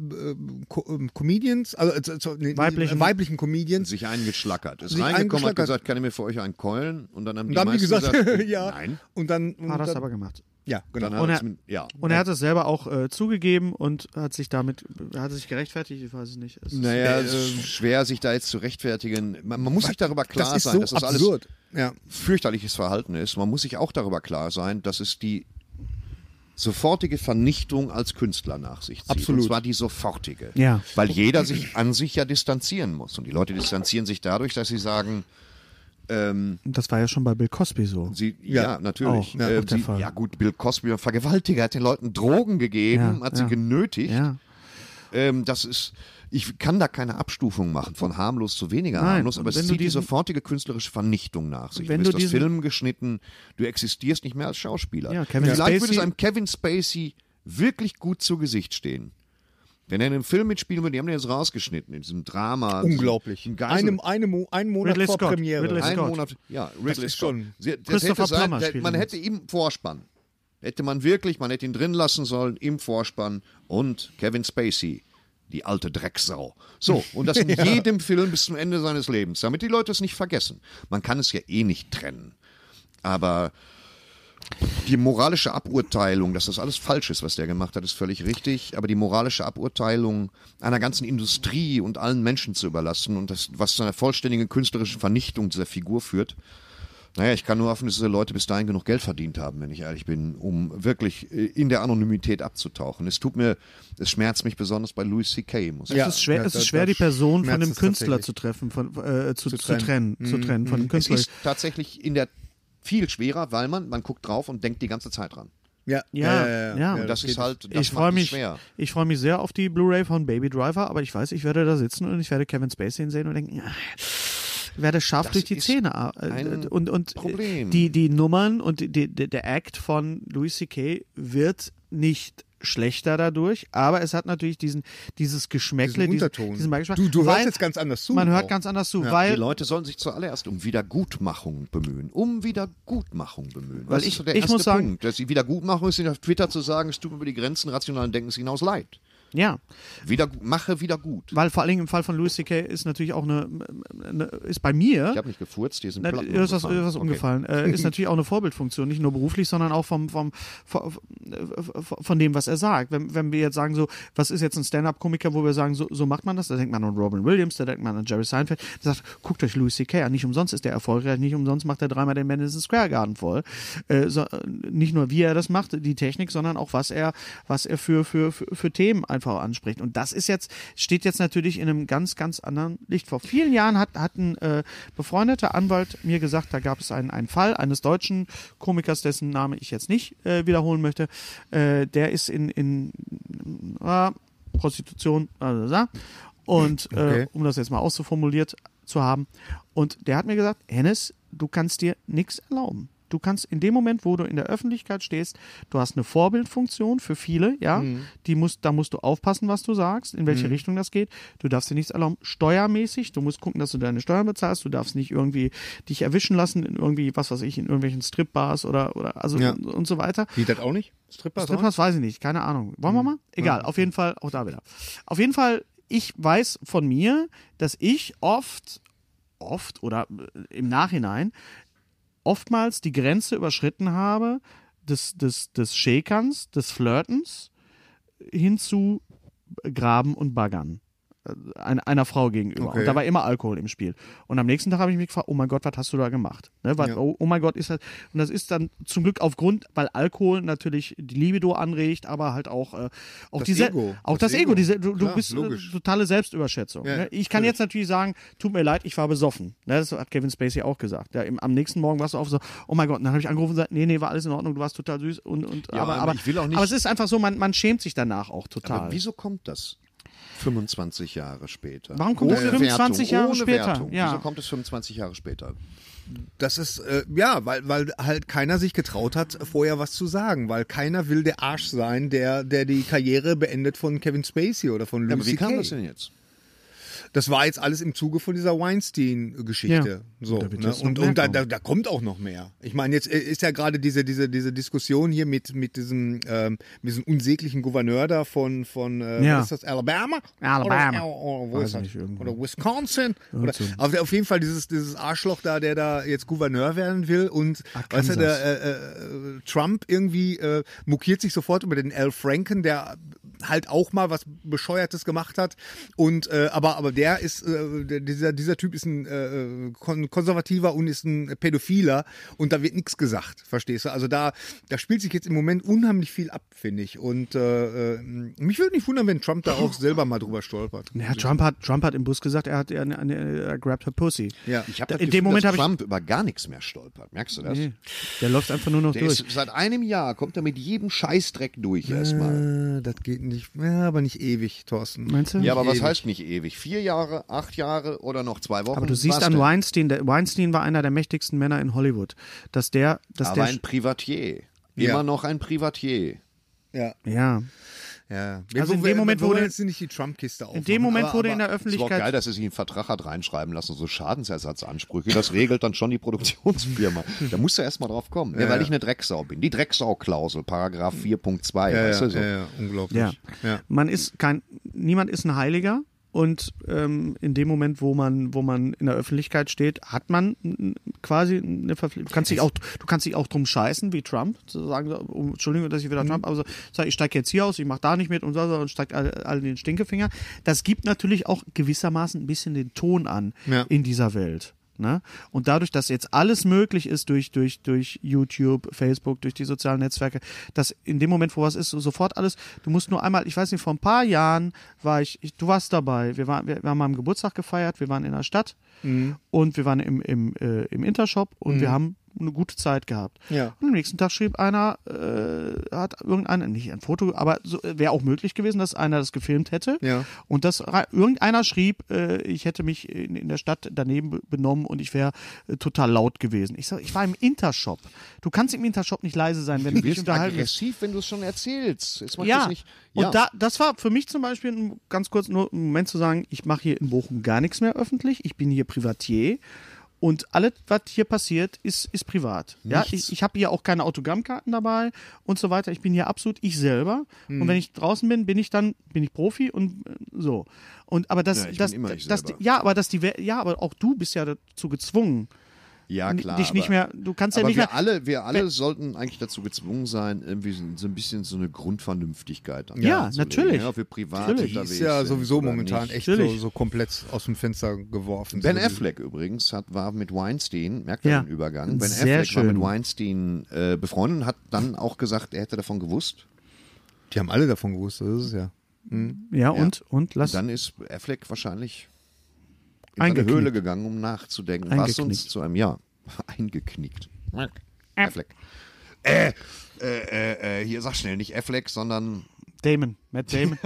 Speaker 4: Co ähm, Comedians, also äh, zu- zu- nee,
Speaker 3: Weiblichen-
Speaker 4: äh, weiblichen Comedians,
Speaker 1: sich eingeschlackert. Ist
Speaker 4: Sich
Speaker 1: reingekommen, hat
Speaker 4: eingeschlackert.
Speaker 1: gesagt, kann ich mir für euch einen keulen? Und dann haben
Speaker 4: und
Speaker 1: die
Speaker 4: dann haben die
Speaker 1: meisten
Speaker 4: gesagt, <laughs>
Speaker 3: oh,
Speaker 1: gesagt,
Speaker 4: ja,
Speaker 1: nein.
Speaker 4: und dann, und
Speaker 3: hat er
Speaker 4: dann
Speaker 3: Ah, aber gemacht?
Speaker 4: ja, genau.
Speaker 1: Dann hat
Speaker 3: Und
Speaker 1: es
Speaker 3: er-
Speaker 1: mit- ja.
Speaker 3: Und er hat es selber auch äh, zugegeben und hat sich damit, äh, hat sich gerechtfertigt, ich weiß es nicht. Es ist-
Speaker 1: Naja, es ist schwer, sich da jetzt zu rechtfertigen. Man, man muss sich darüber klar
Speaker 4: das ist
Speaker 1: sein,
Speaker 4: so
Speaker 1: dass das alles
Speaker 4: absurd. ja.
Speaker 1: fürchterliches Verhalten ist. Man muss sich auch darüber klar sein, dass es die sofortige Vernichtung als Künstler nach sich zieht.
Speaker 4: Absolut.
Speaker 1: Und zwar die sofortige.
Speaker 3: Ja.
Speaker 1: Weil jeder sich an sich ja distanzieren muss. Und die Leute distanzieren sich dadurch, dass sie sagen,
Speaker 3: das war ja schon bei Bill Cosby so.
Speaker 1: sie, ja,
Speaker 4: Ja,
Speaker 1: natürlich.
Speaker 3: auch, ja,
Speaker 1: äh,
Speaker 3: auch der
Speaker 1: sie,
Speaker 3: Fall.
Speaker 1: ja gut, Bill Cosby war Vergewaltiger, hat den Leuten Drogen gegeben,
Speaker 3: Ja,
Speaker 1: hat sie
Speaker 3: ja.
Speaker 1: genötigt.
Speaker 3: Ja.
Speaker 1: Ähm, das ist, ich kann da keine Abstufung machen von harmlos zu weniger
Speaker 3: Nein,
Speaker 1: harmlos, aber
Speaker 3: wenn
Speaker 1: es
Speaker 3: du
Speaker 1: zieht die
Speaker 3: diesen-
Speaker 1: sofortige künstlerische Vernichtung nach sich.
Speaker 3: Wenn
Speaker 1: du bist
Speaker 3: du
Speaker 1: aus
Speaker 3: diesen-
Speaker 1: Film geschnitten, du existierst nicht mehr als Schauspieler.
Speaker 3: Ja, Kevin
Speaker 1: Vielleicht würde es
Speaker 3: Spacey-
Speaker 1: einem Kevin Spacey wirklich gut zu Gesicht stehen. Wenn er in einem Film mitspielen würde, die haben den jetzt rausgeschnitten, in diesem Drama.
Speaker 4: Unglaublich.
Speaker 1: Ein Geisel-
Speaker 4: Einem, einem, Mo- einen Monat
Speaker 3: Ridley
Speaker 4: vor
Speaker 3: Scott.
Speaker 4: Premiere.
Speaker 3: Ridley
Speaker 1: einen
Speaker 3: Scott.
Speaker 1: Monat. Ja, Ridley
Speaker 4: ist
Speaker 1: Scott.
Speaker 4: schon-
Speaker 1: Sie- das
Speaker 3: Christopher
Speaker 1: hätte sein,
Speaker 3: Plummer
Speaker 1: der-
Speaker 3: spielt
Speaker 1: Man
Speaker 3: ihn
Speaker 1: hätte ihm Vorspann. Hätte man wirklich, man hätte ihn drin lassen sollen im Vorspann und Kevin Spacey, die alte Drecksau. So, und
Speaker 3: <laughs>
Speaker 1: das in jedem Film bis zum Ende seines Lebens, damit die Leute es nicht vergessen. Man kann es ja eh nicht trennen. Aber Die moralische Aburteilung, dass das alles falsch ist, was der gemacht hat, ist völlig richtig. Aber die moralische Aburteilung einer ganzen Industrie und allen Menschen zu überlassen und das, was zu einer vollständigen künstlerischen Vernichtung dieser Figur führt. Naja, ich kann nur hoffen, dass diese Leute bis dahin genug Geld verdient haben, wenn ich ehrlich bin, um wirklich äh, in der Anonymität abzutauchen. Es tut mir, es schmerzt mich besonders bei Louis C.K., muss ich
Speaker 4: Ja,
Speaker 3: es ist schwer,
Speaker 4: ja,
Speaker 3: es
Speaker 4: da-
Speaker 3: ist schwer
Speaker 4: da
Speaker 3: die Person von
Speaker 4: schmerzt
Speaker 3: dem
Speaker 4: es
Speaker 3: Künstler
Speaker 4: tatsächlich.
Speaker 3: zu treffen, von, äh, zu, zu trennen,
Speaker 4: trennen. Mhm.
Speaker 3: zu trennen von dem
Speaker 1: Es
Speaker 3: Künstler.
Speaker 1: ist tatsächlich in der viel schwerer, weil man, man guckt drauf und denkt die ganze Zeit dran.
Speaker 4: Ja,
Speaker 3: Ja, ja.
Speaker 1: Und
Speaker 3: Ja,
Speaker 1: das,
Speaker 4: geht
Speaker 1: ist halt, das
Speaker 3: ich
Speaker 1: macht
Speaker 3: freue
Speaker 1: es
Speaker 3: mich,
Speaker 1: schwer.
Speaker 3: ich freue mich sehr auf die Blu-ray von Baby Driver, aber ich weiß, ich werde da sitzen und ich werde Kevin Spacey sehen und denken, "Ah, ich werde scharf
Speaker 1: Das
Speaker 3: durch die
Speaker 1: ist
Speaker 3: Zähne. ah, äh,
Speaker 1: ein
Speaker 3: und und
Speaker 1: Problem.
Speaker 3: Die, die Nummern und die, die, der Act von Louis C.K. wird nicht schlechter dadurch, aber es hat natürlich diesen dieses Geschmäckle,
Speaker 4: Diesen
Speaker 3: diesen,
Speaker 4: Unterton.
Speaker 3: diesen Beigeschmack.
Speaker 4: Du- du hörst
Speaker 3: weil-
Speaker 4: jetzt ganz anders zu
Speaker 3: Man hört
Speaker 4: auch.
Speaker 3: ganz anders zu,
Speaker 1: Die
Speaker 3: weil
Speaker 1: Leute sollen sich zuallererst um Wiedergutmachung bemühen. Um Wiedergutmachung bemühen.
Speaker 3: Weil
Speaker 1: das
Speaker 3: ich-
Speaker 1: ist so der
Speaker 3: ich
Speaker 1: erste
Speaker 3: muss sagen-
Speaker 1: Punkt. Dass die Wiedergutmachung ist, ihnen auf Twitter zu sagen, es tut mir über die Grenzen rationalen Denkens hinaus leid.
Speaker 3: ja,
Speaker 1: Wieder, mache wieder gut.
Speaker 3: weil vor allen Dingen im Fall von Louis C.K. ist natürlich auch eine, eine ist bei mir
Speaker 1: Ich habe nicht gefurzt, hier sind
Speaker 3: Na,
Speaker 1: Platten
Speaker 3: dir ist was,
Speaker 1: umgefallen.
Speaker 3: ist was umgefallen. Äh, ist natürlich auch eine Vorbildfunktion, nicht nur beruflich, sondern auch vom, vom, vom, von- von dem, was er sagt. Wenn, wenn wir jetzt sagen, so, was ist jetzt ein Stand-up-Komiker, wo wir sagen, so, so macht man das, da denkt man an Robin Williams, da denkt man an Jerry Seinfeld, da sagt, guckt euch Louis C.K. an, nicht umsonst ist der erfolgreich, nicht umsonst macht er dreimal den Madison Square Garden voll. Äh, so, äh, nicht nur wie er das macht, die Technik, sondern auch was er, was er für, für, für, für Themen einfach anspricht. Und das ist jetzt, steht jetzt natürlich in einem ganz, ganz anderen Licht. Vor vielen Jahren hat, hat ein äh, befreundeter Anwalt mir gesagt, da gab es einen, einen Fall eines deutschen Komikers, dessen Name ich jetzt nicht äh, wiederholen möchte. Äh, der ist in, in äh, Prostitution, also da. Und äh,
Speaker 4: Okay.
Speaker 3: um das jetzt mal auszuformuliert zu haben. Und der hat mir gesagt, Hennes, du kannst dir nichts erlauben. Du kannst in dem Moment, wo du in der Öffentlichkeit stehst, du hast eine Vorbildfunktion für viele, ja.
Speaker 4: Mhm.
Speaker 3: Die musst, da musst du aufpassen, was du sagst, in welche Richtung das geht. Du darfst dir nichts erlauben. Steuermäßig, du musst gucken, dass du deine Steuern bezahlst. Du darfst nicht irgendwie dich erwischen lassen in irgendwie, was weiß ich, in irgendwelchen Stripbars oder, oder also
Speaker 4: Ja.
Speaker 3: und, und so weiter.
Speaker 4: Geht das auch nicht? Stripper?
Speaker 3: Strippers weiß ich nicht, keine Ahnung. Wollen wir mal? Egal, auf jeden Fall, auch da wieder. Auf jeden Fall, ich weiß von mir, dass ich oft, oft oder äh, im Nachhinein, oftmals die Grenze überschritten habe des, des, des Schäkerns, des Flirtens hin zu Graben und Baggern. Äh, ein- einer Frau gegenüber.
Speaker 4: Okay.
Speaker 3: Und da war immer Alkohol im Spiel. Und am nächsten Tag habe ich mich gefragt, oh mein Gott, was hast du da gemacht? Ne, was,
Speaker 4: Ja.
Speaker 3: oh, oh mein Gott, ist das. Und das ist dann zum Glück aufgrund, weil Alkohol natürlich die Libido anregt, aber halt auch, äh, auch
Speaker 4: Das
Speaker 3: diese,
Speaker 4: Ego.
Speaker 3: auch das,
Speaker 4: Das
Speaker 3: Ego.
Speaker 4: Ego.
Speaker 3: Diese, du, du
Speaker 4: Klar,
Speaker 3: bist
Speaker 4: logisch.
Speaker 3: äh, totale Selbstüberschätzung.
Speaker 4: Ja,
Speaker 3: ne? Ich kann jetzt natürlich sagen, tut mir leid, ich war besoffen. Ne, das hat Kevin Spacey auch gesagt. Ja, im, am nächsten Morgen warst du auf so, oh mein Gott, und dann habe ich angerufen und gesagt, nee, nee, war alles in Ordnung, du warst total süß und, und
Speaker 1: Ja,
Speaker 3: aber,
Speaker 1: aber
Speaker 3: aber,
Speaker 1: ich will auch nicht-
Speaker 3: aber es ist einfach so, man, man schämt sich danach auch total.
Speaker 1: Aber wieso kommt das 25 Jahre später?
Speaker 3: Warum kommt das 25 Jahre
Speaker 1: ohne
Speaker 3: später?
Speaker 1: Wertung.
Speaker 3: Ja.
Speaker 1: Wieso kommt es 25 Jahre später?
Speaker 4: Das ist, äh, ja, weil, weil halt keiner sich getraut hat, vorher was zu sagen, weil keiner will der Arsch sein, der, der die Karriere beendet von Kevin Spacey oder von
Speaker 1: Ja, aber
Speaker 4: Louis
Speaker 1: wie kam
Speaker 4: CK.
Speaker 1: das denn jetzt?
Speaker 4: Das war jetzt alles im Zuge von dieser Weinstein-Geschichte. So,
Speaker 3: Da wird
Speaker 4: ne?
Speaker 3: jetzt noch
Speaker 4: Und,
Speaker 3: mehr
Speaker 4: und da,
Speaker 3: kommen.
Speaker 4: da, da kommt auch noch mehr. Ich meine, jetzt äh, ist ja gerade diese, diese, diese Diskussion hier mit, mit, diesem, ähm, mit diesem unsäglichen Gouverneur da von, von äh,
Speaker 3: Ja.
Speaker 4: was ist das, Alabama?
Speaker 5: Alabama.
Speaker 4: Oder, oder, wo
Speaker 3: Weiß
Speaker 4: ist das?
Speaker 3: nicht, irgendwo.
Speaker 4: oder Wisconsin? Oder, auf, auf jeden Fall dieses, dieses Arschloch da, der da jetzt Gouverneur werden will. Und weißt du, der, äh, äh, Trump irgendwie äh, mokiert sich sofort über den Al Franken, der halt auch mal was Bescheuertes gemacht hat. Und äh, aber aber der ist äh, der- dieser dieser Typ ist ein äh, kon konservativer und ist ein Pädophiler und da wird nichts gesagt, verstehst du? Also da da spielt sich jetzt im Moment unheimlich viel ab, finde ich. Und äh, äh, mich würde nicht wundern, wenn Trump da auch selber mal drüber
Speaker 3: <laughs>
Speaker 4: stolpert.
Speaker 3: Ja, Trump hat, Trump hat im Bus gesagt, er hat er, er, er, er grabbed her pussy.
Speaker 4: Ja.
Speaker 1: Ich habe
Speaker 3: Da-
Speaker 1: das
Speaker 3: in dem
Speaker 1: Gefühl,
Speaker 3: Moment hab
Speaker 1: dass
Speaker 3: ich-
Speaker 1: Trump über gar nichts mehr stolpert. Merkst du das?
Speaker 3: Nee, Der läuft einfach nur noch
Speaker 1: Der
Speaker 3: durch.
Speaker 1: ist, seit einem Jahr kommt er mit jedem Scheißdreck durch erstmal.
Speaker 4: Äh, das geht nicht, ja, aber nicht ewig, Thorsten.
Speaker 3: Meinst du?
Speaker 1: Ja, aber was heißt nicht ewig? Vier Jahre, acht Jahre oder noch zwei Wochen?
Speaker 3: Aber du
Speaker 1: Was
Speaker 3: siehst an
Speaker 1: denn?
Speaker 3: Weinstein, der, Weinstein war einer der mächtigsten Männer in Hollywood, dass der, dass
Speaker 1: Aber
Speaker 3: der,
Speaker 1: ein Ah, Privatier.
Speaker 4: Ja.
Speaker 1: Immer noch ein Privatier.
Speaker 4: Ja,
Speaker 3: ja,
Speaker 4: ja.
Speaker 3: Also in
Speaker 4: Wo-
Speaker 3: dem Moment,
Speaker 4: wo
Speaker 3: wo
Speaker 4: wir
Speaker 3: du-
Speaker 4: jetzt nicht die Trump-Kiste
Speaker 3: in dem Moment wurde in der
Speaker 1: Ist doch geil,
Speaker 3: Öffentlichkeit,
Speaker 1: dass sie sich einen Vertrag hat reinschreiben lassen, so Schadensersatzansprüche. Das regelt dann schon die Produktionsfirma. Da musst du erstmal drauf kommen. Ja, weil ich eine Drecksau bin. Die Drecksau-Klausel,
Speaker 3: Hm.
Speaker 1: Paragraph 4.2.
Speaker 4: ja,
Speaker 1: weißt
Speaker 4: ja,
Speaker 1: du so?
Speaker 4: ja, ja, unglaublich.
Speaker 3: ja.
Speaker 4: ja.
Speaker 3: man ist kein, niemand ist ein Heiliger. Und ähm, in dem Moment, wo man, wo man in der Öffentlichkeit steht, hat man n- quasi eine Verpflichtung. Du kannst dich auch, du kannst dich auch drum scheißen, wie Trump, zu sagen, so, um, Entschuldigung, dass ich wieder Trump, aber so, sag, ich steige jetzt hier aus, ich mache da nicht mit und so, so und steigt allen alle den Stinkefinger. Das gibt natürlich auch gewissermaßen ein bisschen den Ton an
Speaker 4: Ja.
Speaker 3: in dieser Welt. Ne? Und dadurch, dass jetzt alles möglich ist durch, durch, durch YouTube, Facebook, durch die sozialen Netzwerke, dass in dem Moment, wo was ist, so sofort alles, du musst nur einmal, ich weiß nicht, vor ein paar Jahren war ich, ich du warst dabei, wir, waren, wir, wir haben am Geburtstag gefeiert, wir waren in der Stadt und wir waren im, im, äh, im Intershop und wir haben eine gute Zeit gehabt.
Speaker 4: Ja.
Speaker 3: Und am nächsten Tag schrieb einer, äh, hat irgendeiner, nicht ein Foto, aber so, äh, wäre auch möglich gewesen, dass einer das gefilmt hätte.
Speaker 4: Ja.
Speaker 3: Und das rei- irgendeiner schrieb, äh, ich hätte mich in, in der Stadt daneben be- benommen und ich wäre äh, total laut gewesen. Ich sag, ich war im Intershop. Du kannst im Intershop nicht leise sein, wenn du
Speaker 1: Du
Speaker 3: dich
Speaker 1: wirst
Speaker 3: unterhalten willst.
Speaker 1: aggressiv, wenn du es schon erzählst. Jetzt macht
Speaker 3: Ja.
Speaker 1: das nicht, ja.
Speaker 3: und da, das war für mich zum Beispiel ein- ganz kurz nur ein Moment zu sagen, ich mache hier in Bochum gar nichts mehr öffentlich, ich bin hier Privatier und alles, was hier passiert, ist, ist privat. Ja, ich, ich habe hier auch keine Autogrammkarten dabei und so weiter. Ich bin hier absolut ich selber
Speaker 1: Hm.
Speaker 3: und wenn ich draußen bin, bin ich dann bin ich Profi und äh, so. Und aber das,
Speaker 1: Ja, ich
Speaker 3: das,
Speaker 1: bin immer ich
Speaker 3: das,
Speaker 1: selber.
Speaker 3: ja, aber dass die, Wel- ja, aber auch du bist ja dazu gezwungen,
Speaker 1: ja, klar,
Speaker 3: dich nicht
Speaker 1: aber-
Speaker 3: mehr, du kannst ja
Speaker 1: aber
Speaker 3: nicht
Speaker 1: wir
Speaker 3: mehr.
Speaker 1: alle, wir alle sollten eigentlich dazu gezwungen sein, irgendwie so so ein bisschen so eine Grundvernünftigkeit. an den
Speaker 3: Ja,
Speaker 1: Tag zu legen,
Speaker 3: natürlich.
Speaker 1: Ja, ob wir privat
Speaker 3: Natürlich.
Speaker 4: Die
Speaker 1: unterwegs
Speaker 4: ist ja
Speaker 1: sind
Speaker 4: sowieso
Speaker 1: oder
Speaker 4: momentan
Speaker 1: nicht.
Speaker 4: echt so,
Speaker 3: Natürlich.
Speaker 4: so komplett aus dem Fenster geworfen.
Speaker 1: Ben
Speaker 4: so die-
Speaker 1: Affleck übrigens hat, war mit Weinstein, merkt ihr
Speaker 3: Ja.
Speaker 1: den Übergang? Ben
Speaker 3: Sehr
Speaker 1: Affleck war
Speaker 3: schön.
Speaker 1: mit Weinstein äh, befreundet und hat dann auch gesagt, er hätte davon gewusst.
Speaker 4: Die haben alle davon gewusst, das ist es ja.
Speaker 3: Ja, und und lass
Speaker 1: Dann ist Affleck wahrscheinlich in eine
Speaker 3: Eingeknickt.
Speaker 1: Höhle gegangen, um nachzudenken, was uns
Speaker 3: Eingeknickt.
Speaker 1: zu einem Jahr <laughs> eingeknickt. Affleck. Äh, äh, äh, hier sag schnell nicht Affleck, sondern
Speaker 3: Damon, Matt
Speaker 1: <laughs>
Speaker 3: Damon.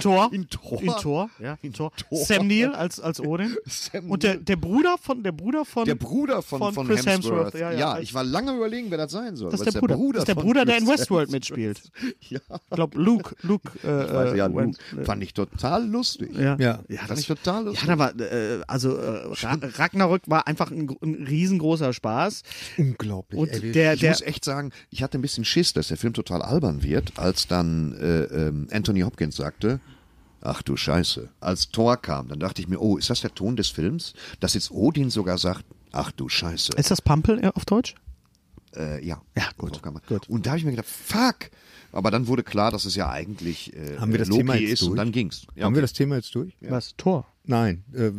Speaker 3: Thor.
Speaker 1: In Thor?
Speaker 3: In Tor, ja. In Tor.
Speaker 1: Thor.
Speaker 3: Sam Neill als, als Odin.
Speaker 1: <laughs> Sam
Speaker 3: Und der, der Bruder von, der Bruder von.
Speaker 1: der Bruder von, von,
Speaker 3: von Chris
Speaker 1: Hemsworth.
Speaker 3: Hemsworth, ja, ja.
Speaker 1: ich war lange überlegen, wer das sein soll.
Speaker 3: das
Speaker 1: weil
Speaker 3: ist
Speaker 1: es
Speaker 3: der Bruder. das ist der
Speaker 1: von
Speaker 3: Bruder, der
Speaker 1: Chris
Speaker 3: in Westworld
Speaker 1: Hemsworth-
Speaker 3: mitspielt.
Speaker 1: <laughs> Ja,
Speaker 3: Ich glaube, Luke, Luke, äh,
Speaker 1: weiß, ja
Speaker 3: äh, Wen-
Speaker 1: Luke. fand ich total lustig.
Speaker 3: ja.
Speaker 4: Ja.
Speaker 1: fand ich total lustig.
Speaker 3: Ja, da war, äh, also äh, Ra- Ragnarök war einfach ein, gro- ein riesengroßer Spaß.
Speaker 4: Unglaublich.
Speaker 3: Und
Speaker 4: ey, wie-
Speaker 3: der,
Speaker 1: ich
Speaker 3: der,
Speaker 1: muss echt sagen, ich hatte ein bisschen Schiss, dass der Film total albern wird, als dann äh, ähm, Anthony Hopkins sagte, ach du Scheiße, als Thor kam, dann dachte ich mir, oh, ist das der Ton des Films, dass jetzt Odin sogar sagt, ach du Scheiße.
Speaker 3: ist das Pampel äh, auf Deutsch?
Speaker 1: Äh, ja,
Speaker 3: Ja, gut,
Speaker 1: Drauf kann man-
Speaker 3: gut.
Speaker 1: Und da habe ich mir gedacht, fuck. Aber dann wurde klar, dass es ja eigentlich äh,
Speaker 4: Haben wir das
Speaker 1: Loki
Speaker 4: Thema jetzt
Speaker 1: ist und
Speaker 4: durch?
Speaker 1: dann ging's. Ja,
Speaker 4: haben wir
Speaker 1: okay.
Speaker 4: das Thema jetzt durch?
Speaker 3: Was? Tor.
Speaker 4: Nein, äh,
Speaker 1: Ja,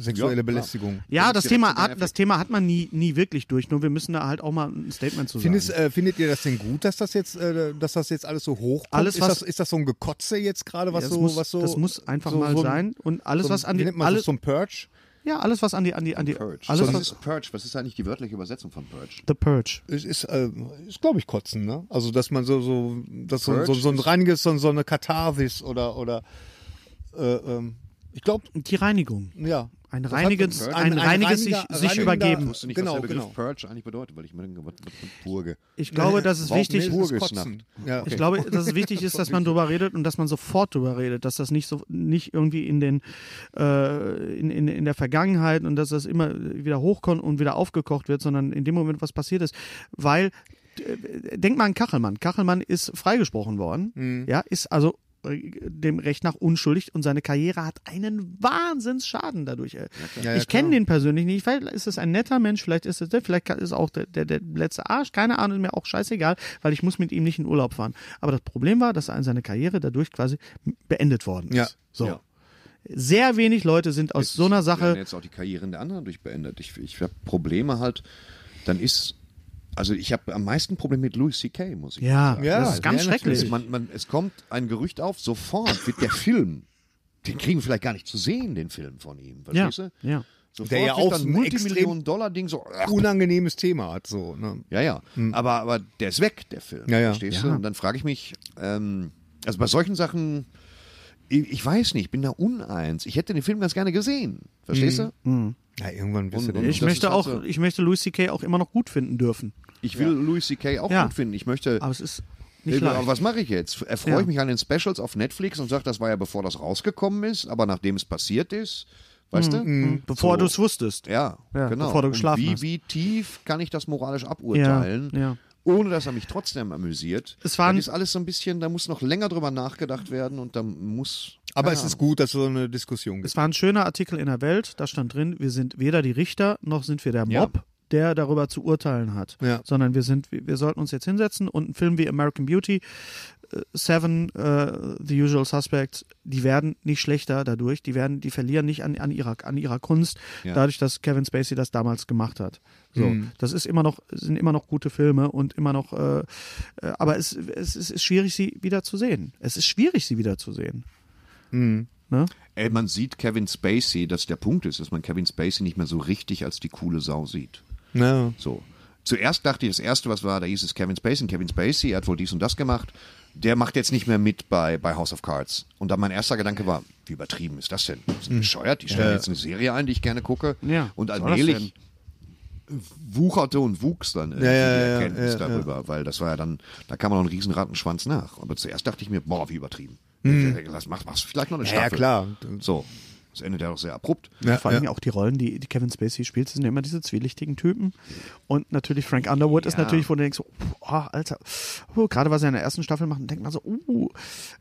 Speaker 4: sexuelle
Speaker 1: klar.
Speaker 4: Belästigung.
Speaker 3: Ja, das
Speaker 1: direkt
Speaker 3: Thema,
Speaker 1: zu Ben
Speaker 3: hat, das Thema hat man nie, nie wirklich durch. Nur wir müssen da halt auch mal ein Statement zu sagen.
Speaker 4: Findest, äh, findet ihr das denn gut, dass das jetzt, äh, dass das jetzt alles so hoch
Speaker 3: Alles,
Speaker 4: ist,
Speaker 3: was-
Speaker 4: das, ist das so ein Gekotze jetzt gerade, was,
Speaker 3: Ja, das
Speaker 4: so,
Speaker 3: muss-
Speaker 4: was so.
Speaker 3: das muss einfach
Speaker 4: so,
Speaker 3: mal
Speaker 4: so ein-
Speaker 3: sein. Und alles,
Speaker 4: so ein-
Speaker 3: was an
Speaker 4: wie
Speaker 3: die-
Speaker 4: nennt man
Speaker 3: alle-
Speaker 4: das, so ein Purge?
Speaker 3: Ja, alles was an die an die an die
Speaker 1: Purge.
Speaker 3: alles
Speaker 1: was
Speaker 3: was
Speaker 1: ist Purge? Was ist eigentlich die wörtliche Übersetzung von Purge?
Speaker 3: The Purge.
Speaker 4: Es ist, äh, ist glaube ich, Kotzen, ne? Also, dass man so, so, dass so,
Speaker 1: Purge
Speaker 4: so, so ein reiniges, so, so eine Katharsis oder, oder, äh, ähm, ich glaube,
Speaker 3: Die Reinigung.
Speaker 4: ja.
Speaker 3: Ein
Speaker 4: Das
Speaker 3: reiniges-
Speaker 4: hat-
Speaker 3: ein reiniges
Speaker 4: reiniger-
Speaker 3: sich- sich
Speaker 4: reinigender-
Speaker 3: übergeben.
Speaker 1: Ich wusste nicht, was
Speaker 4: Genau,
Speaker 1: der Begriff
Speaker 4: genau.
Speaker 1: Purge eigentlich bedeutet, weil ich mir dann gedacht habe, Burge.
Speaker 3: Ich glaube, dass es
Speaker 1: Äh, Warum
Speaker 3: wichtig
Speaker 1: nicht?
Speaker 3: ist.
Speaker 4: Kotzen.
Speaker 1: geschnappt.
Speaker 4: Ja, okay.
Speaker 3: Ich glaube, dass es
Speaker 4: <laughs>
Speaker 3: wichtig ist, dass man drüber redet und dass man sofort drüber redet, dass das nicht so nicht irgendwie in den äh, in, in, in der Vergangenheit und dass das immer wieder hochkommt und wieder aufgekocht wird, sondern in dem Moment, was passiert ist, weil äh, denk mal an Kachelmann. Kachelmann ist freigesprochen worden,
Speaker 1: Mhm.
Speaker 3: ja, ist also äh, dem Recht nach unschuldig und seine Karriere hat einen Wahnsinnsschaden dadurch. ey.
Speaker 4: Ja, ja,
Speaker 3: ich kenne den persönlich nicht. Vielleicht ist es ein netter Mensch, vielleicht ist es der, vielleicht ist auch der, der, der letzte Arsch, keine Ahnung, ist mir auch scheißegal, weil ich muss mit ihm nicht in Urlaub fahren. Aber das Problem war, dass er- seine Karriere dadurch quasi beendet worden ist.
Speaker 4: Ja.
Speaker 3: So.
Speaker 1: Ja.
Speaker 3: Sehr wenig Leute sind aus so
Speaker 1: werden
Speaker 3: einer Sache.
Speaker 1: jetzt auch die Karrieren der anderen durch beendet. Ich, ich habe Probleme halt, dann ist, also ich habe am meisten Probleme mit Louis C.K., muss ich
Speaker 3: Ja,
Speaker 1: sagen.
Speaker 4: Ja,
Speaker 3: das ist ganz
Speaker 4: ja,
Speaker 3: schrecklich.
Speaker 1: Es, man, man, es kommt ein Gerücht auf, sofort wird der Film, den kriegen wir vielleicht gar nicht zu sehen, den Film von ihm,
Speaker 3: Ja,
Speaker 1: verstehst du?
Speaker 3: ja.
Speaker 1: Sofort
Speaker 4: Der ja
Speaker 1: wird
Speaker 4: auch
Speaker 1: dann
Speaker 4: so ein
Speaker 1: Multimillionen-Dollar-Ding so, ach,
Speaker 4: Unangenehmes Thema hat, so, ne?
Speaker 1: ja, ja, aber, aber der ist weg, der Film,
Speaker 4: Ja, ja.
Speaker 1: verstehst du? Und dann frage ich mich, ähm, also bei solchen Sachen, ich, ich weiß nicht, ich bin da uneins. Ich hätte den Film ganz gerne gesehen, verstehst
Speaker 4: Hm.
Speaker 1: du?
Speaker 4: Ja, irgendwann bist
Speaker 1: Und-
Speaker 4: du
Speaker 1: und-
Speaker 4: den.
Speaker 3: Ich
Speaker 1: das
Speaker 3: möchte
Speaker 1: ist halt
Speaker 3: auch,
Speaker 1: so.
Speaker 3: ich möchte Louis C.K. auch immer noch gut finden dürfen.
Speaker 1: Ich will Louis C.K. auch
Speaker 3: Ja.
Speaker 1: gut finden. Ich möchte.
Speaker 3: Aber es ist
Speaker 1: Äh,
Speaker 3: nicht
Speaker 1: aber
Speaker 3: leicht.
Speaker 1: was mache ich jetzt? Erfreue
Speaker 3: Ja.
Speaker 1: ich mich an den Specials auf Netflix und sage, das war ja bevor das rausgekommen ist, aber nachdem es passiert ist, weißt du?
Speaker 3: Mhm. Hm,
Speaker 1: Mhm,
Speaker 3: Bevor
Speaker 1: So.
Speaker 3: du es wusstest.
Speaker 1: Ja,
Speaker 3: Ja,
Speaker 1: genau.
Speaker 3: bevor du
Speaker 1: Und
Speaker 3: geschlafen
Speaker 1: wie,
Speaker 3: hast.
Speaker 1: wie tief kann ich das moralisch aburteilen,
Speaker 3: Ja, ja.
Speaker 1: ohne dass er mich trotzdem amüsiert?
Speaker 3: Es waren-
Speaker 1: das ist alles so ein bisschen, da muss noch länger drüber nachgedacht werden und da muss
Speaker 4: Aber es ist gut, dass es so eine Diskussion gibt.
Speaker 3: Es war ein schöner Artikel in der Welt, da stand drin, wir sind weder die Richter noch sind wir der Mob, der darüber zu urteilen hat,
Speaker 4: Ja.
Speaker 3: sondern wir sind, wir wir sollten uns jetzt hinsetzen und einen Film wie American Beauty, äh, Seven, äh, The Usual Suspects, die werden nicht schlechter dadurch, die werden, die verlieren nicht an, an ihrer, an ihrer Kunst, dadurch, dass Kevin Spacey das damals gemacht hat. So,
Speaker 1: Mhm.
Speaker 3: das ist immer noch, sind immer noch gute Filme und immer noch, äh, äh, aber es, es, es ist schwierig, sie wieder zu sehen. Es ist schwierig, sie wieder zu sehen. Ne?
Speaker 1: Ey, man sieht Kevin Spacey, dass der Punkt ist, dass man Kevin Spacey nicht mehr so richtig als die coole Sau sieht.
Speaker 4: Ja.
Speaker 1: So. Zuerst dachte ich, das erste, was war, da hieß es Kevin Spacey. Und Kevin Spacey, er hat wohl dies und das gemacht. Der macht jetzt nicht mehr mit bei, bei House of Cards. Und dann mein erster Gedanke war, wie übertrieben ist das denn? Ist
Speaker 4: Hm.
Speaker 1: das bescheuert? Die stellen jetzt eine Serie ein, die ich gerne gucke.
Speaker 3: Ja,
Speaker 1: und
Speaker 3: was soll das
Speaker 1: allmählich wucherte und wuchs dann irgendwie
Speaker 4: ja,
Speaker 1: die
Speaker 4: ja,
Speaker 1: Erkenntnis
Speaker 4: ja, ja.
Speaker 1: darüber. Weil das war ja dann, da kam man noch einen riesen Rattenschwanz nach. Aber zuerst dachte ich mir, boah, wie übertrieben. Lass, mach, mach's vielleicht noch eine
Speaker 4: Hm. ja,
Speaker 1: Staffel.
Speaker 4: klar.
Speaker 1: So. Das endet ja doch sehr abrupt.
Speaker 4: Ja,
Speaker 3: Vor allem auch die Rollen, die, die Kevin Spacey spielt, sind ja immer diese zwielichtigen Typen. Und natürlich Frank Underwood ist natürlich, wo du denkst, oh, oh, Alter, oh, gerade was er in der ersten Staffel macht, denkt man so, uh,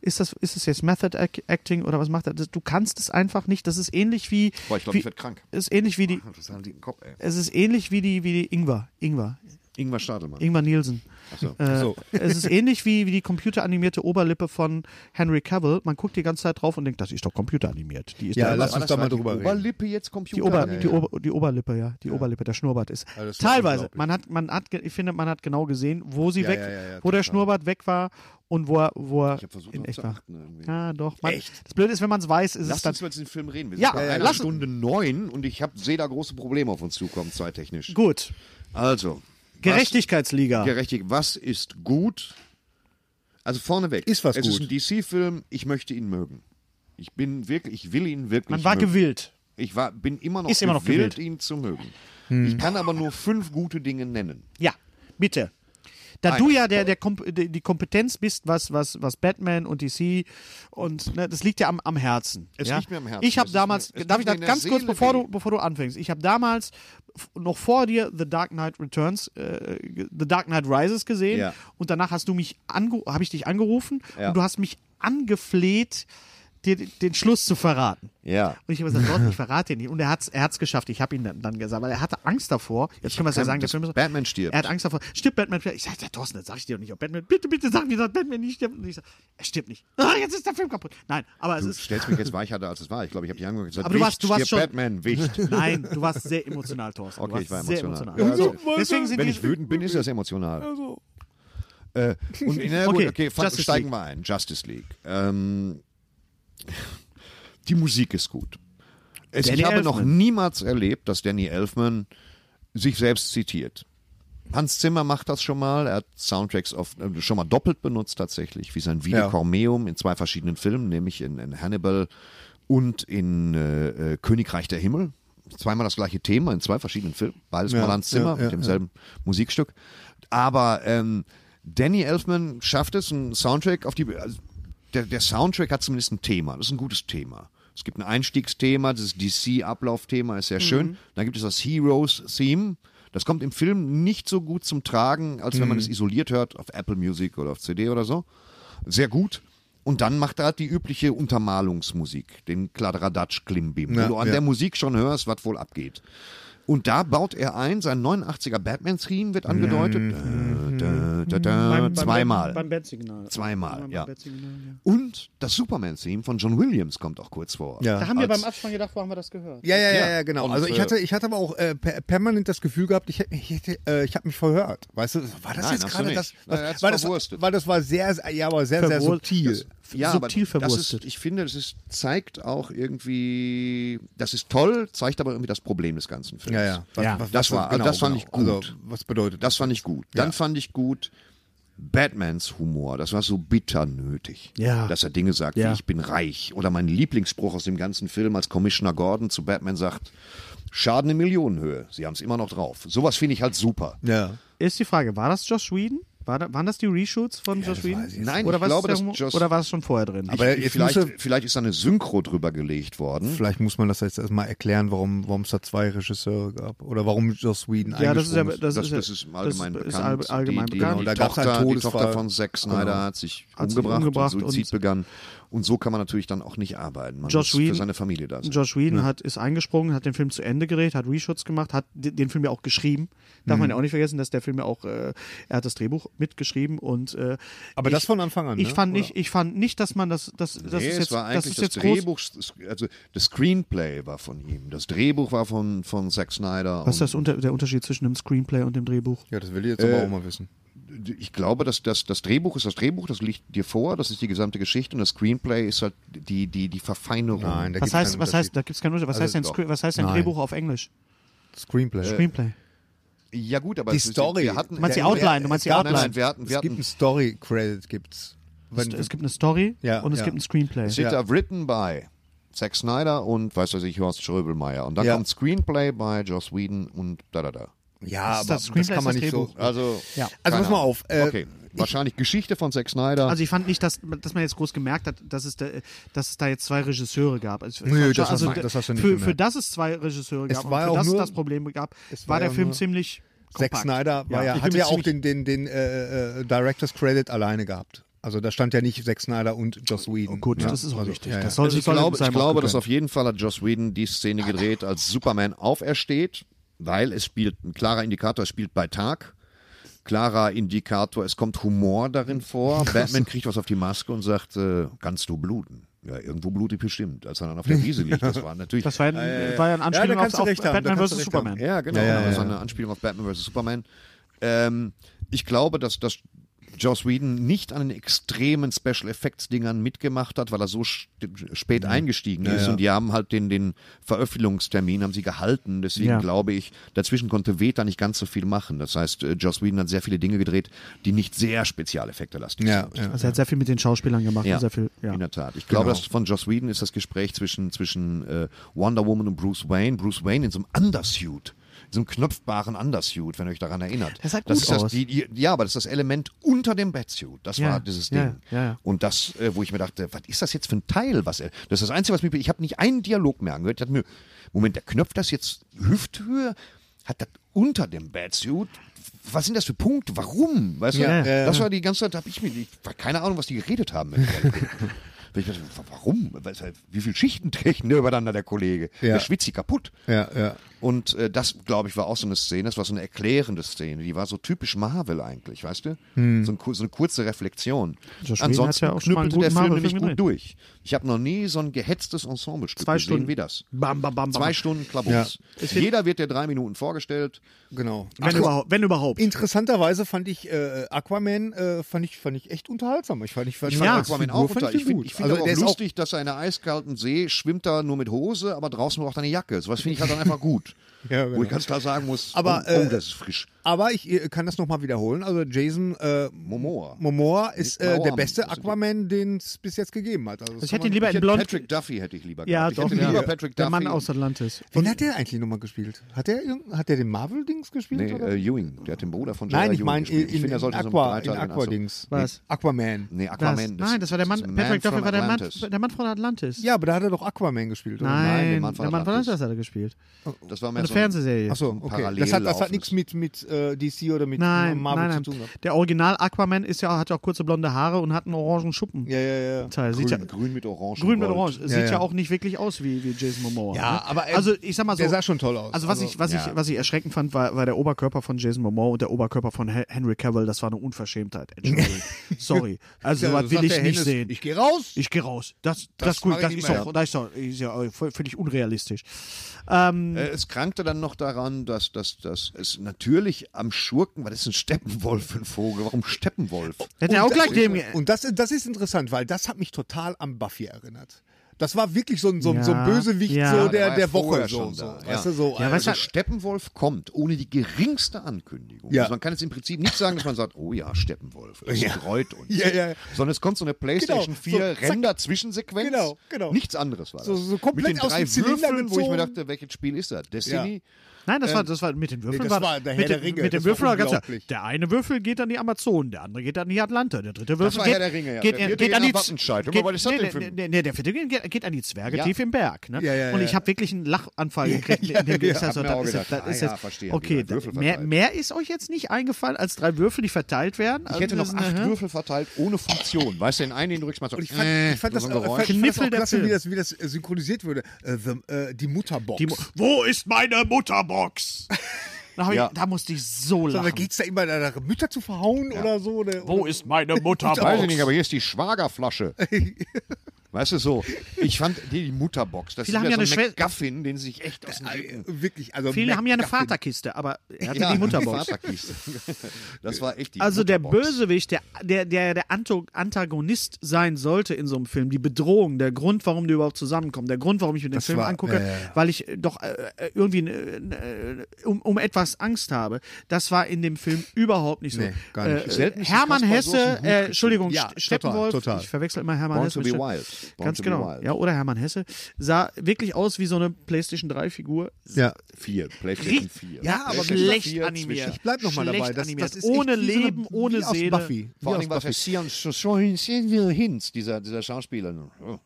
Speaker 3: ist das, ist das jetzt Method Ac- Acting oder was macht er? Das, du kannst es einfach nicht. Das ist ähnlich wie.
Speaker 1: Boah, ich glaube,
Speaker 3: wie-
Speaker 1: ich werd krank.
Speaker 3: Ist ähnlich wie die.
Speaker 1: Das haben die im Kopf, ey.
Speaker 3: Es ist ähnlich wie die, wie die Ingwer. Ingwer.
Speaker 1: Ingmar Stadelmann.
Speaker 3: Ingwer Nielsen.
Speaker 1: so.
Speaker 3: Äh, <laughs> Es ist ähnlich wie, wie die computeranimierte Oberlippe von Henry Cavill. Man guckt die ganze Zeit drauf und denkt, das ist doch computeranimiert. Die ist
Speaker 4: Ja,
Speaker 3: doch-
Speaker 4: lass uns da mal drüber reden.
Speaker 1: Oberlippe jetzt Computer?
Speaker 3: Die, Ober, die, Ober, die Oberlippe, ja. Die Oberlippe, der Schnurrbart ist.
Speaker 4: Also das war
Speaker 3: Teilweise.
Speaker 4: unglaublich.
Speaker 3: Man hat, man hat, ge- ich finde, man hat genau gesehen, wo sie
Speaker 4: Ja,
Speaker 3: weg,
Speaker 4: ja, ja, ja,
Speaker 3: wo der
Speaker 4: total.
Speaker 3: Schnurrbart weg war und wo er, wo er
Speaker 1: Ich habe versucht,
Speaker 3: in
Speaker 1: darauf
Speaker 3: echt
Speaker 1: zu
Speaker 3: war.
Speaker 1: achten. Irgendwie.
Speaker 3: Ja, doch. Man, Das Blöde ist, wenn man es weiß, ist es
Speaker 1: Lass
Speaker 3: dann.
Speaker 1: uns über diesen Film reden. Wir
Speaker 3: Ja,
Speaker 1: sind bei
Speaker 3: ja,
Speaker 1: einer
Speaker 3: lass uns-
Speaker 1: Stunde neun und ich sehe da große Probleme auf uns zukommen, zeittechnisch.
Speaker 3: Gut.
Speaker 1: Also,
Speaker 3: Gerechtigkeitsliga.
Speaker 1: was, gerechtig, was ist gut? Also vorneweg.
Speaker 4: Ist was
Speaker 1: es
Speaker 4: gut.
Speaker 1: ist ein DC-Film, ich möchte ihn mögen. Ich bin wirklich, ich will ihn wirklich
Speaker 3: man war
Speaker 1: mögen.
Speaker 3: gewillt.
Speaker 1: Ich war, bin immer noch,
Speaker 3: Ist immer noch
Speaker 1: gewillt,
Speaker 3: gewillt. Hm.
Speaker 1: ihn zu mögen. Ich kann aber nur fünf gute Dinge nennen.
Speaker 3: Ja, bitte. Da
Speaker 1: Nein.
Speaker 3: du ja der, der Komp die die Kompetenz bist, was, was, was Batman und DC und ne, das liegt ja am, am Herzen.
Speaker 1: Es
Speaker 3: ja?
Speaker 1: liegt mir am Herzen.
Speaker 3: Ich
Speaker 1: Es
Speaker 3: habe
Speaker 1: ist mir-
Speaker 3: damals,
Speaker 1: es
Speaker 3: darf
Speaker 1: tut
Speaker 3: ich
Speaker 1: mir
Speaker 3: das
Speaker 1: in der
Speaker 3: ganz kurz,
Speaker 1: Seele
Speaker 3: bevor
Speaker 1: weh.
Speaker 3: du, bevor du anfängst, ich habe damals f- noch vor dir The Dark Knight Returns, äh, ge- The Dark Knight Rises gesehen
Speaker 1: Ja.
Speaker 3: und danach hast du mich habe ich dich angerufen
Speaker 1: Ja.
Speaker 3: und du hast mich angefleht, dir den Schluss zu verraten.
Speaker 1: Ja.
Speaker 3: Und ich habe gesagt, Gott, ich verrate ihn nicht. Und er hat es er hat's geschafft. Ich habe ihn dann, dann gesagt, weil er hatte Angst davor. Jetzt können wir es ja
Speaker 1: kann-
Speaker 3: sagen, der
Speaker 1: dass
Speaker 3: Film ist.
Speaker 1: Batman stirbt.
Speaker 3: Er hat Angst davor. Stirbt Batman? Ich sage, ja, Thorsten, das sag ich dir doch nicht. Ob Batman, bitte, bitte sag mir, dass Batman nicht stirbt. Und ich sage, er stirbt nicht. <laughs> Ah, jetzt ist der Film kaputt. Nein, aber es
Speaker 1: Du
Speaker 3: ist.
Speaker 1: stellst mich jetzt weicher da, als es war. Ich glaube, ich habe dich angeguckt und gesagt,
Speaker 3: Aber du warst-
Speaker 1: Wicht,
Speaker 3: du warst
Speaker 1: stirb
Speaker 3: schon-
Speaker 1: Batman, Wicht.
Speaker 3: Nein, du warst sehr emotional, Thorsten.
Speaker 1: Okay,
Speaker 3: du warst
Speaker 1: ich war
Speaker 3: sehr
Speaker 1: emotional.
Speaker 3: emotional.
Speaker 1: Ja,
Speaker 3: Also,
Speaker 1: also,
Speaker 3: deswegen sind
Speaker 1: Wenn
Speaker 3: die,
Speaker 1: ich Also. wütend bin, ist das emotional. Äh, <laughs> und, na gut,
Speaker 3: Okay,
Speaker 1: okay, fang,
Speaker 3: Justice
Speaker 1: steigen
Speaker 3: League.
Speaker 1: wir ein. Justice League. Ähm, die Musik ist gut. Es, ich
Speaker 3: Danny
Speaker 1: habe noch
Speaker 3: Elfman.
Speaker 1: niemals erlebt, dass Danny Elfman sich selbst zitiert. Hans Zimmer macht das schon mal. Er hat Soundtracks oft, äh, schon mal doppelt benutzt tatsächlich, wie sein
Speaker 4: Ja.
Speaker 1: Videokormeum in zwei verschiedenen Filmen, nämlich in, in Hannibal und in äh, äh, Königreich der Himmel. Zweimal das gleiche Thema in zwei verschiedenen Filmen. Beides
Speaker 4: Ja,
Speaker 1: mal Hans
Speaker 4: ja,
Speaker 1: Zimmer
Speaker 4: ja,
Speaker 1: mit demselben Musikstück. Aber ähm, Danny Elfman schafft es, einen Soundtrack auf die... Also der, der Soundtrack hat zumindest ein Thema. Das ist ein gutes Thema. Es gibt ein Einstiegsthema, das DC-Ablaufthema
Speaker 4: Mhm.
Speaker 1: ist sehr schön. Dann gibt es das Heroes-Theme. Das kommt im Film nicht so gut zum Tragen, als
Speaker 4: Mhm.
Speaker 1: wenn man es isoliert hört, auf Apple Music oder auf CD oder so. Sehr gut. Und dann macht er halt die übliche Untermalungsmusik, den Kladradatsch-Klimbim,
Speaker 4: Ja,
Speaker 1: wo du an
Speaker 4: ja.
Speaker 1: der Musik schon hörst, was wohl abgeht. Und da baut er ein, sein 89er Batman-Theme wird angedeutet. Äh, Da, da, da, da, zweimal.
Speaker 3: Mhm. Beim
Speaker 1: genau-
Speaker 3: Bettsignal.
Speaker 1: Zweimal,
Speaker 3: Beim
Speaker 1: ja.
Speaker 3: Bettsignal, ja.
Speaker 1: Und das Superman-Theme von John Williams kommt auch kurz vor.
Speaker 4: Ja.
Speaker 3: Da haben wir
Speaker 1: Als-
Speaker 3: beim Abspann gedacht, wo haben wir das gehört?
Speaker 4: Ja, ja, ja,
Speaker 1: Ja.
Speaker 4: ja, genau.
Speaker 1: Und,
Speaker 4: also ich
Speaker 1: äh,
Speaker 4: hatte, ich hatte aber auch äh, per permanent das Gefühl gehabt, ich, hätte- ich, hätte, äh, ich habe mich verhört. Weißt du, war das
Speaker 1: Nein, hast
Speaker 4: jetzt
Speaker 1: du
Speaker 4: gerade
Speaker 1: nicht.
Speaker 4: das?
Speaker 1: Nein, er hat's
Speaker 4: war das,
Speaker 1: verwurstet.
Speaker 4: war das war sehr, ja, aber sehr, sehr
Speaker 3: Verwurst-
Speaker 4: subtil.
Speaker 1: ja,
Speaker 3: subtil
Speaker 1: aber das
Speaker 3: verwurstet.
Speaker 1: ist, ich finde, das ist, zeigt auch irgendwie, das ist toll, zeigt aber irgendwie das Problem des ganzen Films.
Speaker 4: Ja, ja.
Speaker 3: Ja.
Speaker 1: Das war-
Speaker 3: genau,
Speaker 1: das fand ich gut.
Speaker 4: Also, was bedeutet
Speaker 1: Das fand ich gut. Dann fand ich gut Batmans Humor. Das war so bitter nötig.
Speaker 3: Ja.
Speaker 1: Dass er Dinge sagt,
Speaker 3: Ja.
Speaker 1: wie ich bin reich. Oder mein Lieblingsspruch aus dem ganzen Film, als Commissioner Gordon zu Batman sagt, Schaden in Millionenhöhe. Sie haben es immer noch drauf. Sowas finde ich halt super.
Speaker 4: Ja.
Speaker 3: Ist die Frage, war das Josh Whedon? War da, waren das die Reshoots von Josh Whedon?
Speaker 1: Nein,
Speaker 3: oder
Speaker 1: ich
Speaker 3: was
Speaker 1: glaube,
Speaker 3: ist der
Speaker 1: dass
Speaker 3: Humor-
Speaker 1: Joss-
Speaker 3: Oder war es schon vorher drin?
Speaker 4: Aber
Speaker 1: Ich-
Speaker 4: jetzt
Speaker 1: vielleicht,
Speaker 4: muss er-
Speaker 1: vielleicht ist da eine Synchro drüber gelegt worden.
Speaker 4: Vielleicht muss man das jetzt erstmal erklären, warum warum es da zwei Regisseure gab oder warum Joss Whedon
Speaker 3: ja, das ist ja,
Speaker 4: eingesprungen
Speaker 3: das,
Speaker 1: das,
Speaker 3: ist, ja-
Speaker 1: das ist im Allgemeinen
Speaker 3: das ist
Speaker 1: bekannt.
Speaker 3: all- allgemein
Speaker 1: die, die,
Speaker 3: bekannt.
Speaker 4: Genau,
Speaker 1: Die,
Speaker 4: da gab's einen
Speaker 1: Tochter, die
Speaker 4: Todesfall.
Speaker 1: Tochter von Zack Snyder
Speaker 4: Genau.
Speaker 1: hat sich
Speaker 3: Hat sich
Speaker 1: umgebracht,
Speaker 3: umgebracht
Speaker 1: und Suizid
Speaker 3: und-
Speaker 1: begangen. Und so kann man natürlich dann auch nicht arbeiten. Man
Speaker 3: Josh
Speaker 1: muss für
Speaker 3: Whedon-
Speaker 1: seine Familie da sein.
Speaker 3: Josh Whedon hat, ist eingesprungen, hat den Film zu Ende gedreht, hat Reshoots gemacht, hat d- den Film ja auch geschrieben. Darf
Speaker 4: Mhm.
Speaker 3: man ja auch nicht vergessen, dass der Film ja auch, äh, er hat das Drehbuch mitgeschrieben und äh,
Speaker 4: Aber
Speaker 3: ich,
Speaker 4: das von Anfang an,
Speaker 3: Ich
Speaker 4: ne?
Speaker 3: fand
Speaker 4: Oder?
Speaker 3: nicht, ich fand nicht, dass man das, das, das
Speaker 1: nee,
Speaker 3: ist
Speaker 1: es
Speaker 3: jetzt,
Speaker 1: war
Speaker 3: das
Speaker 1: eigentlich
Speaker 3: ist
Speaker 1: das,
Speaker 3: jetzt groß.
Speaker 1: Drehbuch, also das Screenplay war von ihm. Das Drehbuch war von, von Zack Snyder.
Speaker 3: Was ist
Speaker 1: und
Speaker 3: das unter, der Unterschied zwischen dem Screenplay und dem Drehbuch?
Speaker 4: Ja, das will ich jetzt aber auch mal wissen.
Speaker 1: ich glaube, dass das, das Drehbuch ist das Drehbuch, das liegt dir vor, das ist die gesamte Geschichte und das Screenplay ist halt die, die, die Verfeinerung.
Speaker 4: Nein, da
Speaker 3: Was
Speaker 4: gibt's
Speaker 3: heißt,
Speaker 4: keinen
Speaker 3: was heißt, da gibt's keinen Unterschied. Was
Speaker 1: Also
Speaker 3: heißt denn,
Speaker 1: doch.
Speaker 3: Scre- was heißt denn
Speaker 4: Nein. Äh,
Speaker 3: Drehbuch auf Englisch?
Speaker 4: Unterschied. Screenplay.
Speaker 3: Screenplay.
Speaker 1: ja gut, aber
Speaker 4: Also Die
Speaker 1: es ist-
Speaker 4: Story.
Speaker 1: wir hatten
Speaker 3: Du meinst die
Speaker 4: Ja,
Speaker 3: Outline, du
Speaker 4: es
Speaker 3: meinst die
Speaker 4: gab-
Speaker 1: Nein,
Speaker 3: Outline.
Speaker 1: nein, wir hatten, wir
Speaker 4: Es gibt
Speaker 1: hatten
Speaker 4: einen Story Credit gibt's. Wenn,
Speaker 3: es gibt eine Story
Speaker 4: Ja,
Speaker 3: und es
Speaker 4: ja.
Speaker 3: gibt ein Screenplay.
Speaker 1: steht
Speaker 4: Ja.
Speaker 1: da written by Zack Snyder und weiß was ich Horst Schröbelmeier und dann
Speaker 4: Ja.
Speaker 1: kommt Screenplay by Joss Whedon und da da da.
Speaker 4: ja,
Speaker 3: Das ist
Speaker 4: aber
Speaker 3: das
Speaker 4: das,
Speaker 3: Screenplay,
Speaker 4: kann man
Speaker 3: ist das
Speaker 4: nicht so.
Speaker 3: Drehbuch.
Speaker 1: Also
Speaker 3: Ja.
Speaker 4: Also
Speaker 1: keine
Speaker 4: pass mal
Speaker 1: Ahnung.
Speaker 4: auf. Äh,
Speaker 1: okay, wahrscheinlich Geschichte von Zack Snyder.
Speaker 3: Also ich fand nicht, dass, dass man jetzt groß gemerkt hat, dass es, da, dass es da jetzt zwei Regisseure gab. Also, ich
Speaker 4: Nö,
Speaker 3: fand schon-
Speaker 4: das hast du- das hast du nicht
Speaker 3: für,
Speaker 4: gemerkt.
Speaker 3: für das es zwei Regisseure
Speaker 4: Es
Speaker 3: gab
Speaker 4: war
Speaker 3: und
Speaker 4: auch
Speaker 3: für das
Speaker 4: nur-
Speaker 3: das Problem gab,
Speaker 4: es war
Speaker 3: war der
Speaker 4: ja
Speaker 3: Film
Speaker 4: nur-
Speaker 3: ziemlich
Speaker 4: Zack
Speaker 3: kompakt.
Speaker 4: Snyder war ja,
Speaker 3: ich bin
Speaker 4: hat
Speaker 3: mir
Speaker 4: ja auch
Speaker 3: ziemlich-
Speaker 4: den, den, den äh, äh, Directors Credit alleine gehabt. Also da stand ja nicht Zack Snyder und Joss Whedon.
Speaker 3: Oh, Gut,
Speaker 4: ja.
Speaker 3: das ist auch
Speaker 4: also,
Speaker 3: richtig.
Speaker 4: Ja, ja.
Speaker 3: Das soll,
Speaker 1: Also ich
Speaker 3: soll
Speaker 1: glaube,
Speaker 3: seinem
Speaker 1: ich glaube
Speaker 3: auch
Speaker 1: dass
Speaker 3: gefallen.
Speaker 1: auf jeden Fall hat Joss Whedon die Szene gedreht, als Superman aufersteht, weil es spielt ein klarer Indikator, es spielt bei Tag. Klarer Indikator, es kommt Humor darin
Speaker 3: <laughs>
Speaker 1: vor. Batman kriegt was auf die Maske und sagt, äh, kannst du bluten? Ja, irgendwo blutet bestimmt, als er dann auf
Speaker 3: <laughs>
Speaker 1: der Wiese liegt. Das war natürlich.
Speaker 3: das war, ein,
Speaker 4: ja.
Speaker 3: war ja ein
Speaker 4: Ja,
Speaker 3: Anspielung
Speaker 4: da
Speaker 3: auf,
Speaker 4: kannst du
Speaker 3: auf
Speaker 4: recht haben, da
Speaker 3: Batman
Speaker 4: kannst du
Speaker 3: vs.
Speaker 4: recht haben.
Speaker 3: Superman.
Speaker 1: ja, genau.
Speaker 4: Ja, ja,
Speaker 1: das war
Speaker 4: ja.
Speaker 1: eine Anspielung auf Batman vs. Superman. Ähm, ich glaube, dass, dass Joss Whedon nicht an den extremen Special Effects Dingern mitgemacht hat, weil er so st- spät
Speaker 4: Mhm.
Speaker 1: eingestiegen ist und die haben halt den, den Veröffentlichungstermin haben sie gehalten. Deswegen
Speaker 3: Ja.
Speaker 1: glaube ich, dazwischen konnte Veta nicht ganz so viel machen. Das heißt, äh, Joss Whedon hat sehr viele Dinge gedreht, die nicht sehr Spezialeffekte lastig
Speaker 4: Ja,
Speaker 1: sind.
Speaker 4: ja.
Speaker 3: Also er hat sehr viel mit den Schauspielern gemacht.
Speaker 1: Ja,
Speaker 3: und sehr viel, ja.
Speaker 1: in der Tat. Ich glaube,
Speaker 4: Genau.
Speaker 1: das von Joss Whedon ist das Gespräch zwischen, zwischen äh, Wonder Woman und Bruce Wayne. Bruce Wayne in so einem Undersuit. In so einem knöpfbaren Undersuit, wenn ihr euch daran erinnert.
Speaker 3: Das sah gut
Speaker 1: ist das,
Speaker 3: aus.
Speaker 1: die, die, ja, aber das ist das Element unter dem Batsuit. Das
Speaker 3: Ja,
Speaker 1: war dieses Ding.
Speaker 3: ja, ja, ja.
Speaker 1: Und das, äh, wo ich mir dachte, was ist das jetzt für ein Teil? Was er, das ist das Einzige, was mich. Ich habe nicht einen Dialog mehr angehört. Ich dachte mir, Moment, der knöpft das jetzt Hüfthöhe? Hat das unter dem Batsuit? Was sind das für Punkte? Warum? Weißt
Speaker 4: Ja,
Speaker 1: du, Äh,
Speaker 4: ja, ja.
Speaker 1: das war die ganze Zeit, da habe ich mir ich, keine Ahnung, was die geredet haben. Mit der-
Speaker 4: <laughs>
Speaker 1: Weil ich dachte, wa- warum? Weiß halt, Wie viele Schichten trägt denn der übereinander der Kollege?
Speaker 4: Ja.
Speaker 1: Der schwitzt sie kaputt.
Speaker 4: Ja, ja.
Speaker 1: Und äh, das, glaube ich, war auch so eine Szene, das war so eine erklärende Szene, die war so typisch Marvel eigentlich, weißt du?
Speaker 4: Hm.
Speaker 1: So, ein, kur- so eine kurze Reflexion.
Speaker 3: Joss Whedon
Speaker 1: Ansonsten
Speaker 3: hat ja auch schon mal einen
Speaker 1: knüppelte der Film
Speaker 3: guten Marvel-Film
Speaker 1: nämlich gut durch.
Speaker 3: gedreht.
Speaker 1: Ich habe noch nie so ein gehetztes Ensemblestück
Speaker 3: Zwei
Speaker 1: gesehen
Speaker 3: Stunden.
Speaker 1: wie das.
Speaker 3: Bam, bam, bam, bam.
Speaker 1: Zwei Stunden Klabums. Jeder wird der drei Minuten vorgestellt.
Speaker 4: Genau.
Speaker 3: Wenn überhaupt. Wenn überhaupt.
Speaker 4: Interessanterweise fand ich äh, Aquaman äh, fand ich fand ich echt unterhaltsam. Ich fand ich fand,
Speaker 1: Ich fand
Speaker 4: fand
Speaker 1: ja,
Speaker 4: als
Speaker 1: Aquaman
Speaker 4: Figur
Speaker 1: auch unter.
Speaker 4: fand ich
Speaker 1: Ich
Speaker 4: den
Speaker 1: finde
Speaker 4: gut.
Speaker 1: ich find aber
Speaker 4: der
Speaker 1: auch
Speaker 4: ist
Speaker 1: lustig, dass er in einer eiskalten See schwimmt da nur mit Hose, aber draußen braucht er eine Jacke. So was finde ich halt dann einfach gut.
Speaker 4: Ja,
Speaker 1: Wo
Speaker 4: genau.
Speaker 1: ich ganz klar sagen muss,
Speaker 4: Aber,
Speaker 1: oh,
Speaker 4: äh,
Speaker 1: oh, das ist frisch.
Speaker 4: Aber ich äh, kann das nochmal wiederholen. Also Jason äh,
Speaker 1: Momoa.
Speaker 4: Momoa ist
Speaker 1: Nicht
Speaker 4: äh, der
Speaker 1: Mauermann,
Speaker 4: beste
Speaker 1: das sind die-
Speaker 4: Aquaman, den es bis jetzt gegeben hat. Also, das
Speaker 3: Ich
Speaker 4: kann
Speaker 3: hätte ihn
Speaker 4: man-
Speaker 3: lieber
Speaker 1: Ich
Speaker 3: in
Speaker 1: hätte
Speaker 3: blond.
Speaker 1: Patrick Duffy hätte ich lieber
Speaker 3: Ja,
Speaker 1: gehabt. Ich
Speaker 3: doch.
Speaker 1: hätte lieber
Speaker 3: ja.
Speaker 1: Patrick
Speaker 3: Der Mann
Speaker 1: Duffy-
Speaker 3: aus Atlantis.
Speaker 4: Wen hat der eigentlich nochmal gespielt? Hat der irgend- hat der den Marvel-Dings gespielt?
Speaker 1: Nee,
Speaker 4: oder?
Speaker 1: äh, Ewing, der hat den Bruder von J.R.
Speaker 4: Nein, ich
Speaker 1: Ewing
Speaker 4: meine
Speaker 1: gespielt.
Speaker 4: in,
Speaker 1: ich finde,
Speaker 4: in,
Speaker 1: er sollte so einen
Speaker 4: Aqua, in
Speaker 1: Dreiteiler in Aqua
Speaker 4: Aqua-Dings.
Speaker 3: Was?
Speaker 4: Aquaman.
Speaker 1: also Nee,
Speaker 3: Das,
Speaker 1: Aquaman.
Speaker 3: nein, das war der Mann.
Speaker 1: ist
Speaker 3: Patrick
Speaker 1: Man
Speaker 3: Duffy war
Speaker 1: from
Speaker 3: der Mann,
Speaker 1: Atlantis.
Speaker 3: der Mann von Atlantis.
Speaker 4: Ja, aber da hat er doch Aquaman gespielt, oder?
Speaker 1: Nein,
Speaker 3: Nein,
Speaker 1: der Mann von
Speaker 3: der Mann von
Speaker 1: Atlantis.
Speaker 3: Atlantis hat er gespielt.
Speaker 1: Das war mehr
Speaker 3: Eine
Speaker 1: so ein-
Speaker 3: Fernsehserie.
Speaker 4: Achso, okay.
Speaker 1: parallel
Speaker 4: Das hat, das hat
Speaker 1: laufendes.
Speaker 4: nichts mit, mit äh, DC oder mit
Speaker 3: Nein,
Speaker 4: Marvel
Speaker 3: nein,
Speaker 4: zu
Speaker 3: nein.
Speaker 4: tun gehabt.
Speaker 3: Der Original Aquaman ist ja, hat ja auch kurze blonde Haare und hat einen orangen Schuppen.
Speaker 4: Ja, ja, ja.
Speaker 3: Teil. Sieht ja,
Speaker 1: Grün, grün mit Orange.
Speaker 3: grün mit
Speaker 1: Gold.
Speaker 3: Orange. Sieht ja,
Speaker 4: ja.
Speaker 3: auch nicht wirklich aus wie, wie Jason Momoa.
Speaker 4: Ja,
Speaker 3: ne?
Speaker 4: aber, äh,
Speaker 3: also ich sag mal so.
Speaker 4: der sah schon toll aus.
Speaker 3: Also was
Speaker 4: Also,
Speaker 3: ich, was
Speaker 1: ja.
Speaker 3: ich, was ich erschreckend fand, war, war der Oberkörper von Jason Momoa und der Oberkörper von He- Henry Cavill. Das war eine Unverschämtheit.
Speaker 4: <laughs>
Speaker 3: Entschuldigung. Sorry. Also sowas
Speaker 4: das
Speaker 3: will
Speaker 4: sagt
Speaker 3: ich
Speaker 4: der
Speaker 3: nicht
Speaker 4: Hennes,
Speaker 3: sehen.
Speaker 4: Ich gehe raus.
Speaker 3: Ich gehe raus. Das, das,
Speaker 4: Das
Speaker 3: ist gut.
Speaker 4: mach ich
Speaker 3: Das
Speaker 4: nicht
Speaker 3: ist
Speaker 4: mehr.
Speaker 3: doch, das ist doch ist ja, äh, v- völlig unrealistisch. Ähm,
Speaker 1: Äh, Es krankte dann noch daran, dass, dass, dass es natürlich am Schurken, weil das ist ein Steppenwolf, ein Vogel. Warum Steppenwolf?
Speaker 3: hätte er
Speaker 4: Und
Speaker 3: auch
Speaker 4: das-
Speaker 3: gleich dem.
Speaker 4: Und das, das ist interessant, weil das hat mich total an Buffy erinnert. Das war wirklich so ein, so, ein- so ein
Speaker 3: Ja,
Speaker 4: Bösewicht
Speaker 3: ja.
Speaker 4: so
Speaker 3: Ja,
Speaker 4: der,
Speaker 1: Ah, war ja
Speaker 4: der Woche.
Speaker 1: vorher
Speaker 4: So,
Speaker 1: schon
Speaker 4: so.
Speaker 1: da,
Speaker 4: Weißt du, so,
Speaker 3: Ja,
Speaker 4: also,
Speaker 1: Also Steppenwolf kommt ohne die geringste Ankündigung.
Speaker 4: Ja.
Speaker 1: Also man kann jetzt im Prinzip nicht sagen, dass man sagt, oh ja, Steppenwolf, das freut uns.
Speaker 4: Ja, ja.
Speaker 1: Sondern es kommt so eine PlayStation
Speaker 4: Genau, so,
Speaker 1: 4
Speaker 4: zack.
Speaker 1: Render-Zwischensequenz.
Speaker 4: Genau, genau.
Speaker 1: Nichts anderes war das.
Speaker 4: So- so komplett
Speaker 1: Mit den
Speaker 4: aus
Speaker 1: drei
Speaker 4: dem Zylinder
Speaker 1: Würfeln, wo ich mir
Speaker 4: gezogen.
Speaker 1: dachte, welches Spiel ist das? Destiny?
Speaker 3: Nein,
Speaker 1: Ähm,
Speaker 3: das war, das war mit den Würfeln.
Speaker 4: das war der Herr
Speaker 3: mit,
Speaker 4: der
Speaker 3: den-
Speaker 4: Ringe,
Speaker 3: Mit dem
Speaker 4: das war
Speaker 3: Würfel war ganz klar.
Speaker 4: unglaublich.
Speaker 3: Der eine Würfel geht an die Amazonen, der andere geht an die Atlante, der dritte Würfel
Speaker 1: war
Speaker 3: geht,
Speaker 1: Herr der Ringe, ja. Der
Speaker 3: geht, geht,
Speaker 1: vierte
Speaker 3: geht
Speaker 1: geht
Speaker 3: an
Speaker 1: nach
Speaker 3: die
Speaker 1: Wattenscheid. Aber
Speaker 3: Geht,
Speaker 1: was ist das
Speaker 3: nee,
Speaker 1: denn für
Speaker 3: nee,
Speaker 1: ein-
Speaker 3: nee, nee, der vierte geht, geht an die Zwerge
Speaker 1: Ja.
Speaker 3: tief im Berg. Ne?
Speaker 4: Ja, ja,
Speaker 3: Und
Speaker 4: ja.
Speaker 3: ich habe wirklich
Speaker 1: <laughs>
Speaker 3: einen Lachanfall gekriegt in dem also Gesicht.
Speaker 1: hab mir auch gedacht, ah, ja, verstehe, die
Speaker 3: Okay,
Speaker 1: drei Würfel
Speaker 3: mehr,
Speaker 1: verteilt.
Speaker 3: mehr ist euch jetzt nicht eingefallen als drei Würfel, die verteilt werden.
Speaker 1: Ich hätte noch
Speaker 3: Also,
Speaker 1: acht
Speaker 3: aha.
Speaker 1: Würfel verteilt ohne Funktion. Weißt du, den einen, den du rückst, mal so,
Speaker 4: Und ich fand,
Speaker 1: äh,
Speaker 4: ich fand
Speaker 1: so
Speaker 4: das,
Speaker 1: ein
Speaker 4: äh,
Speaker 1: Geräusch.
Speaker 4: fand, ich fand das
Speaker 3: Kniffel
Speaker 4: auch
Speaker 3: der
Speaker 4: klasse, wie
Speaker 3: Film.
Speaker 4: das, wie das äh, synchronisiert würde. Äh, the, äh, die Mutterbox.
Speaker 3: Die Mu- Wo ist meine Mutterbox? Da, hab ich,
Speaker 1: Ja.
Speaker 3: da musste ich so
Speaker 4: Aber
Speaker 3: lachen.
Speaker 4: geht's da immer darum, Mütter zu verhauen oder so? Oder,
Speaker 3: Wo
Speaker 4: <laughs>
Speaker 3: ist meine
Speaker 1: Weiß ich
Speaker 3: Mutterbox?
Speaker 1: nicht, aber hier ist die Schwagerflasche.
Speaker 3: <laughs>
Speaker 1: weißt du so? Ich fand die, die Mutterbox, das
Speaker 3: Viele
Speaker 1: ist
Speaker 3: haben
Speaker 1: ja
Speaker 3: ja
Speaker 1: so
Speaker 3: eine
Speaker 1: ein
Speaker 3: Schwä-
Speaker 1: McGuffin, den sie sich echt aus dem
Speaker 4: Äh, wirklich, also
Speaker 3: Viele haben ja eine
Speaker 4: McGuffin.
Speaker 3: Vaterkiste, aber er hatte
Speaker 1: Ja,
Speaker 3: die
Speaker 1: <laughs>
Speaker 3: Mutterbox.
Speaker 1: Vaterkiste.
Speaker 3: <laughs>
Speaker 1: Das war echt die
Speaker 3: Also der
Speaker 1: Mutterbox.
Speaker 3: Bösewicht, der, der, der, der Anto- Antagonist sein sollte in so einem Film, die Bedrohung, der Grund, warum die überhaupt zusammenkommen, der Grund, warum ich mir den Film
Speaker 4: war-
Speaker 3: angucke,
Speaker 4: ja, ja, ja.
Speaker 3: weil ich äh, doch äh, äh, irgendwie äh, äh, um, um etwas Angst habe, das war in dem Film überhaupt nicht so.
Speaker 4: Nee, gar nicht.
Speaker 3: Äh,
Speaker 1: Selten ist
Speaker 3: Hermann
Speaker 1: Kaspar so aus dem Hut
Speaker 3: Hesse, äh,
Speaker 1: geschossen.
Speaker 3: Entschuldigung,
Speaker 4: Ja,
Speaker 3: ja,
Speaker 4: total,
Speaker 3: Steppenwolf,
Speaker 4: total.
Speaker 3: ich verwechsel immer Hermann
Speaker 1: Born
Speaker 3: Hesse.
Speaker 1: to
Speaker 3: mit
Speaker 1: be
Speaker 3: Steppen-
Speaker 1: wild. Born
Speaker 3: Ganz
Speaker 1: to be
Speaker 3: genau.
Speaker 1: wild.
Speaker 3: Ja, oder Hermann Hesse sah wirklich aus wie so eine PlayStation 3 Figur.
Speaker 4: Ja.
Speaker 1: Vier, PlayStation 4.
Speaker 4: Ja, aber
Speaker 1: PlayStation
Speaker 3: schlecht
Speaker 1: 4
Speaker 3: animiert.
Speaker 1: zwischen-
Speaker 4: Ich bleib nochmal
Speaker 3: Schlecht
Speaker 4: dabei. Das,
Speaker 3: animiert.
Speaker 4: das ist
Speaker 3: Ohne
Speaker 4: echt wie so eine-
Speaker 3: Leben, ohne
Speaker 4: wie aus
Speaker 3: Seele.
Speaker 4: Buffy. Wie
Speaker 1: Vor
Speaker 4: aus
Speaker 1: allem, was
Speaker 4: Buffy.
Speaker 1: wir Sion Hinz, dieser, dieser Schauspieler, oh,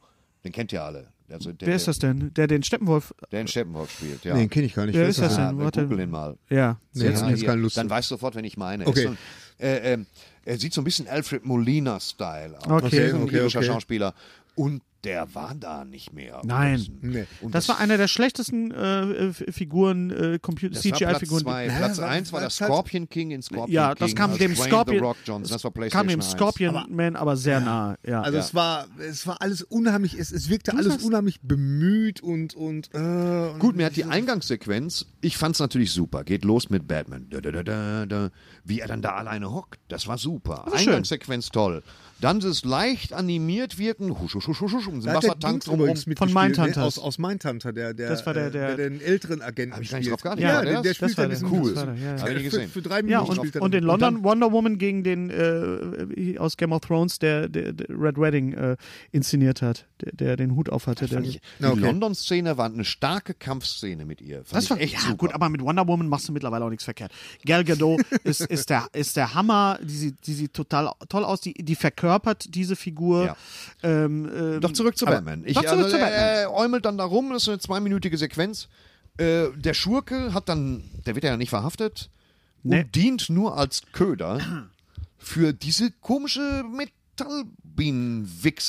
Speaker 1: den kennt ihr alle. Also der,
Speaker 3: Wer ist das denn? Der den Steppenwolf.
Speaker 1: Der in Steppenwolf spielt, ja.
Speaker 4: Nee, den kenn ich gar nicht.
Speaker 3: Wer
Speaker 4: Wer
Speaker 3: ist
Speaker 4: ist
Speaker 3: das
Speaker 1: ja,
Speaker 3: denn?
Speaker 1: wir
Speaker 3: Warte.
Speaker 1: googeln den mal.
Speaker 3: Ja,
Speaker 4: jetzt
Speaker 1: ja,
Speaker 4: nicht.
Speaker 1: hier,
Speaker 4: Keine Lust
Speaker 1: Dann
Speaker 4: zu.
Speaker 1: weißt du sofort, wenn ich meine.
Speaker 4: Okay.
Speaker 1: Ist so ein- äh, ähm, er sieht so ein bisschen Alfred Molina-Style aus.
Speaker 3: Okay,
Speaker 1: Er ist ein
Speaker 4: okay,
Speaker 1: irischer
Speaker 4: okay.
Speaker 1: Schauspieler. Und der war da nicht mehr.
Speaker 3: Nein.
Speaker 4: Nee.
Speaker 1: Und
Speaker 3: Das war einer der schlechtesten äh, F- Figuren, äh, Computer-
Speaker 1: das war Platz
Speaker 3: CGI-Figuren.
Speaker 1: zwei.
Speaker 4: Ja,
Speaker 1: Platz
Speaker 4: war-
Speaker 1: 1 war
Speaker 4: war
Speaker 1: der
Speaker 4: Platz-
Speaker 1: Scorpion King in Scorpion
Speaker 3: Ja,
Speaker 1: King.
Speaker 3: das kam
Speaker 1: also
Speaker 3: dem
Speaker 1: Dwayne
Speaker 3: Scorpion,
Speaker 1: The Rock Johnson. Das war PlayStation
Speaker 3: kam dem
Speaker 1: 1.
Speaker 3: Scorpion Man aber sehr nahe. Ja.
Speaker 4: Also es war, es war alles unheimlich, es, es wirkte alles unheimlich bemüht und und, äh, und
Speaker 1: Gut, mir hat die Eingangssequenz, ich fand's natürlich super. Geht los mit Batman. Da, da, da, da, da. Wie er dann da alleine hockt, das war super.
Speaker 3: schön.
Speaker 1: Eingangssequenz toll. Dann dieses leicht animiert wirken, husch, husch, husch, husch, husch, um den
Speaker 4: Da hat der
Speaker 1: Wassertank
Speaker 4: Dings
Speaker 1: drumherum.
Speaker 4: übrigens mitgespielt,
Speaker 3: Von Mindhunter.
Speaker 4: Ne? Aus, aus Mindhunter, der, der,
Speaker 3: Das war der,
Speaker 4: äh,
Speaker 3: der-
Speaker 4: den älteren Agenten
Speaker 1: Hab ich gar nicht
Speaker 4: spielt.
Speaker 1: drauf geachtet.
Speaker 4: Ja,
Speaker 1: War der
Speaker 4: der,
Speaker 1: das?
Speaker 4: der spielt
Speaker 3: Das war
Speaker 4: ein bisschen
Speaker 3: der.
Speaker 1: Cool.
Speaker 3: Das war der, ja, ja.
Speaker 1: Hab ich nicht
Speaker 4: Für,
Speaker 1: gesehen.
Speaker 4: für drei
Speaker 3: ja,
Speaker 4: Minuten
Speaker 3: und,
Speaker 4: spielt er
Speaker 3: und in
Speaker 4: damit.
Speaker 3: London Wonder Woman gegen den äh, aus Game of Thrones, der, der, der Red Wedding äh, inszeniert hat, der, der den Hut aufhatte. Der,
Speaker 1: Die
Speaker 4: Na, okay.
Speaker 1: London-Szene war eine starke Kampfszene mit ihr. Fand ich echt
Speaker 3: ja,
Speaker 1: super.
Speaker 3: gut, aber mit Wonder Woman machst du mittlerweile auch nichts verkehrt.
Speaker 1: <laughs>
Speaker 3: Gal Gadot ist, ist, der, ist der Hammer, die sieht, die sieht total toll aus, die, die verkörpert diese Figur. Ähm, ähm,
Speaker 1: Doch zurück zu
Speaker 3: aber-
Speaker 1: Batman. Ich,
Speaker 3: doch zurück
Speaker 1: also,
Speaker 3: zu Batman.
Speaker 1: Er äumelt dann da rum, das ist eine zweiminütige Sequenz. Äh, der Schurke hat dann, der wird ja nicht verhaftet
Speaker 3: Nee.
Speaker 1: und dient nur als Köder für diese komische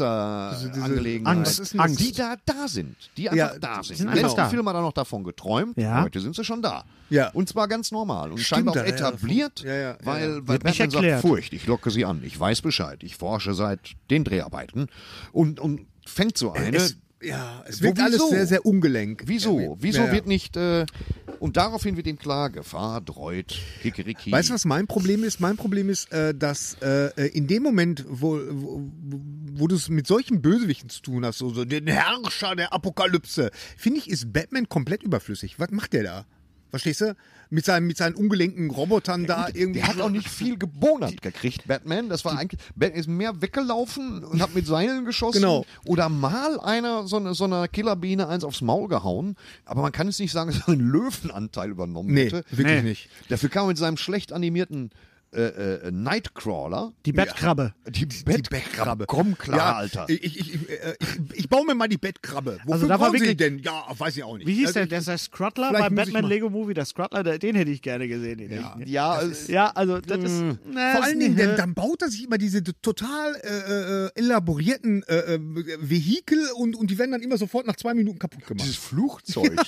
Speaker 1: Metallbienenwichser-Angelegenheit.
Speaker 3: Angst,
Speaker 1: die
Speaker 3: Angst.
Speaker 1: Die da, da sind. Die einfach
Speaker 4: Ja,
Speaker 1: da sind. Genau.
Speaker 3: sind
Speaker 1: Im
Speaker 3: einfach
Speaker 1: letzten
Speaker 3: da.
Speaker 1: Film hat er noch davon geträumt,
Speaker 3: Ja.
Speaker 1: heute sind sie schon da.
Speaker 4: Ja.
Speaker 1: Und zwar ganz normal und
Speaker 4: Stimmt,
Speaker 1: scheinbar auch
Speaker 4: da hat er davon-
Speaker 1: etabliert,
Speaker 4: Ja, ja,
Speaker 1: weil,
Speaker 4: ja,
Speaker 1: weil
Speaker 3: Wird nicht
Speaker 1: Batman sagt,
Speaker 3: erklärt.
Speaker 1: Furcht, ich locke sie an, ich weiß Bescheid, ich forsche seit den Dreharbeiten und, und fängt so eine.
Speaker 4: Es, ja, es
Speaker 1: Wo,
Speaker 4: wirkt alles
Speaker 1: wieso?
Speaker 4: sehr, sehr ungelenk.
Speaker 1: Wieso?
Speaker 4: Ja,
Speaker 1: Wieso
Speaker 4: ja, ja.
Speaker 1: wird nicht. Äh, und daraufhin wird ihm klar, Gefahr, Dreut, Kikeriki.
Speaker 4: Weißt du, was mein Problem ist? Mein Problem ist, äh, dass äh, in dem Moment, wo, wo, wo du es mit solchen Bösewichten zu tun hast, so, so den Herrscher der Apokalypse, finde ich, ist Batman komplett überflüssig. Was macht der da? Verstehst du? Mit seinen, mit seinen ungelenken Robotern da irgendwie.
Speaker 1: Der hat auch nicht viel gebonert gekriegt, Batman. Das war eigentlich. Batman ist mehr weggelaufen und hat mit Seilen geschossen.
Speaker 4: Genau.
Speaker 1: Oder mal einer so einer so einer Killerbiene eins aufs Maul gehauen. Aber man kann es nicht sagen, <laughs> dass er einen Löwenanteil übernommen
Speaker 4: Nee,
Speaker 1: hätte.
Speaker 4: wirklich nicht.
Speaker 1: Dafür kam er mit seinem schlecht animierten äh, äh, Nightcrawler.
Speaker 3: Die Bettkrabbe.
Speaker 1: Die, Bettkrabbe. Komm klar,
Speaker 4: ja,
Speaker 1: Alter.
Speaker 4: Ich, ich, ich, äh, ich, ich baue mir mal die Bettkrabbe. Wofür
Speaker 3: da war
Speaker 4: brauchen sie
Speaker 3: wirklich-
Speaker 4: denn? Ja, weiß ich auch nicht.
Speaker 3: Wie hieß
Speaker 4: Also
Speaker 3: der?
Speaker 4: ich-
Speaker 3: Der ist der Scruttler
Speaker 4: Vielleicht muss
Speaker 3: bei
Speaker 4: ich
Speaker 3: Batman
Speaker 4: mal-
Speaker 3: Lego Movie. Der Scruttler, der, den hätte ich gerne gesehen. Den ja. Ich,
Speaker 1: Ja, es-
Speaker 3: ja, also das ist. na,
Speaker 4: Hm. Vor
Speaker 3: ist
Speaker 4: allen
Speaker 3: nicht-
Speaker 4: Dingen, dann, dann baut er sich immer diese total äh, äh, elaborierten äh, äh, Vehikel und, und die werden dann immer sofort nach zwei Minuten kaputt gemacht.
Speaker 1: Dieses Flugzeug.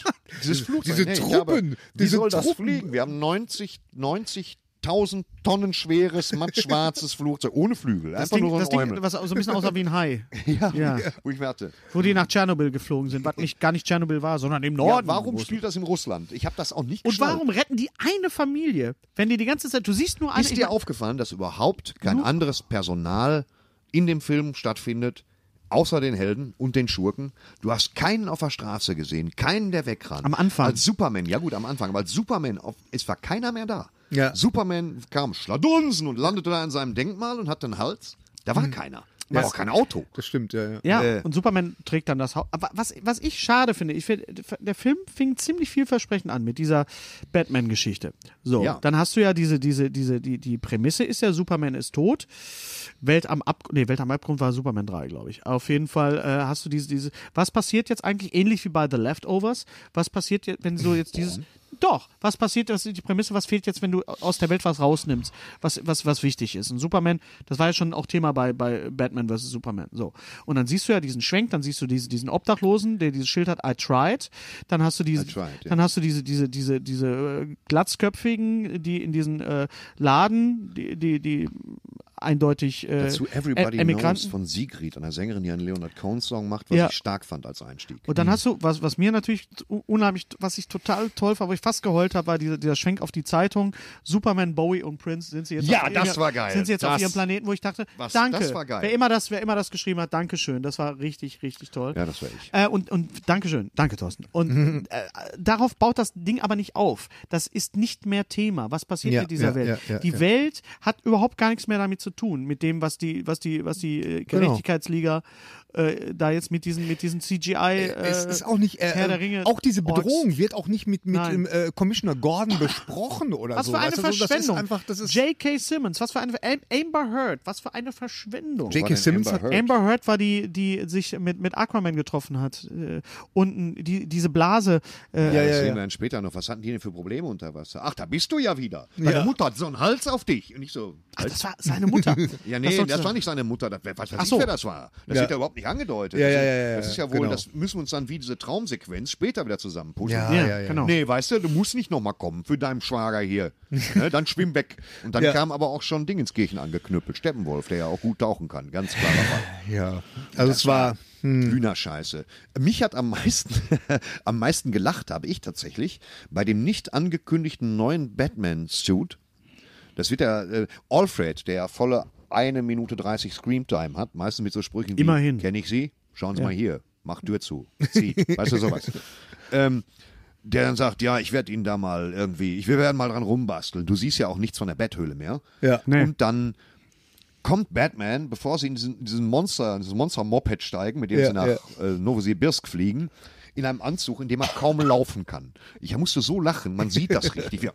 Speaker 1: Dieses Flugzeug.
Speaker 4: diese
Speaker 1: ich
Speaker 4: Truppen,
Speaker 1: Habe, wie
Speaker 4: diese
Speaker 1: soll das
Speaker 4: Truppen.
Speaker 1: fliegen? Wir haben 90, 90 1000 Tonnen schweres, mattschwarzes Flugzeug ohne Flügel.
Speaker 3: das
Speaker 1: Einfach
Speaker 3: Ding,
Speaker 1: nur
Speaker 3: das
Speaker 1: ein
Speaker 3: Ding,
Speaker 1: Räume.
Speaker 3: was so ein bisschen aussah wie
Speaker 4: <laughs>
Speaker 3: ein Hai. Ja.
Speaker 1: Wo ich mir dachte,
Speaker 3: Wo die nach Tschernobyl geflogen sind, was nicht, gar nicht Tschernobyl war, sondern im
Speaker 1: ja,
Speaker 3: Norden.
Speaker 1: warum
Speaker 3: wo es-
Speaker 1: spielt das in Russland? Ich habe das auch nicht
Speaker 3: Und
Speaker 1: geschnallt.
Speaker 3: warum retten die eine Familie, wenn die die ganze Zeit, du siehst nur eine.
Speaker 1: Ist dir aufgefallen, dass überhaupt kein anderes Personal in dem Film stattfindet, außer den Helden und den Schurken. Du hast keinen auf der Straße gesehen, keinen, der wegrannt.
Speaker 3: Am Anfang.
Speaker 1: Als Superman, ja gut, am Anfang, aber als Superman, auf, es war keiner mehr da.
Speaker 4: Ja.
Speaker 1: Superman kam schladunsen und landete da an seinem Denkmal und hatte einen Hals. Da
Speaker 3: Hm.
Speaker 1: war keiner. Da war auch kein Auto.
Speaker 4: Das stimmt, ja, ja.
Speaker 3: Ja,
Speaker 1: Äh.
Speaker 3: und Superman trägt dann das Haupt. Aber was, was ich schade finde, ich finde, der Film fing ziemlich vielversprechend an mit dieser Batman-Geschichte. So,
Speaker 1: Ja.
Speaker 3: dann hast du ja diese, diese, diese, die, die Prämisse ist ja, Superman ist tot. Welt am Abgrund, nee, Welt am Abgrund war Superman 3, glaube ich. Auf jeden Fall äh, hast du diese, diese. Was passiert jetzt eigentlich ähnlich wie bei The Leftovers? Was passiert jetzt,
Speaker 1: <laughs>
Speaker 3: wenn so jetzt dieses. Doch, was passiert, das ist die Prämisse, was fehlt jetzt, wenn du aus der Welt was rausnimmst, was, was, was wichtig ist. Und Superman, das war ja schon auch Thema bei, bei Batman vs. Superman. So. Und dann siehst du ja diesen Schwenk, dann siehst du diese, diesen Obdachlosen, der dieses Schild hat, I tried. Dann hast du diese,
Speaker 1: tried, ja.
Speaker 3: dann hast du diese, diese, diese, diese äh, glatzköpfigen, die in diesen äh, Laden, die, die, die eindeutig äh,
Speaker 1: Dazu Everybody Knows
Speaker 3: Ä- Emigranten.
Speaker 1: von Sigrid, einer Sängerin, die einen Leonard Cohen-Song macht, was
Speaker 3: Ja.
Speaker 1: ich stark fand als Einstieg.
Speaker 3: Und dann hast du, was, was mir natürlich u- unheimlich, was ich total toll fand, wo ich fast geheult habe, war dieser, dieser Schwenk auf die Zeitung. Superman, Bowie und Prince sind sie jetzt
Speaker 1: Ja,
Speaker 3: auf
Speaker 1: das
Speaker 3: ihrem-
Speaker 1: war geil.
Speaker 3: Sind sie jetzt auf
Speaker 1: Das-
Speaker 3: ihrem Planeten, wo ich dachte,
Speaker 1: Was,
Speaker 3: danke.
Speaker 1: das war geil.
Speaker 3: Wer immer das, wer immer das geschrieben hat, danke schön. Das war richtig, richtig toll.
Speaker 1: Ja, das war ich. Mhm.
Speaker 3: Äh, und, und Dankeschön, danke Thorsten. Und äh, darauf baut das Ding aber nicht auf. Das ist nicht mehr Thema. Was passiert
Speaker 4: Ja,
Speaker 3: mit dieser
Speaker 4: ja,
Speaker 3: Welt?
Speaker 4: ja, ja,
Speaker 3: die
Speaker 4: ja.
Speaker 3: Welt hat überhaupt gar nichts mehr damit zu tun, mit dem, was die, was die, was die äh,
Speaker 1: Genau.
Speaker 3: Gerechtigkeitsliga äh, da jetzt mit diesen, mit diesen CGI. Äh,
Speaker 4: <laughs> es ist auch nicht, äh,
Speaker 3: Herr der Ringe,
Speaker 4: auch diese
Speaker 3: Orks.
Speaker 4: Bedrohung wird auch nicht mit, mit
Speaker 3: Nein.
Speaker 4: dem, äh, Commissioner
Speaker 3: <laughs>
Speaker 4: Gordon besprochen oder
Speaker 3: Was
Speaker 4: so.
Speaker 3: für eine
Speaker 4: Also, weißt du, so,
Speaker 3: Verschwendung.
Speaker 4: Das ist einfach, das ist
Speaker 3: J.K. Simmons, was für eine Am- Amber Heard, was für eine Verschwendung.
Speaker 1: War
Speaker 4: J.K.
Speaker 1: denn
Speaker 4: Simmons
Speaker 1: Amber
Speaker 4: hat
Speaker 1: Heard?
Speaker 3: Amber Heard war die, die sich mit, mit Aquaman getroffen hat. äh, Und äh, die, diese Blase. Äh,
Speaker 1: Ja, das sehen wir dann später noch. Was hatten die denn für Probleme unter Wasser? Ach, da bist du ja wieder. Deine
Speaker 4: Ja.
Speaker 1: Mutter hat so einen Hals auf dich. Und ich so.
Speaker 3: Ach, das war
Speaker 4: <laughs>
Speaker 3: seine Mutter.
Speaker 1: Ja, nee, das,
Speaker 3: sollst du-
Speaker 1: war nicht seine Mutter. Das, wer- was weiß
Speaker 3: Ach
Speaker 1: ich,
Speaker 3: so.
Speaker 1: wer das war. Das wird ja überhaupt nicht angedeutet.
Speaker 4: Ja,
Speaker 1: das,
Speaker 4: ja,
Speaker 1: ist-
Speaker 4: ja, ja,
Speaker 1: das ist ja
Speaker 4: ja,
Speaker 1: wohl,
Speaker 4: genau.
Speaker 1: das müssen wir uns dann wie diese Traumsequenz später wieder zusammenpushen.
Speaker 4: Ja,
Speaker 3: Ja,
Speaker 4: ja, ja.
Speaker 3: genau.
Speaker 1: Nee, weißt du, du musst nicht nochmal kommen für deinen Schwager hier. ne, dann schwimm weg. Und dann
Speaker 4: Ja.
Speaker 1: kam aber auch schon Dingenskirchen angeknüppelt. Steppenwolf, der ja auch gut tauchen kann. Ganz klarer Fall.
Speaker 4: ja. Also es war,
Speaker 1: Hühnerscheiße. Mich hat am meisten, <laughs> am meisten gelacht, habe ich tatsächlich, bei dem nicht angekündigten neuen Batman-Suit. Das wird ja äh, Alfred, der volle eine Minute 30 Screamtime hat, meistens mit so Sprüchen wie,
Speaker 3: Immerhin.
Speaker 1: kenne ich sie? Schauen Sie mal hier, mach Tür zu, zieh, <laughs> weißt du sowas. ähm, der dann sagt, ja, ich werde Ihnen da mal irgendwie, ich, wir werden mal dran rumbasteln. Du siehst ja auch nichts von der Betthöhle mehr.
Speaker 4: Ja.
Speaker 3: Nee.
Speaker 1: Und dann kommt Batman, bevor sie in diesen, in diesen Monster, in dieses Monster-Moped steigen, mit dem
Speaker 4: Ja,
Speaker 1: sie nach äh, Novosibirsk fliegen, in einem Anzug, in dem er kaum laufen kann. Ich musste so lachen, man sieht das richtig. Ja.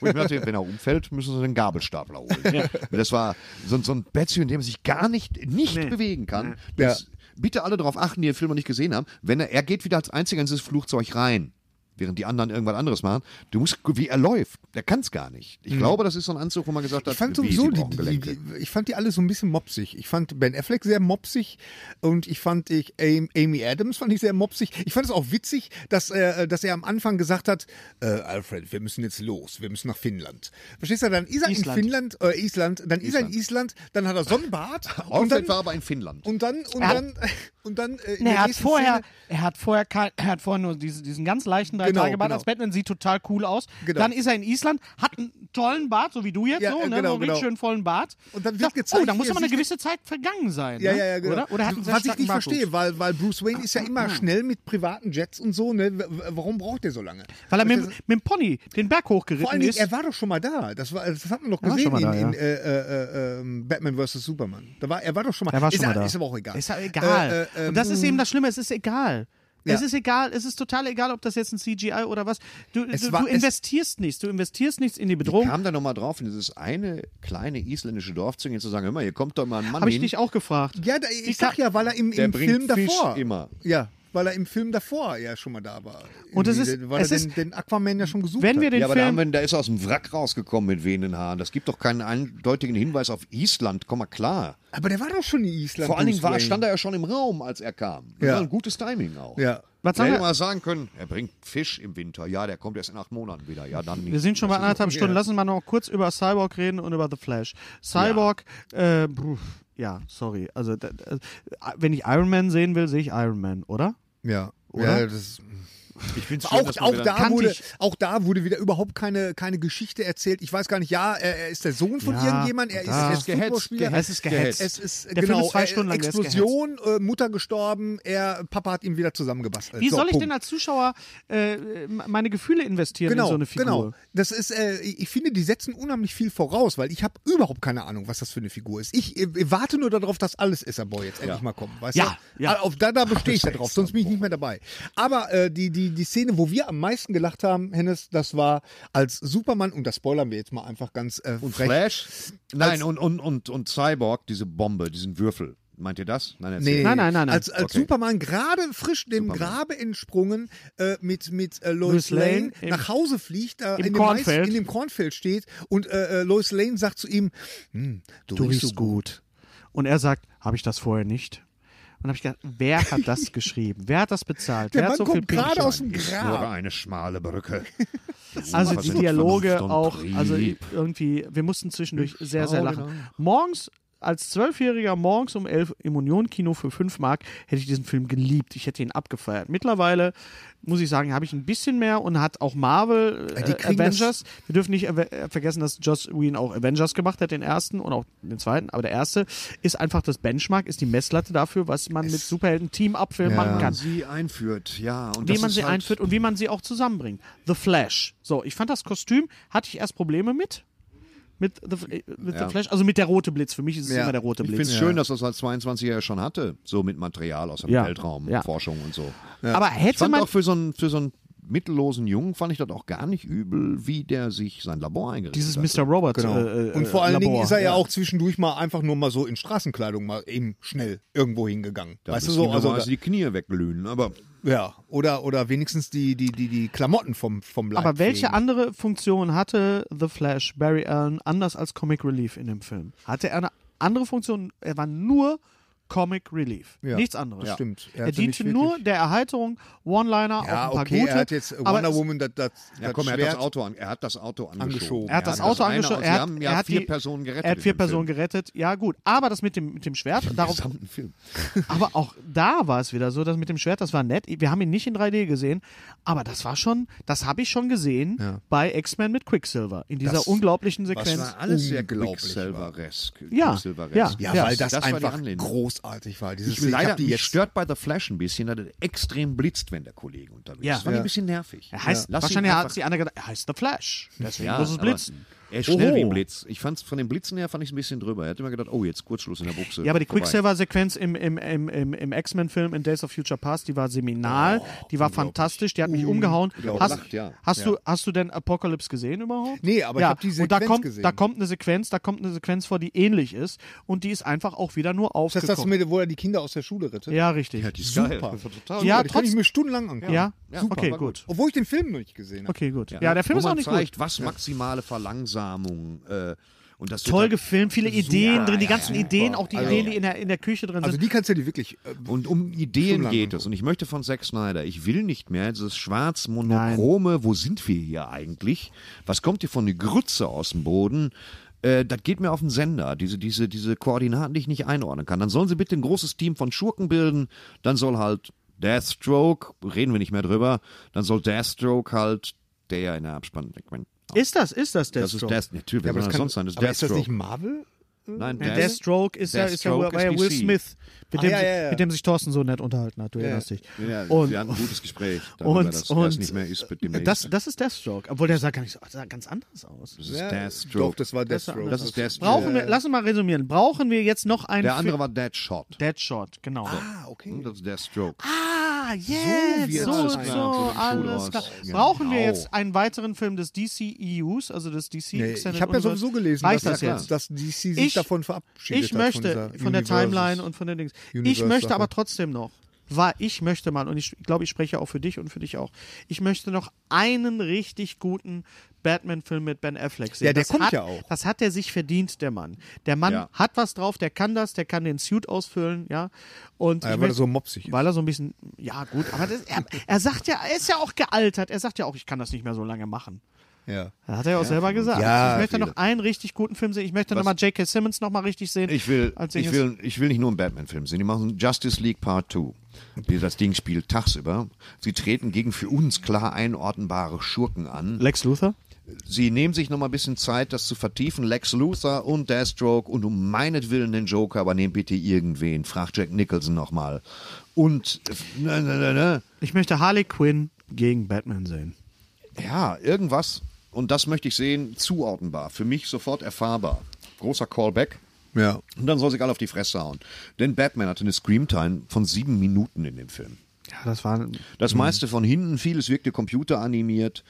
Speaker 1: Wo ich mir dachte, wenn er umfällt, müssen sie den Gabelstapler holen. Das war so, so ein Bettchen, in dem er sich gar nicht, nicht bewegen kann. Das, Bitte alle darauf achten, die den Film noch nicht gesehen haben. Wenn er, er geht wieder als einziger in dieses Flugzeug rein, während die anderen irgendwas anderes machen. Du musst, wie er läuft, der kann es gar nicht. Ich glaube, das ist so ein Anzug, wo man gesagt hat,
Speaker 4: ich fand
Speaker 1: wie,
Speaker 4: sowieso,
Speaker 1: sie
Speaker 4: die,
Speaker 1: brauchen
Speaker 4: die,
Speaker 1: Gelenke.
Speaker 4: die, ich fand die alle so ein bisschen mopsig. Ich fand Ben Affleck sehr mopsig und ich fand ich Am- Amy Adams fand ich sehr mopsig. Ich fand es auch witzig, dass er, dass er am Anfang gesagt hat, äh, Alfred, wir müssen jetzt los, wir müssen nach Finnland. Verstehst du? Dann ist er
Speaker 3: Island.
Speaker 4: in Finnland, äh, Island, dann ist er in Island, dann hat er Sonnenbart
Speaker 1: <laughs>
Speaker 4: und
Speaker 1: Alfred
Speaker 4: dann
Speaker 1: war aber in Finnland.
Speaker 4: und dann und
Speaker 3: hat-
Speaker 4: dann <laughs> und dann äh, in
Speaker 3: Nee,
Speaker 4: der
Speaker 3: er, hat
Speaker 4: nächsten
Speaker 3: vorher,
Speaker 4: Szene,
Speaker 3: er hat vorher kein, er hat vorher nur diesen, diesen ganz leichten drei
Speaker 4: Genau,
Speaker 3: Tage Bart
Speaker 4: genau.
Speaker 3: als Batman, sieht total cool aus.
Speaker 4: Genau.
Speaker 3: Dann ist er in Island, hat einen tollen Bart, so wie du jetzt,
Speaker 4: Ja,
Speaker 3: so,
Speaker 4: äh,
Speaker 3: ne,
Speaker 4: genau,
Speaker 3: so einen richtig
Speaker 4: genau.
Speaker 3: schön vollen Bart.
Speaker 4: Und dann wird
Speaker 3: Ich dachte,
Speaker 4: gezeigt,
Speaker 3: oh, da muss
Speaker 4: wie er
Speaker 3: aber eine
Speaker 4: sich-
Speaker 3: gewisse Zeit vergangen sein.
Speaker 4: Ja,
Speaker 3: ne?
Speaker 4: ja, ja, genau.
Speaker 3: Oder, oder er hat einen sehr
Speaker 4: Was ich
Speaker 3: starken
Speaker 4: nicht
Speaker 3: Bartwuchs.
Speaker 4: verstehe, weil, weil Bruce Wayne ist ja immer schnell mit privaten Jets und so, ne? W- w- Warum braucht der so lange?
Speaker 3: Weil er mit,
Speaker 4: Verstehst du?
Speaker 3: mit dem Pony den Berg hochgeritten
Speaker 4: Vor allen Dingen,
Speaker 3: ist.
Speaker 4: er war doch schon mal da. Das, war, das hat man doch
Speaker 3: war schon
Speaker 4: gesehen
Speaker 3: mal
Speaker 4: in,
Speaker 3: da, ja.
Speaker 4: in äh, äh, äh, ähm, Batman vs. Superman. Da war, er war doch schon mal,
Speaker 3: Er war
Speaker 4: ist,
Speaker 3: schon mal
Speaker 4: ja-
Speaker 3: da.
Speaker 4: ist aber auch egal.
Speaker 3: Ist ja egal.
Speaker 4: Äh, äh,
Speaker 3: und das
Speaker 4: ähm,
Speaker 3: ist eben das Schlimme, es ist egal.
Speaker 4: Ja.
Speaker 3: Es ist egal, es ist total egal, ob das jetzt ein CGI oder was. Du,
Speaker 4: Es
Speaker 3: du,
Speaker 4: war-
Speaker 3: du
Speaker 4: es-
Speaker 3: investierst nichts, du investierst nichts in die Bedrohung.
Speaker 1: kam da nochmal drauf, in dieses eine kleine isländische Dorf zu gehen, zu sagen, hör mal, hier kommt doch mal ein Mann
Speaker 3: Habe ich
Speaker 1: hin.
Speaker 3: dich auch gefragt.
Speaker 4: Ja, da, ich sag ja, weil er im,
Speaker 1: Der
Speaker 4: im
Speaker 1: bringt
Speaker 4: Film
Speaker 1: Fisch
Speaker 4: davor.
Speaker 1: immer.
Speaker 4: Ja, weil er im Film davor ja schon mal da war.
Speaker 3: Und es
Speaker 4: Irgendwie,
Speaker 3: ist-
Speaker 4: Weil
Speaker 3: es
Speaker 4: er
Speaker 3: ist-
Speaker 4: den, den Aquaman ja schon gesucht
Speaker 3: Wenn wir
Speaker 4: hat.
Speaker 3: den
Speaker 1: ja, aber da, haben
Speaker 3: Film
Speaker 1: wir, da ist er aus dem Wrack rausgekommen mit wehenden Haaren. Das gibt doch keinen eindeutigen Hinweis auf Island, komm mal klar.
Speaker 4: Aber der war doch schon in Island.
Speaker 1: Vor allen Dingen
Speaker 4: Bruce
Speaker 1: war,
Speaker 4: Wayne.
Speaker 1: stand er ja schon im Raum, als er kam. Das
Speaker 4: Ja.
Speaker 1: war ein gutes Timing auch.
Speaker 4: Ja.
Speaker 3: Was
Speaker 1: hätte
Speaker 3: haben wir-
Speaker 1: mal sagen können, er bringt Fisch im Winter. Ja, der kommt erst in acht Monaten wieder. Ja, dann nicht.
Speaker 3: Wir sind schon
Speaker 4: Also
Speaker 3: bei anderthalb
Speaker 4: äh,
Speaker 3: Stunden. Lass uns mal noch kurz über Cyborg reden und über The Flash. Cyborg, ja, äh, bruh, ja sorry. Also, da, da, wenn ich Iron Man sehen will, sehe ich Iron Man, oder?
Speaker 4: Ja.
Speaker 3: Oder?
Speaker 4: Ja, das,
Speaker 7: Ich find's schön,
Speaker 4: Auch,
Speaker 7: dass man
Speaker 4: auch,
Speaker 7: wieder-
Speaker 4: da
Speaker 3: Kannte
Speaker 4: wurde,
Speaker 3: ich.
Speaker 4: auch da wurde wieder überhaupt keine, keine Geschichte erzählt. Ich weiß gar nicht, ja, er, er ist der Sohn von
Speaker 3: Ja,
Speaker 4: irgendjemand, er ist,
Speaker 3: da-
Speaker 4: er ist
Speaker 7: Gehetzt,
Speaker 4: Footballspieler.
Speaker 7: gehetzt,
Speaker 3: Es ist gehetzt.
Speaker 4: Es ist,
Speaker 3: Der Film
Speaker 4: genau,
Speaker 3: ist zwei
Speaker 4: äh,
Speaker 3: Stunden lang, der ist
Speaker 4: Explosion, äh, Mutter gestorben, er, Papa hat ihn wieder zusammengebastelt.
Speaker 3: Wie
Speaker 4: Äh, So,
Speaker 3: soll ich
Speaker 4: Punkt.
Speaker 3: denn als Zuschauer äh, meine Gefühle investieren
Speaker 4: genau,
Speaker 3: in so eine Figur?
Speaker 4: Genau, das ist, äh, ich finde, die setzen unheimlich viel voraus, weil ich habe überhaupt keine Ahnung, was das für eine Figur ist. Ich äh, warte nur darauf, dass alles Esserboy jetzt endlich mal kommt, weißt
Speaker 3: Ja,
Speaker 4: du?
Speaker 3: ja.
Speaker 4: Ah, Auf, da da bestehe ich da drauf, sonst bin ich nicht mehr dabei. Aber äh, die, die, die Szene, wo wir am meisten gelacht haben, Hennes, das war als Superman, und das spoilern wir jetzt mal einfach ganz äh,
Speaker 1: Und
Speaker 4: frech.
Speaker 1: Flash?
Speaker 4: Als-
Speaker 1: Nein, und, und, und, und Cyborg, diese Bombe, diesen Würfel. Meint ihr das? Nein, erzähl.
Speaker 4: Nee,
Speaker 3: Nein, nein, nein, nein.
Speaker 4: Als, als
Speaker 1: Okay.
Speaker 4: Superman gerade frisch dem
Speaker 1: Superman.
Speaker 4: Grabe entsprungen äh, mit, mit äh, Lois
Speaker 3: Lois
Speaker 4: Lane
Speaker 3: Lane
Speaker 4: nach
Speaker 3: im-
Speaker 4: Hause fliegt, äh,
Speaker 3: im
Speaker 4: in, dem Mais-
Speaker 3: Kornfeld.
Speaker 4: in dem Kornfeld steht und äh, äh, Lois Lane sagt zu ihm, hm, du,
Speaker 3: Du
Speaker 4: riechst so
Speaker 3: riechst
Speaker 4: gut.
Speaker 3: gut. Und er sagt, habe ich das vorher nicht? Und habe ich gedacht, wer hat
Speaker 4: <laughs>
Speaker 3: das geschrieben? Wer hat das bezahlt?
Speaker 4: Der
Speaker 3: wer
Speaker 4: Mann
Speaker 3: hat so viel
Speaker 4: kommt
Speaker 3: Pech?
Speaker 4: gerade aus dem
Speaker 1: Ich führe
Speaker 4: Grab.
Speaker 1: eine schmale
Speaker 3: <laughs>
Speaker 1: Brücke.
Speaker 3: Also
Speaker 1: Was
Speaker 3: die
Speaker 1: sind
Speaker 3: Dialoge
Speaker 1: Vernunft und
Speaker 3: auch,
Speaker 1: Trieb?
Speaker 3: also irgendwie, wir mussten zwischendurch sehr, sehr
Speaker 1: schaue
Speaker 4: genau.
Speaker 3: lachen. Morgens, als Zwölfjähriger morgens um elf im Union-Kino für fünf Mark, hätte ich diesen Film geliebt. Ich hätte ihn abgefeiert. Mittlerweile, muss ich sagen, habe ich ein bisschen mehr und hat auch Marvel,
Speaker 4: Ja, die
Speaker 3: äh,
Speaker 4: kriegen das-
Speaker 3: Avengers, wir dürfen nicht erwe- äh, vergessen, dass Joss Whedon auch Avengers gemacht hat, den ersten und auch den zweiten, aber der erste ist einfach das Benchmark, ist die Messlatte dafür, was man mit Superhelden-Team-Abfilmen machen kann
Speaker 1: sie einführt, ja. Und
Speaker 3: wie
Speaker 1: das
Speaker 3: man
Speaker 1: ist
Speaker 3: sie
Speaker 1: halt,
Speaker 3: einführt um und wie man sie auch zusammenbringt. The Flash. So, ich fand das Kostüm, hatte ich erst Probleme mit. Mit The, mit
Speaker 1: Ja.
Speaker 3: the Flash, also mit der rote Blitz. Für mich ist es
Speaker 4: Ja.
Speaker 3: immer der rote
Speaker 1: Ich
Speaker 3: Blitz.
Speaker 1: finde es schön, dass das als 22er schon hatte, so mit Material aus dem
Speaker 3: Ja.
Speaker 1: Weltraum,
Speaker 3: Ja.
Speaker 1: Forschung und so.
Speaker 3: Aber
Speaker 1: Ich
Speaker 3: hätte
Speaker 1: fand
Speaker 3: man.
Speaker 1: auch für so einen für so einen mittellosen Jungen fand ich das auch gar nicht übel, wie der sich sein Labor eingerichtet
Speaker 3: Dieses
Speaker 1: hat.
Speaker 3: Mr. Robert.
Speaker 4: Genau.
Speaker 3: Äh, äh,
Speaker 4: und vor allen
Speaker 3: Labor.
Speaker 4: Dingen ist er ja, auch zwischendurch mal einfach nur mal so in Straßenkleidung mal eben schnell irgendwo hingegangen.
Speaker 1: Da
Speaker 4: weißt du
Speaker 1: müssen
Speaker 4: so,
Speaker 1: ihm
Speaker 4: also
Speaker 1: normalerweise die Knie weglühen, aber
Speaker 4: ja, oder oder wenigstens die die die die Klamotten vom vom Leib
Speaker 3: Aber welche
Speaker 4: fegen.
Speaker 3: andere Funktion hatte The Flash, Barry Allen, anders als Comic Relief in dem Film? Hatte er eine andere Funktion? Er war nur Comic Relief.
Speaker 4: Ja.
Speaker 3: Nichts anderes.
Speaker 4: Ja. Stimmt. Er
Speaker 3: Er,
Speaker 4: hatte
Speaker 3: diente
Speaker 4: nicht
Speaker 3: nur
Speaker 4: wirklich-
Speaker 3: der Erheiterung, One-Liner,
Speaker 4: ja,
Speaker 3: auch ein paar
Speaker 4: okay,
Speaker 3: gute.
Speaker 4: er hat jetzt
Speaker 3: aber
Speaker 4: Wonder
Speaker 3: es-
Speaker 4: Woman das,
Speaker 1: ja,
Speaker 4: das, das
Speaker 1: komm, er hat
Speaker 4: Schwert
Speaker 1: das Auto an, er hat das Auto angeschoben.
Speaker 4: Angeschoben.
Speaker 3: Er hat das Auto
Speaker 1: eine-
Speaker 3: angeschossen.
Speaker 1: Sie
Speaker 3: Er, hat-
Speaker 1: haben ja
Speaker 3: er hat
Speaker 1: vier
Speaker 3: die-
Speaker 1: Personen gerettet.
Speaker 3: Er hat
Speaker 1: in
Speaker 3: vier
Speaker 1: dem
Speaker 3: Personen
Speaker 1: Film.
Speaker 3: gerettet. Ja, gut. Aber das mit dem, mit dem Schwert,
Speaker 1: <laughs>
Speaker 3: darauf,
Speaker 1: Gesamten Film.
Speaker 3: aber auch da war es wieder so, das mit dem Schwert, das war nett. Wir haben ihn nicht in 3D gesehen, aber das war schon, das habe ich schon gesehen bei X-Men mit Quicksilver. In dieser
Speaker 4: Das-
Speaker 3: unglaublichen
Speaker 1: Das
Speaker 3: Sequenz.
Speaker 1: war alles sehr
Speaker 4: unglaublich
Speaker 1: Quicksilveresk.
Speaker 3: Ja,
Speaker 1: Quicksilveresk.
Speaker 3: ja,
Speaker 4: Ja,
Speaker 3: Ja,
Speaker 4: weil das,
Speaker 1: war die
Speaker 4: einfach
Speaker 1: Anlehnung.
Speaker 4: großartig war. Dieses
Speaker 1: Ich will
Speaker 4: hab
Speaker 1: leider,
Speaker 4: die
Speaker 1: mich
Speaker 4: jetzt
Speaker 1: stört bei The Flash ein bisschen, dass er extrem blitzt, wenn der Kollege unterwegs
Speaker 3: Ja.
Speaker 1: ist. War mir ein bisschen nervig.
Speaker 3: er heißt,
Speaker 1: Lass ihn
Speaker 3: wahrscheinlich
Speaker 1: einfach-
Speaker 3: hat die andere gedacht, er heißt The Flash. Deswegen
Speaker 1: Ja,
Speaker 3: muss es
Speaker 1: aber
Speaker 3: blitzen.
Speaker 1: Er ist schnell
Speaker 3: Oho.
Speaker 1: wie ein Blitz. Ich fand's von den Blitzen her fand ich ein bisschen drüber. Er hat immer gedacht, oh, jetzt Kurzschluss in der Buchse.
Speaker 3: Ja, aber die
Speaker 1: Vorbei.
Speaker 3: Quicksilver-Sequenz im, im, im, im, im X-Men-Film in Days of Future Past, die war seminal, die war fantastisch, die hat mich umgehauen.
Speaker 1: Unglaublich,
Speaker 3: Hast,
Speaker 1: ja.
Speaker 3: hast, Du, hast du denn Apocalypse gesehen überhaupt?
Speaker 4: Nee, aber ich hab die
Speaker 3: und da
Speaker 4: Sequenz
Speaker 3: kommt,
Speaker 4: gesehen.
Speaker 3: Da kommt eine Sequenz, da kommt eine Sequenz vor, die ähnlich ist und die ist einfach auch wieder nur
Speaker 4: Das ist das
Speaker 3: aufgekommen.
Speaker 4: mit, wo er die Kinder aus der Schule rettet.
Speaker 3: Ja, richtig.
Speaker 1: Die ist geil. Total
Speaker 4: Super.
Speaker 3: Ja,
Speaker 4: Super, die kann ich
Speaker 3: trotz-
Speaker 4: mir stundenlang angucken.
Speaker 3: Ja,
Speaker 1: super,
Speaker 3: okay,
Speaker 1: war
Speaker 3: gut.
Speaker 1: gut.
Speaker 4: Obwohl ich den Film noch nicht gesehen habe.
Speaker 3: Okay, gut. Ja, der Film
Speaker 1: Wo
Speaker 3: ist auch
Speaker 1: man
Speaker 3: nicht
Speaker 1: zeigt,
Speaker 3: gut.
Speaker 1: was maximale Verlangsamung äh, und das
Speaker 3: Toll
Speaker 1: wird
Speaker 3: gefilmt, viele Ideen drin, die ganzen Ideen, auch die
Speaker 4: Also-
Speaker 3: Ideen, die in der, in der Küche drin
Speaker 4: Also
Speaker 3: sind.
Speaker 4: die kannst du dir wirklich. Äh,
Speaker 1: dann- und um Ideen
Speaker 4: lang
Speaker 1: geht es. Und ich möchte von Zack Snyder, ich will nicht mehr dieses schwarz-monochrome, wo sind wir hier eigentlich? Was kommt hier von der Grütze aus dem Boden? Äh, das geht mir auf den Sender, diese, diese, diese Koordinaten, die ich nicht einordnen kann. Dann sollen sie bitte ein großes Team von Schurken bilden, dann soll halt Deathstroke, reden wir nicht mehr drüber, dann soll Deathstroke halt der in der Abspann.
Speaker 3: ist das, ist das
Speaker 1: Das ist
Speaker 3: Deathstroke?
Speaker 1: Death, natürlich, wer soll das sonst sein? Das ist
Speaker 4: aber ist das
Speaker 1: Deathstroke.
Speaker 4: nicht Marvel?
Speaker 1: Nein,
Speaker 3: Ja, Deathstroke ist ja, ist ja,
Speaker 1: Deathstroke
Speaker 3: war ja
Speaker 1: ist
Speaker 3: Will
Speaker 1: DC.
Speaker 3: Smith, mit,
Speaker 4: Ah,
Speaker 3: dem,
Speaker 4: ja,
Speaker 3: sich-
Speaker 4: ja, ja.
Speaker 3: mit dem sich Thorsten so nett unterhalten hat, du erinnerst dich.
Speaker 1: Ja,
Speaker 3: Und-
Speaker 1: wir hatten ein gutes Gespräch darüber,
Speaker 3: Und,
Speaker 1: dass
Speaker 3: und
Speaker 1: das nicht mehr ist mit dem
Speaker 3: das, das ist Deathstroke, obwohl der sah, gar nicht so, sah ganz anders aus.
Speaker 1: das ist
Speaker 4: Doch,
Speaker 1: Deathstroke.
Speaker 4: das war Deathstroke.
Speaker 1: das ist Deathstroke.
Speaker 3: Brauchen wir, lass uns mal resümieren, brauchen wir jetzt noch einen
Speaker 1: der andere
Speaker 3: Film-
Speaker 1: war Deadshot.
Speaker 3: Deadshot, genau.
Speaker 4: ah, okay.
Speaker 1: Hm, Das ist Deathstroke.
Speaker 3: Ah, yes,
Speaker 4: wird
Speaker 3: so,
Speaker 4: das
Speaker 3: so,
Speaker 4: sein.
Speaker 1: So sieht's
Speaker 3: alles
Speaker 1: gut
Speaker 3: klar.
Speaker 1: aus.
Speaker 3: Brauchen wir
Speaker 1: Genau.
Speaker 3: jetzt einen weiteren Film des DCEUs, also des DC
Speaker 4: Nee, ich
Speaker 3: Extended
Speaker 4: habe ja
Speaker 3: Universe?
Speaker 4: sowieso gelesen,
Speaker 3: Reicht
Speaker 4: dass,
Speaker 3: das
Speaker 4: dass,
Speaker 3: jetzt?
Speaker 4: dass DC sich
Speaker 3: Ich-
Speaker 4: davon verabschiedet
Speaker 3: Ich
Speaker 4: hat.
Speaker 3: möchte
Speaker 4: dieser
Speaker 3: von der
Speaker 4: Universes.
Speaker 3: Timeline und von den Dings. Ich
Speaker 4: Universe-Sache.
Speaker 3: möchte aber trotzdem noch, weil ich möchte mal, und ich glaube, ich spreche auch für dich und für dich auch, ich möchte noch einen richtig guten Batman-Film mit Ben Affleck sehen.
Speaker 4: Ja, der
Speaker 3: das
Speaker 4: kommt
Speaker 3: hat,
Speaker 4: ja auch.
Speaker 3: Das hat er sich verdient, der Mann. Der Mann
Speaker 1: Ja.
Speaker 3: hat was drauf, der kann das, der kann den Suit ausfüllen, ja. Und
Speaker 4: Ja, weil
Speaker 3: ich
Speaker 4: er
Speaker 3: möchte-
Speaker 4: so mopsig ist.
Speaker 3: weil er so ein bisschen, ja gut, aber das, er, er sagt ja, er ist ja auch gealtert, er sagt ja auch, ich kann das nicht mehr so lange machen.
Speaker 4: Ja.
Speaker 3: Das hat er ja auch selber gesagt.
Speaker 4: Ja,
Speaker 3: ich möchte
Speaker 1: viele.
Speaker 3: noch einen richtig guten Film sehen. Ich möchte nochmal J.K. Simmons nochmal richtig sehen.
Speaker 1: Ich will,
Speaker 3: Als
Speaker 1: ich
Speaker 3: Singles-
Speaker 1: will, ich will nicht nur einen Batman-Film sehen. Die machen Justice League Part 2. die das Ding spielt, tagsüber. Sie treten gegen für uns klar einordnbare Schurken an.
Speaker 3: Lex Luthor?
Speaker 1: Sie nehmen sich nochmal ein bisschen Zeit, das zu vertiefen. Lex Luthor und Deathstroke und um meinetwillen den Joker, aber nehmt bitte irgendwen. Fragt Jack Nicholson nochmal. Und, ne, ne, ne, ne.
Speaker 3: Ich möchte Harley Quinn gegen Batman sehen.
Speaker 1: Ja, irgendwas. Und das möchte ich sehen, zuordnenbar. Für mich sofort erfahrbar. Großer Callback.
Speaker 4: Ja.
Speaker 1: Und dann soll sich alle auf die Fresse hauen. Denn Batman hatte eine Screamtime von sieben Minuten in dem Film.
Speaker 3: Ja, das war.
Speaker 4: Mhm.
Speaker 1: Das meiste von hinten, vieles wirkte computeranimiert.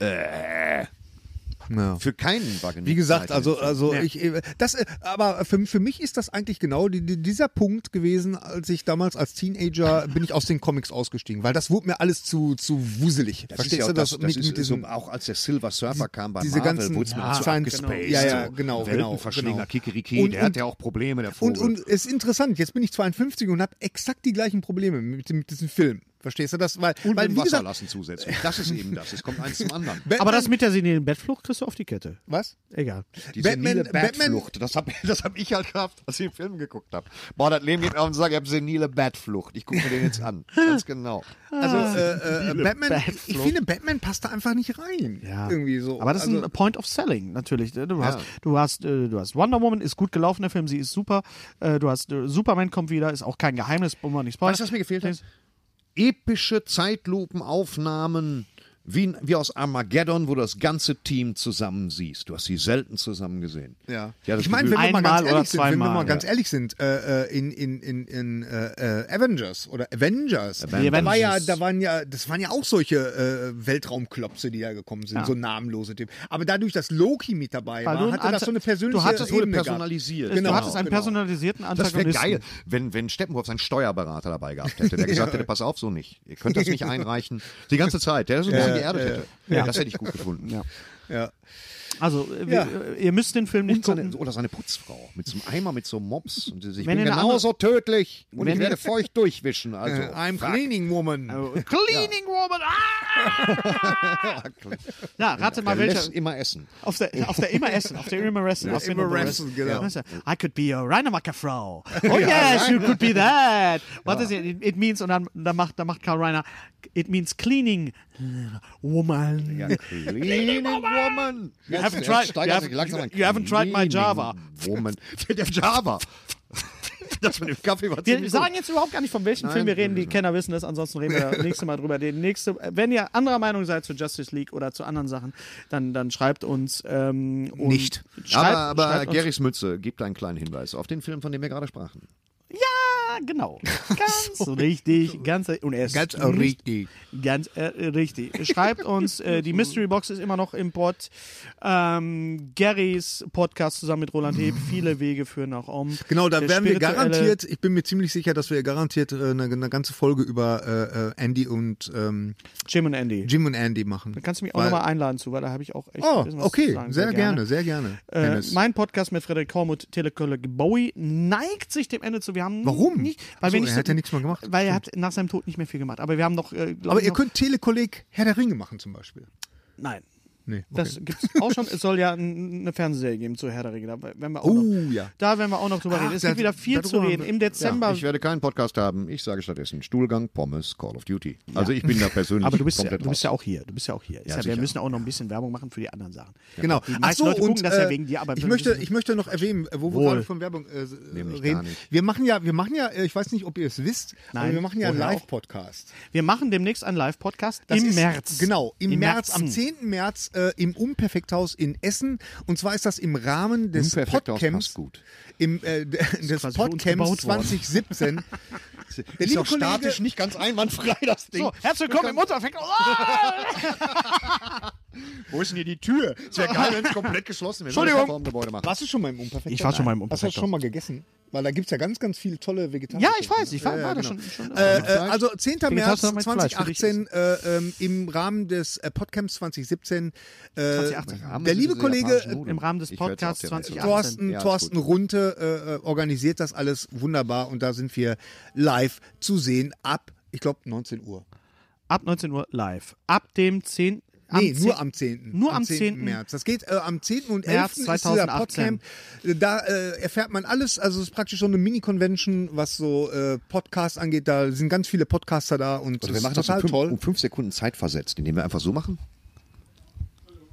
Speaker 1: Äh.
Speaker 4: ja.
Speaker 1: Für keinen war genug
Speaker 4: Wie
Speaker 1: Zeit
Speaker 4: gesagt,
Speaker 1: in
Speaker 4: also
Speaker 1: dem Film.
Speaker 4: also ich äh, das äh, aber für, für mich ist das eigentlich genau die, die, dieser Punkt gewesen, als ich damals als Teenager bin ich aus den Comics ausgestiegen, weil das wurde mir alles zu zu wuselig.
Speaker 1: Das ist
Speaker 4: Verstehst
Speaker 1: ja
Speaker 4: du
Speaker 1: auch, das,
Speaker 4: das,
Speaker 1: das
Speaker 4: mit,
Speaker 1: ist
Speaker 4: mit
Speaker 1: so,
Speaker 4: diesem
Speaker 1: auch als der Silver Surfer kam bei
Speaker 4: diese
Speaker 1: Marvel,
Speaker 4: ganzen-
Speaker 1: wurde es mir
Speaker 4: Ja,
Speaker 1: zu
Speaker 4: Science-
Speaker 1: abgespaced.
Speaker 4: Ja, ja, genau,
Speaker 1: so.
Speaker 4: genau,
Speaker 1: Weltenverschlinger,
Speaker 4: genau.
Speaker 1: Kikeriki,
Speaker 4: Und-
Speaker 1: der hat
Speaker 4: und-
Speaker 1: ja auch Probleme, der Vogel.
Speaker 4: und und es ist interessant, jetzt bin ich 52 und habe exakt die gleichen Probleme mit, mit diesem Film. Verstehst du das? Weil
Speaker 1: Und
Speaker 4: weil
Speaker 1: mit dem
Speaker 4: wie
Speaker 1: Wasser
Speaker 4: gesagt,
Speaker 1: lassen zusätzlich. Das ist eben das. Es kommt eins zum anderen.
Speaker 4: <laughs> Batman-
Speaker 3: Aber das mit der senioren Bettflucht kriegst du auf die Kette.
Speaker 4: was?
Speaker 3: Egal.
Speaker 1: Diese
Speaker 4: Batman-
Speaker 1: senile
Speaker 4: Batman-
Speaker 1: Bettflucht. Das habe das hab ich halt gehabt, als ich den Film geguckt habe. Boah, das Leben geht mir auf und sagt, ich habe senile Bettflucht. Ich gucke mir den jetzt an. Ganz genau.
Speaker 4: Also äh, äh, Batman, ich finde Batman passt da einfach nicht rein.
Speaker 3: Ja.
Speaker 4: Irgendwie so.
Speaker 3: Aber das
Speaker 4: also,
Speaker 3: ist ein Point of Selling, natürlich. Du hast, du hast, äh, du hast Wonder Woman, ist gut gelaufen, der Film, sie ist super. Äh, Du hast äh, Superman kommt wieder, ist auch kein Geheimnis, wo man nicht spoilern.
Speaker 1: Weißt du, was mir gefehlt hat? Epische Zeitlupenaufnahmen. Wie, in- wie aus Armageddon, wo du das ganze Team zusammen siehst. Du hast sie selten zusammen gesehen.
Speaker 4: Ja.
Speaker 1: das
Speaker 4: ich meine,
Speaker 1: Gefühl-
Speaker 4: wenn wir mal
Speaker 3: Einmal
Speaker 4: ganz
Speaker 3: oder
Speaker 4: ehrlich sind, wenn wir
Speaker 3: zweimal,
Speaker 4: mal
Speaker 3: ja.
Speaker 4: ganz ehrlich sind, äh, äh, in, in, in, in äh, äh, Avengers oder Avengers,
Speaker 1: Avengers.
Speaker 4: Da, war ja, da waren ja, das waren ja auch solche äh, Weltraumklopse, die da gekommen sind, so namenlose Typen. Aber dadurch, dass Loki mit dabei
Speaker 3: Weil du
Speaker 4: war,
Speaker 3: einen
Speaker 4: hatte das
Speaker 3: Anta-
Speaker 4: so eine persönliche
Speaker 3: du hattest-
Speaker 1: wurde
Speaker 4: Ebene gehabt.
Speaker 1: personalisiert.
Speaker 3: Genau, du hattest einen
Speaker 4: genau.
Speaker 3: personalisierten
Speaker 1: Das wäre
Speaker 3: Antagonisten.
Speaker 1: geil, wenn, wenn Steppenwolf seinen Steuerberater dabei gehabt hätte, der
Speaker 4: <laughs>
Speaker 1: gesagt hätte, pass auf, so nicht. Ihr könnt das nicht einreichen. Die ganze Zeit, der so ein bisschen geerdet hätte. Das hätte ich gut gefunden.
Speaker 3: Also, äh,
Speaker 4: Ja.
Speaker 3: wir, äh, ihr müsst den Film nicht
Speaker 1: Und seine,
Speaker 3: gucken.
Speaker 1: oder seine Putzfrau mit so einem Eimer, mit so einem Mops. Und sie- ich
Speaker 3: Wenn
Speaker 1: bin
Speaker 3: ihr eine
Speaker 1: genauso tödlich und ich
Speaker 3: wenn ihr-
Speaker 1: werde feucht durchwischen. Also,
Speaker 4: I'm cleaning woman.
Speaker 3: Also, Cleaning Woman! Ah! ja, rate mal,
Speaker 1: der
Speaker 3: welcher.
Speaker 1: lässt immer essen.
Speaker 3: Auf der, auf der immer essen, auf der immer essen. auf der
Speaker 4: immer
Speaker 3: immer
Speaker 4: essen, genau.
Speaker 3: I could be your Reinemacher Frau. Oh yes, you could be that. What is it? It means, und dann, dann macht, dann macht Karl Reiner, it means cleaning woman.
Speaker 1: Ja, cleaning woman. You
Speaker 3: haven't tried- you haven't- you haven't tried my Java. <laughs>
Speaker 1: Woman. Der Java. <laughs> Das mit dem Kaffee war
Speaker 3: Wir
Speaker 1: ziemlich gut.
Speaker 3: sagen jetzt überhaupt gar nicht, von welchem Film wir reden. Die Kenner wissen das. Ansonsten reden wir <laughs> das nächste Mal drüber. Den nächste, wenn ihr anderer Meinung seid zu Justice League oder zu anderen Sachen, dann, dann schreibt uns. Ähm, und
Speaker 4: Nicht.
Speaker 3: Schreibt,
Speaker 1: aber aber
Speaker 3: schreibt uns-
Speaker 1: Gerrys Mütze gibt einen kleinen Hinweis auf den Film, von dem wir gerade sprachen.
Speaker 3: Ja, genau. Ganz richtig. Ganz, und er ist
Speaker 4: Ganz
Speaker 3: nicht-
Speaker 4: richtig.
Speaker 3: Ganz äh,
Speaker 4: <laughs>
Speaker 3: richtig. Schreibt uns, äh, die Mystery Box ist immer noch im Pod. Ähm, Garys Podcast zusammen mit Roland Heb. Viele Wege führen nach Om.
Speaker 4: Genau, da
Speaker 3: Der
Speaker 4: werden wir
Speaker 3: spirituelle-
Speaker 4: garantiert, ich bin mir ziemlich sicher, dass wir garantiert äh, eine, eine ganze Folge über äh, äh, Andy und ähm,
Speaker 3: Jim und Andy.
Speaker 4: Jim und Andy machen.
Speaker 3: Dann kannst du mich auch
Speaker 4: Weil-
Speaker 3: nochmal einladen zu, weil da habe ich auch echt
Speaker 4: Oh,
Speaker 3: ein bisschen was zu
Speaker 4: okay,
Speaker 3: sagen.
Speaker 4: sehr gerne, sehr gerne.
Speaker 3: Äh,
Speaker 4: Dennis.
Speaker 3: mein Podcast mit Frederik Kormuth, Telekollege Bowie, neigt sich dem Ende zu. Wir haben
Speaker 4: Warum?
Speaker 3: Nicht,
Speaker 4: Ach
Speaker 3: weil
Speaker 4: so,
Speaker 3: wir nicht
Speaker 4: er
Speaker 3: so-
Speaker 4: hat ja nichts mehr gemacht.
Speaker 3: Weil er hat nach seinem Tod nicht mehr viel gemacht. Aber wir haben noch. Äh, glaub
Speaker 4: Aber
Speaker 3: ich
Speaker 4: ihr
Speaker 3: noch,
Speaker 4: könnt Telekolleg Herr der Ringe machen zum Beispiel.
Speaker 3: Nein.
Speaker 4: Nee, okay.
Speaker 3: Das gibt's auch schon. Es soll ja n- eine Fernsehserie geben zu Herr der Ringe. Da werden wir auch,
Speaker 4: Oh,
Speaker 3: noch,
Speaker 4: ja.
Speaker 3: da werden wir auch noch drüber
Speaker 4: Ach,
Speaker 3: reden. Es
Speaker 4: da-
Speaker 3: gibt wieder viel zu
Speaker 4: darüber
Speaker 3: reden.
Speaker 4: haben wir-
Speaker 3: Im Dezember.
Speaker 1: Ich werde keinen Podcast haben. Ich sage stattdessen Stuhlgang, Pommes, Call of Duty. Also ich bin da persönlich
Speaker 3: aber du bist, ja,
Speaker 1: komplett
Speaker 3: du bist ja
Speaker 1: raus.
Speaker 3: auch hier. Du bist ja auch hier. Ist ja, wir
Speaker 1: sicher.
Speaker 3: müssen auch noch ein bisschen Werbung machen für die anderen Sachen.
Speaker 4: Genau.
Speaker 3: Die
Speaker 4: Ach
Speaker 3: meisten
Speaker 4: so,
Speaker 3: Leute
Speaker 4: und
Speaker 3: gucken das ja
Speaker 4: äh,
Speaker 3: wegen dir, aber
Speaker 4: ich
Speaker 3: wir
Speaker 4: möchte,
Speaker 3: müssen-
Speaker 4: ich möchte noch erwähnen, äh, wo wir
Speaker 3: Wohl.
Speaker 4: gerade von Werbung äh, s-
Speaker 1: Nämlich
Speaker 4: reden.
Speaker 1: gar nicht.
Speaker 4: Wir machen ja, wir machen ja, äh, ich weiß nicht, ob ihr es wisst, aber
Speaker 3: Nein.
Speaker 4: wir machen ja einen
Speaker 3: Woher auch?
Speaker 4: Live-Podcast.
Speaker 3: Wir machen demnächst einen Live-Podcast
Speaker 4: Das
Speaker 3: im
Speaker 4: ist-
Speaker 3: März.
Speaker 4: Genau, im, März, am 10.
Speaker 3: Märzen.
Speaker 4: März äh, im Unperfekthaus in Essen. Und zwar ist das im Rahmen des
Speaker 1: Unperfekthaus
Speaker 4: Podcamps.
Speaker 1: passt gut.
Speaker 4: Im, äh, <laughs> d- des
Speaker 3: quasi für uns
Speaker 4: Podcamps
Speaker 3: gebaut worden. <laughs>
Speaker 4: 2017. Der
Speaker 1: Ist
Speaker 4: liebe
Speaker 1: auch statisch nicht ganz einwandfrei, das Ding.
Speaker 3: So, herzlich willkommen im Untereffekt. Oh,
Speaker 1: Wo ist denn hier die Tür? Es wäre geil, wenn es komplett geschlossen wäre.
Speaker 3: Entschuldigung.
Speaker 1: Vom Gebäude machen.
Speaker 4: Warst du schon mal im Unperfekthaus?
Speaker 3: Ich war schon mal im
Speaker 4: Hast du das
Speaker 3: Unperfekthaus.
Speaker 4: schon mal gegessen? Weil da gibt es ja ganz, ganz viele tolle Vegetarische.
Speaker 3: ja, ich weiß, ich war, war da schon. schon
Speaker 4: Äh, äh, also 10. März
Speaker 3: Tasse mit Fleisch für dich
Speaker 4: 2018 äh, ähm, im Rahmen des äh, Podcamps 2017. Äh,
Speaker 3: 2018.
Speaker 4: Der liebe Kollege äh,
Speaker 3: Im Rahmen des Podcasts 2018.
Speaker 4: Thorsten,
Speaker 1: Ja, ist
Speaker 4: Thorsten
Speaker 1: gut.
Speaker 4: Runte äh, äh, organisiert das alles wunderbar und da sind wir live zu sehen ab, ich glaube, 19 Uhr.
Speaker 3: ab 19 Uhr live. Ab dem 10.
Speaker 4: Nee,
Speaker 3: zeh-
Speaker 4: nur am 10.
Speaker 3: Nur am 10.
Speaker 4: März. Das geht äh, am 10. und 11.
Speaker 3: März
Speaker 4: ist dieser
Speaker 3: 2018.
Speaker 4: Podcamp. Äh, Da äh, erfährt man alles. Also es ist praktisch so eine Mini-Convention, was so äh, Podcasts angeht. Da sind ganz viele Podcaster da und
Speaker 1: Oder
Speaker 4: das
Speaker 1: wir machen das
Speaker 4: ist
Speaker 1: um
Speaker 4: total
Speaker 1: fünf,
Speaker 4: toll.
Speaker 1: um fünf Sekunden Zeit versetzt, indem wir einfach so machen.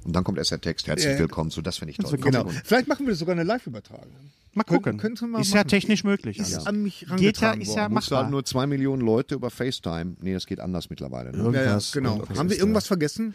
Speaker 1: Und dann kommt erst der Text. Herzlich
Speaker 4: Ja.
Speaker 1: willkommen zu. Das finde ich toll. Fünf
Speaker 4: Genau.
Speaker 1: Sekunden.
Speaker 4: Vielleicht machen wir das sogar eine Live-Übertragung.
Speaker 3: Mal gucken.
Speaker 4: Könnte man
Speaker 3: ist ja
Speaker 4: machen.
Speaker 3: technisch möglich. also.
Speaker 4: Ist
Speaker 3: alles.
Speaker 4: an mich
Speaker 3: Geht ja,
Speaker 4: rangetragen
Speaker 3: ist ja
Speaker 4: worden.
Speaker 1: Musst du halt
Speaker 3: machbar.
Speaker 1: nur zwei Millionen Leute über FaceTime. Nee, das geht anders mittlerweile. Ne?
Speaker 4: Ja, ja,
Speaker 3: Irgendwas.
Speaker 4: genau.
Speaker 1: Okay,
Speaker 4: Haben wir
Speaker 1: ist,
Speaker 4: irgendwas vergessen?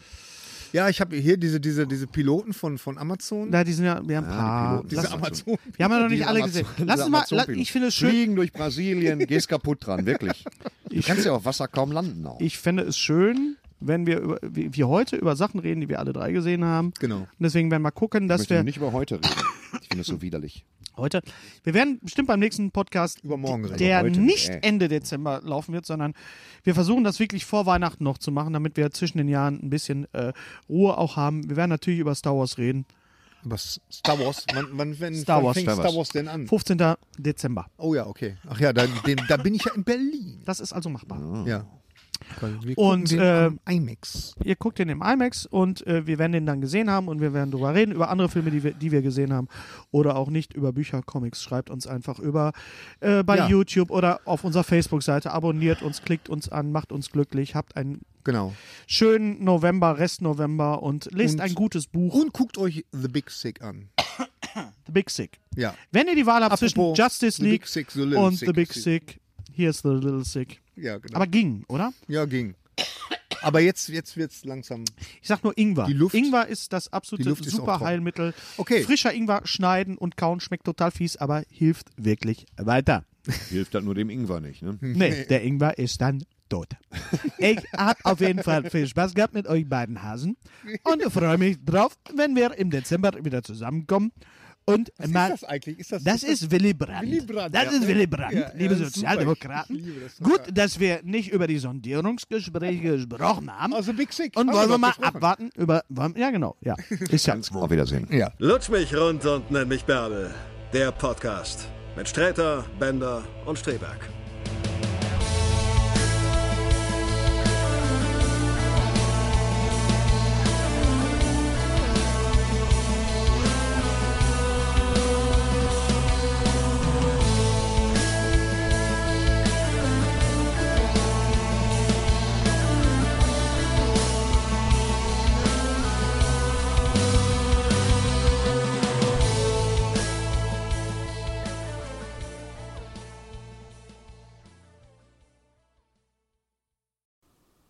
Speaker 4: Ja, ich habe hier diese, diese, diese Piloten von, von Amazon.
Speaker 3: Na, die sind ja, wir haben ein paar.
Speaker 1: Piloten.
Speaker 3: Lass,
Speaker 4: diese
Speaker 1: das-
Speaker 4: Amazon.
Speaker 3: wir haben ja noch nicht
Speaker 1: Diese
Speaker 3: alle
Speaker 1: Amazon-
Speaker 3: gesehen. Lass
Speaker 1: diese
Speaker 3: uns mal, la,
Speaker 1: Amazon-Piloten.
Speaker 3: ich finde es schön,
Speaker 1: Fliegen durch Brasilien, gehst kaputt dran,
Speaker 4: <laughs>
Speaker 1: wirklich. Du kannst ja auf Wasser kaum landen auch.
Speaker 3: ich fände es schön, wenn wir, über, wie, wir heute über Sachen reden, die wir alle drei gesehen haben.
Speaker 4: Genau.
Speaker 3: Und deswegen werden wir mal gucken,
Speaker 1: ich
Speaker 3: dass
Speaker 1: möchte
Speaker 3: wir
Speaker 1: nicht über heute reden. Ich finde es so widerlich.
Speaker 3: heute, wir werden bestimmt beim nächsten Podcast,
Speaker 4: Übermorgen
Speaker 3: die-
Speaker 4: reden
Speaker 3: der
Speaker 1: heute,
Speaker 3: nicht
Speaker 1: ey.
Speaker 3: Ende Dezember laufen wird, sondern wir versuchen das wirklich vor Weihnachten noch zu machen, damit wir zwischen den Jahren ein bisschen äh, Ruhe auch haben. Wir werden natürlich über Star Wars reden.
Speaker 4: Aber Star Wars. Wann, wann, wann
Speaker 3: Star Wars,
Speaker 4: fängt
Speaker 1: Star Wars.
Speaker 4: Star Wars denn
Speaker 1: Hm.
Speaker 4: an?
Speaker 3: 15. Dezember.
Speaker 4: Oh ja, okay. Ach ja, da, den, da bin ich ja in Berlin.
Speaker 3: Das ist also machbar.
Speaker 4: Ja. Wir gucken
Speaker 3: Und,
Speaker 4: den
Speaker 3: äh,
Speaker 4: am IMAX.
Speaker 3: ihr guckt den im IMAX und äh, wir werden den dann gesehen haben und wir werden drüber reden, über andere Filme, die wir, die wir gesehen haben oder auch nicht, über Bücher, Comics. Schreibt uns einfach über äh, bei
Speaker 4: Ja.
Speaker 3: YouTube oder auf unserer Facebook-Seite. Abonniert uns, klickt uns an, macht uns glücklich, habt einen
Speaker 4: Genau.
Speaker 3: schönen November, Rest November und lest
Speaker 4: Und-
Speaker 3: ein gutes Buch.
Speaker 4: Und guckt euch The Big Sick an.
Speaker 3: The Big Sick.
Speaker 4: Ja.
Speaker 3: Wenn ihr die Wahl habt
Speaker 4: Apropos
Speaker 3: zwischen Justice
Speaker 4: The
Speaker 3: League
Speaker 4: Big Sick, The Little
Speaker 3: und
Speaker 4: Sick.
Speaker 3: The Big Sick, hier ist The Little Sick.
Speaker 4: Ja, genau.
Speaker 3: Aber ging, oder?
Speaker 4: ja, ging. Aber jetzt, jetzt wird's langsam.
Speaker 3: Ich sag nur Ingwer.
Speaker 4: Die Luft-
Speaker 3: Ingwer ist das
Speaker 4: die
Speaker 3: absolute
Speaker 4: Luft ist auch trocken.
Speaker 3: Superheilmittel.
Speaker 4: Okay.
Speaker 3: Frischer Ingwer schneiden und kauen schmeckt total fies, aber hilft wirklich weiter.
Speaker 1: Hilft das nur dem Ingwer nicht, ne?
Speaker 4: Hm.
Speaker 3: Nee,
Speaker 4: <laughs>
Speaker 3: der Ingwer ist dann tot. Ich hab auf jeden Fall viel Spaß gehabt mit euch beiden Hasen und freue mich drauf, wenn wir im Dezember wieder zusammenkommen und mal
Speaker 4: ist das eigentlich? Ist das,
Speaker 3: das ist Willy Brandt.
Speaker 4: Willy Brandt,
Speaker 3: das
Speaker 4: ja.
Speaker 3: ist Willy Brandt,
Speaker 4: Ja, ja,
Speaker 3: liebe
Speaker 4: das ist super.
Speaker 3: Sozialdemokraten.
Speaker 4: Ich liebe das
Speaker 3: Gut,
Speaker 4: total.
Speaker 3: dass wir nicht über die Sondierungsgespräche gesprochen haben.
Speaker 4: Also Big Sick,
Speaker 3: Und
Speaker 4: haben
Speaker 3: wollen
Speaker 4: wir
Speaker 3: wir mal
Speaker 4: doch gesprochen.
Speaker 3: abwarten über. wollen- Ja, genau. Ja. Ist ja.
Speaker 1: Auf Wiedersehen.
Speaker 4: Ja.
Speaker 8: Lutsch mich rund und nenn mich Bärbel. Der Podcast mit Sträter, Bender und Streberg.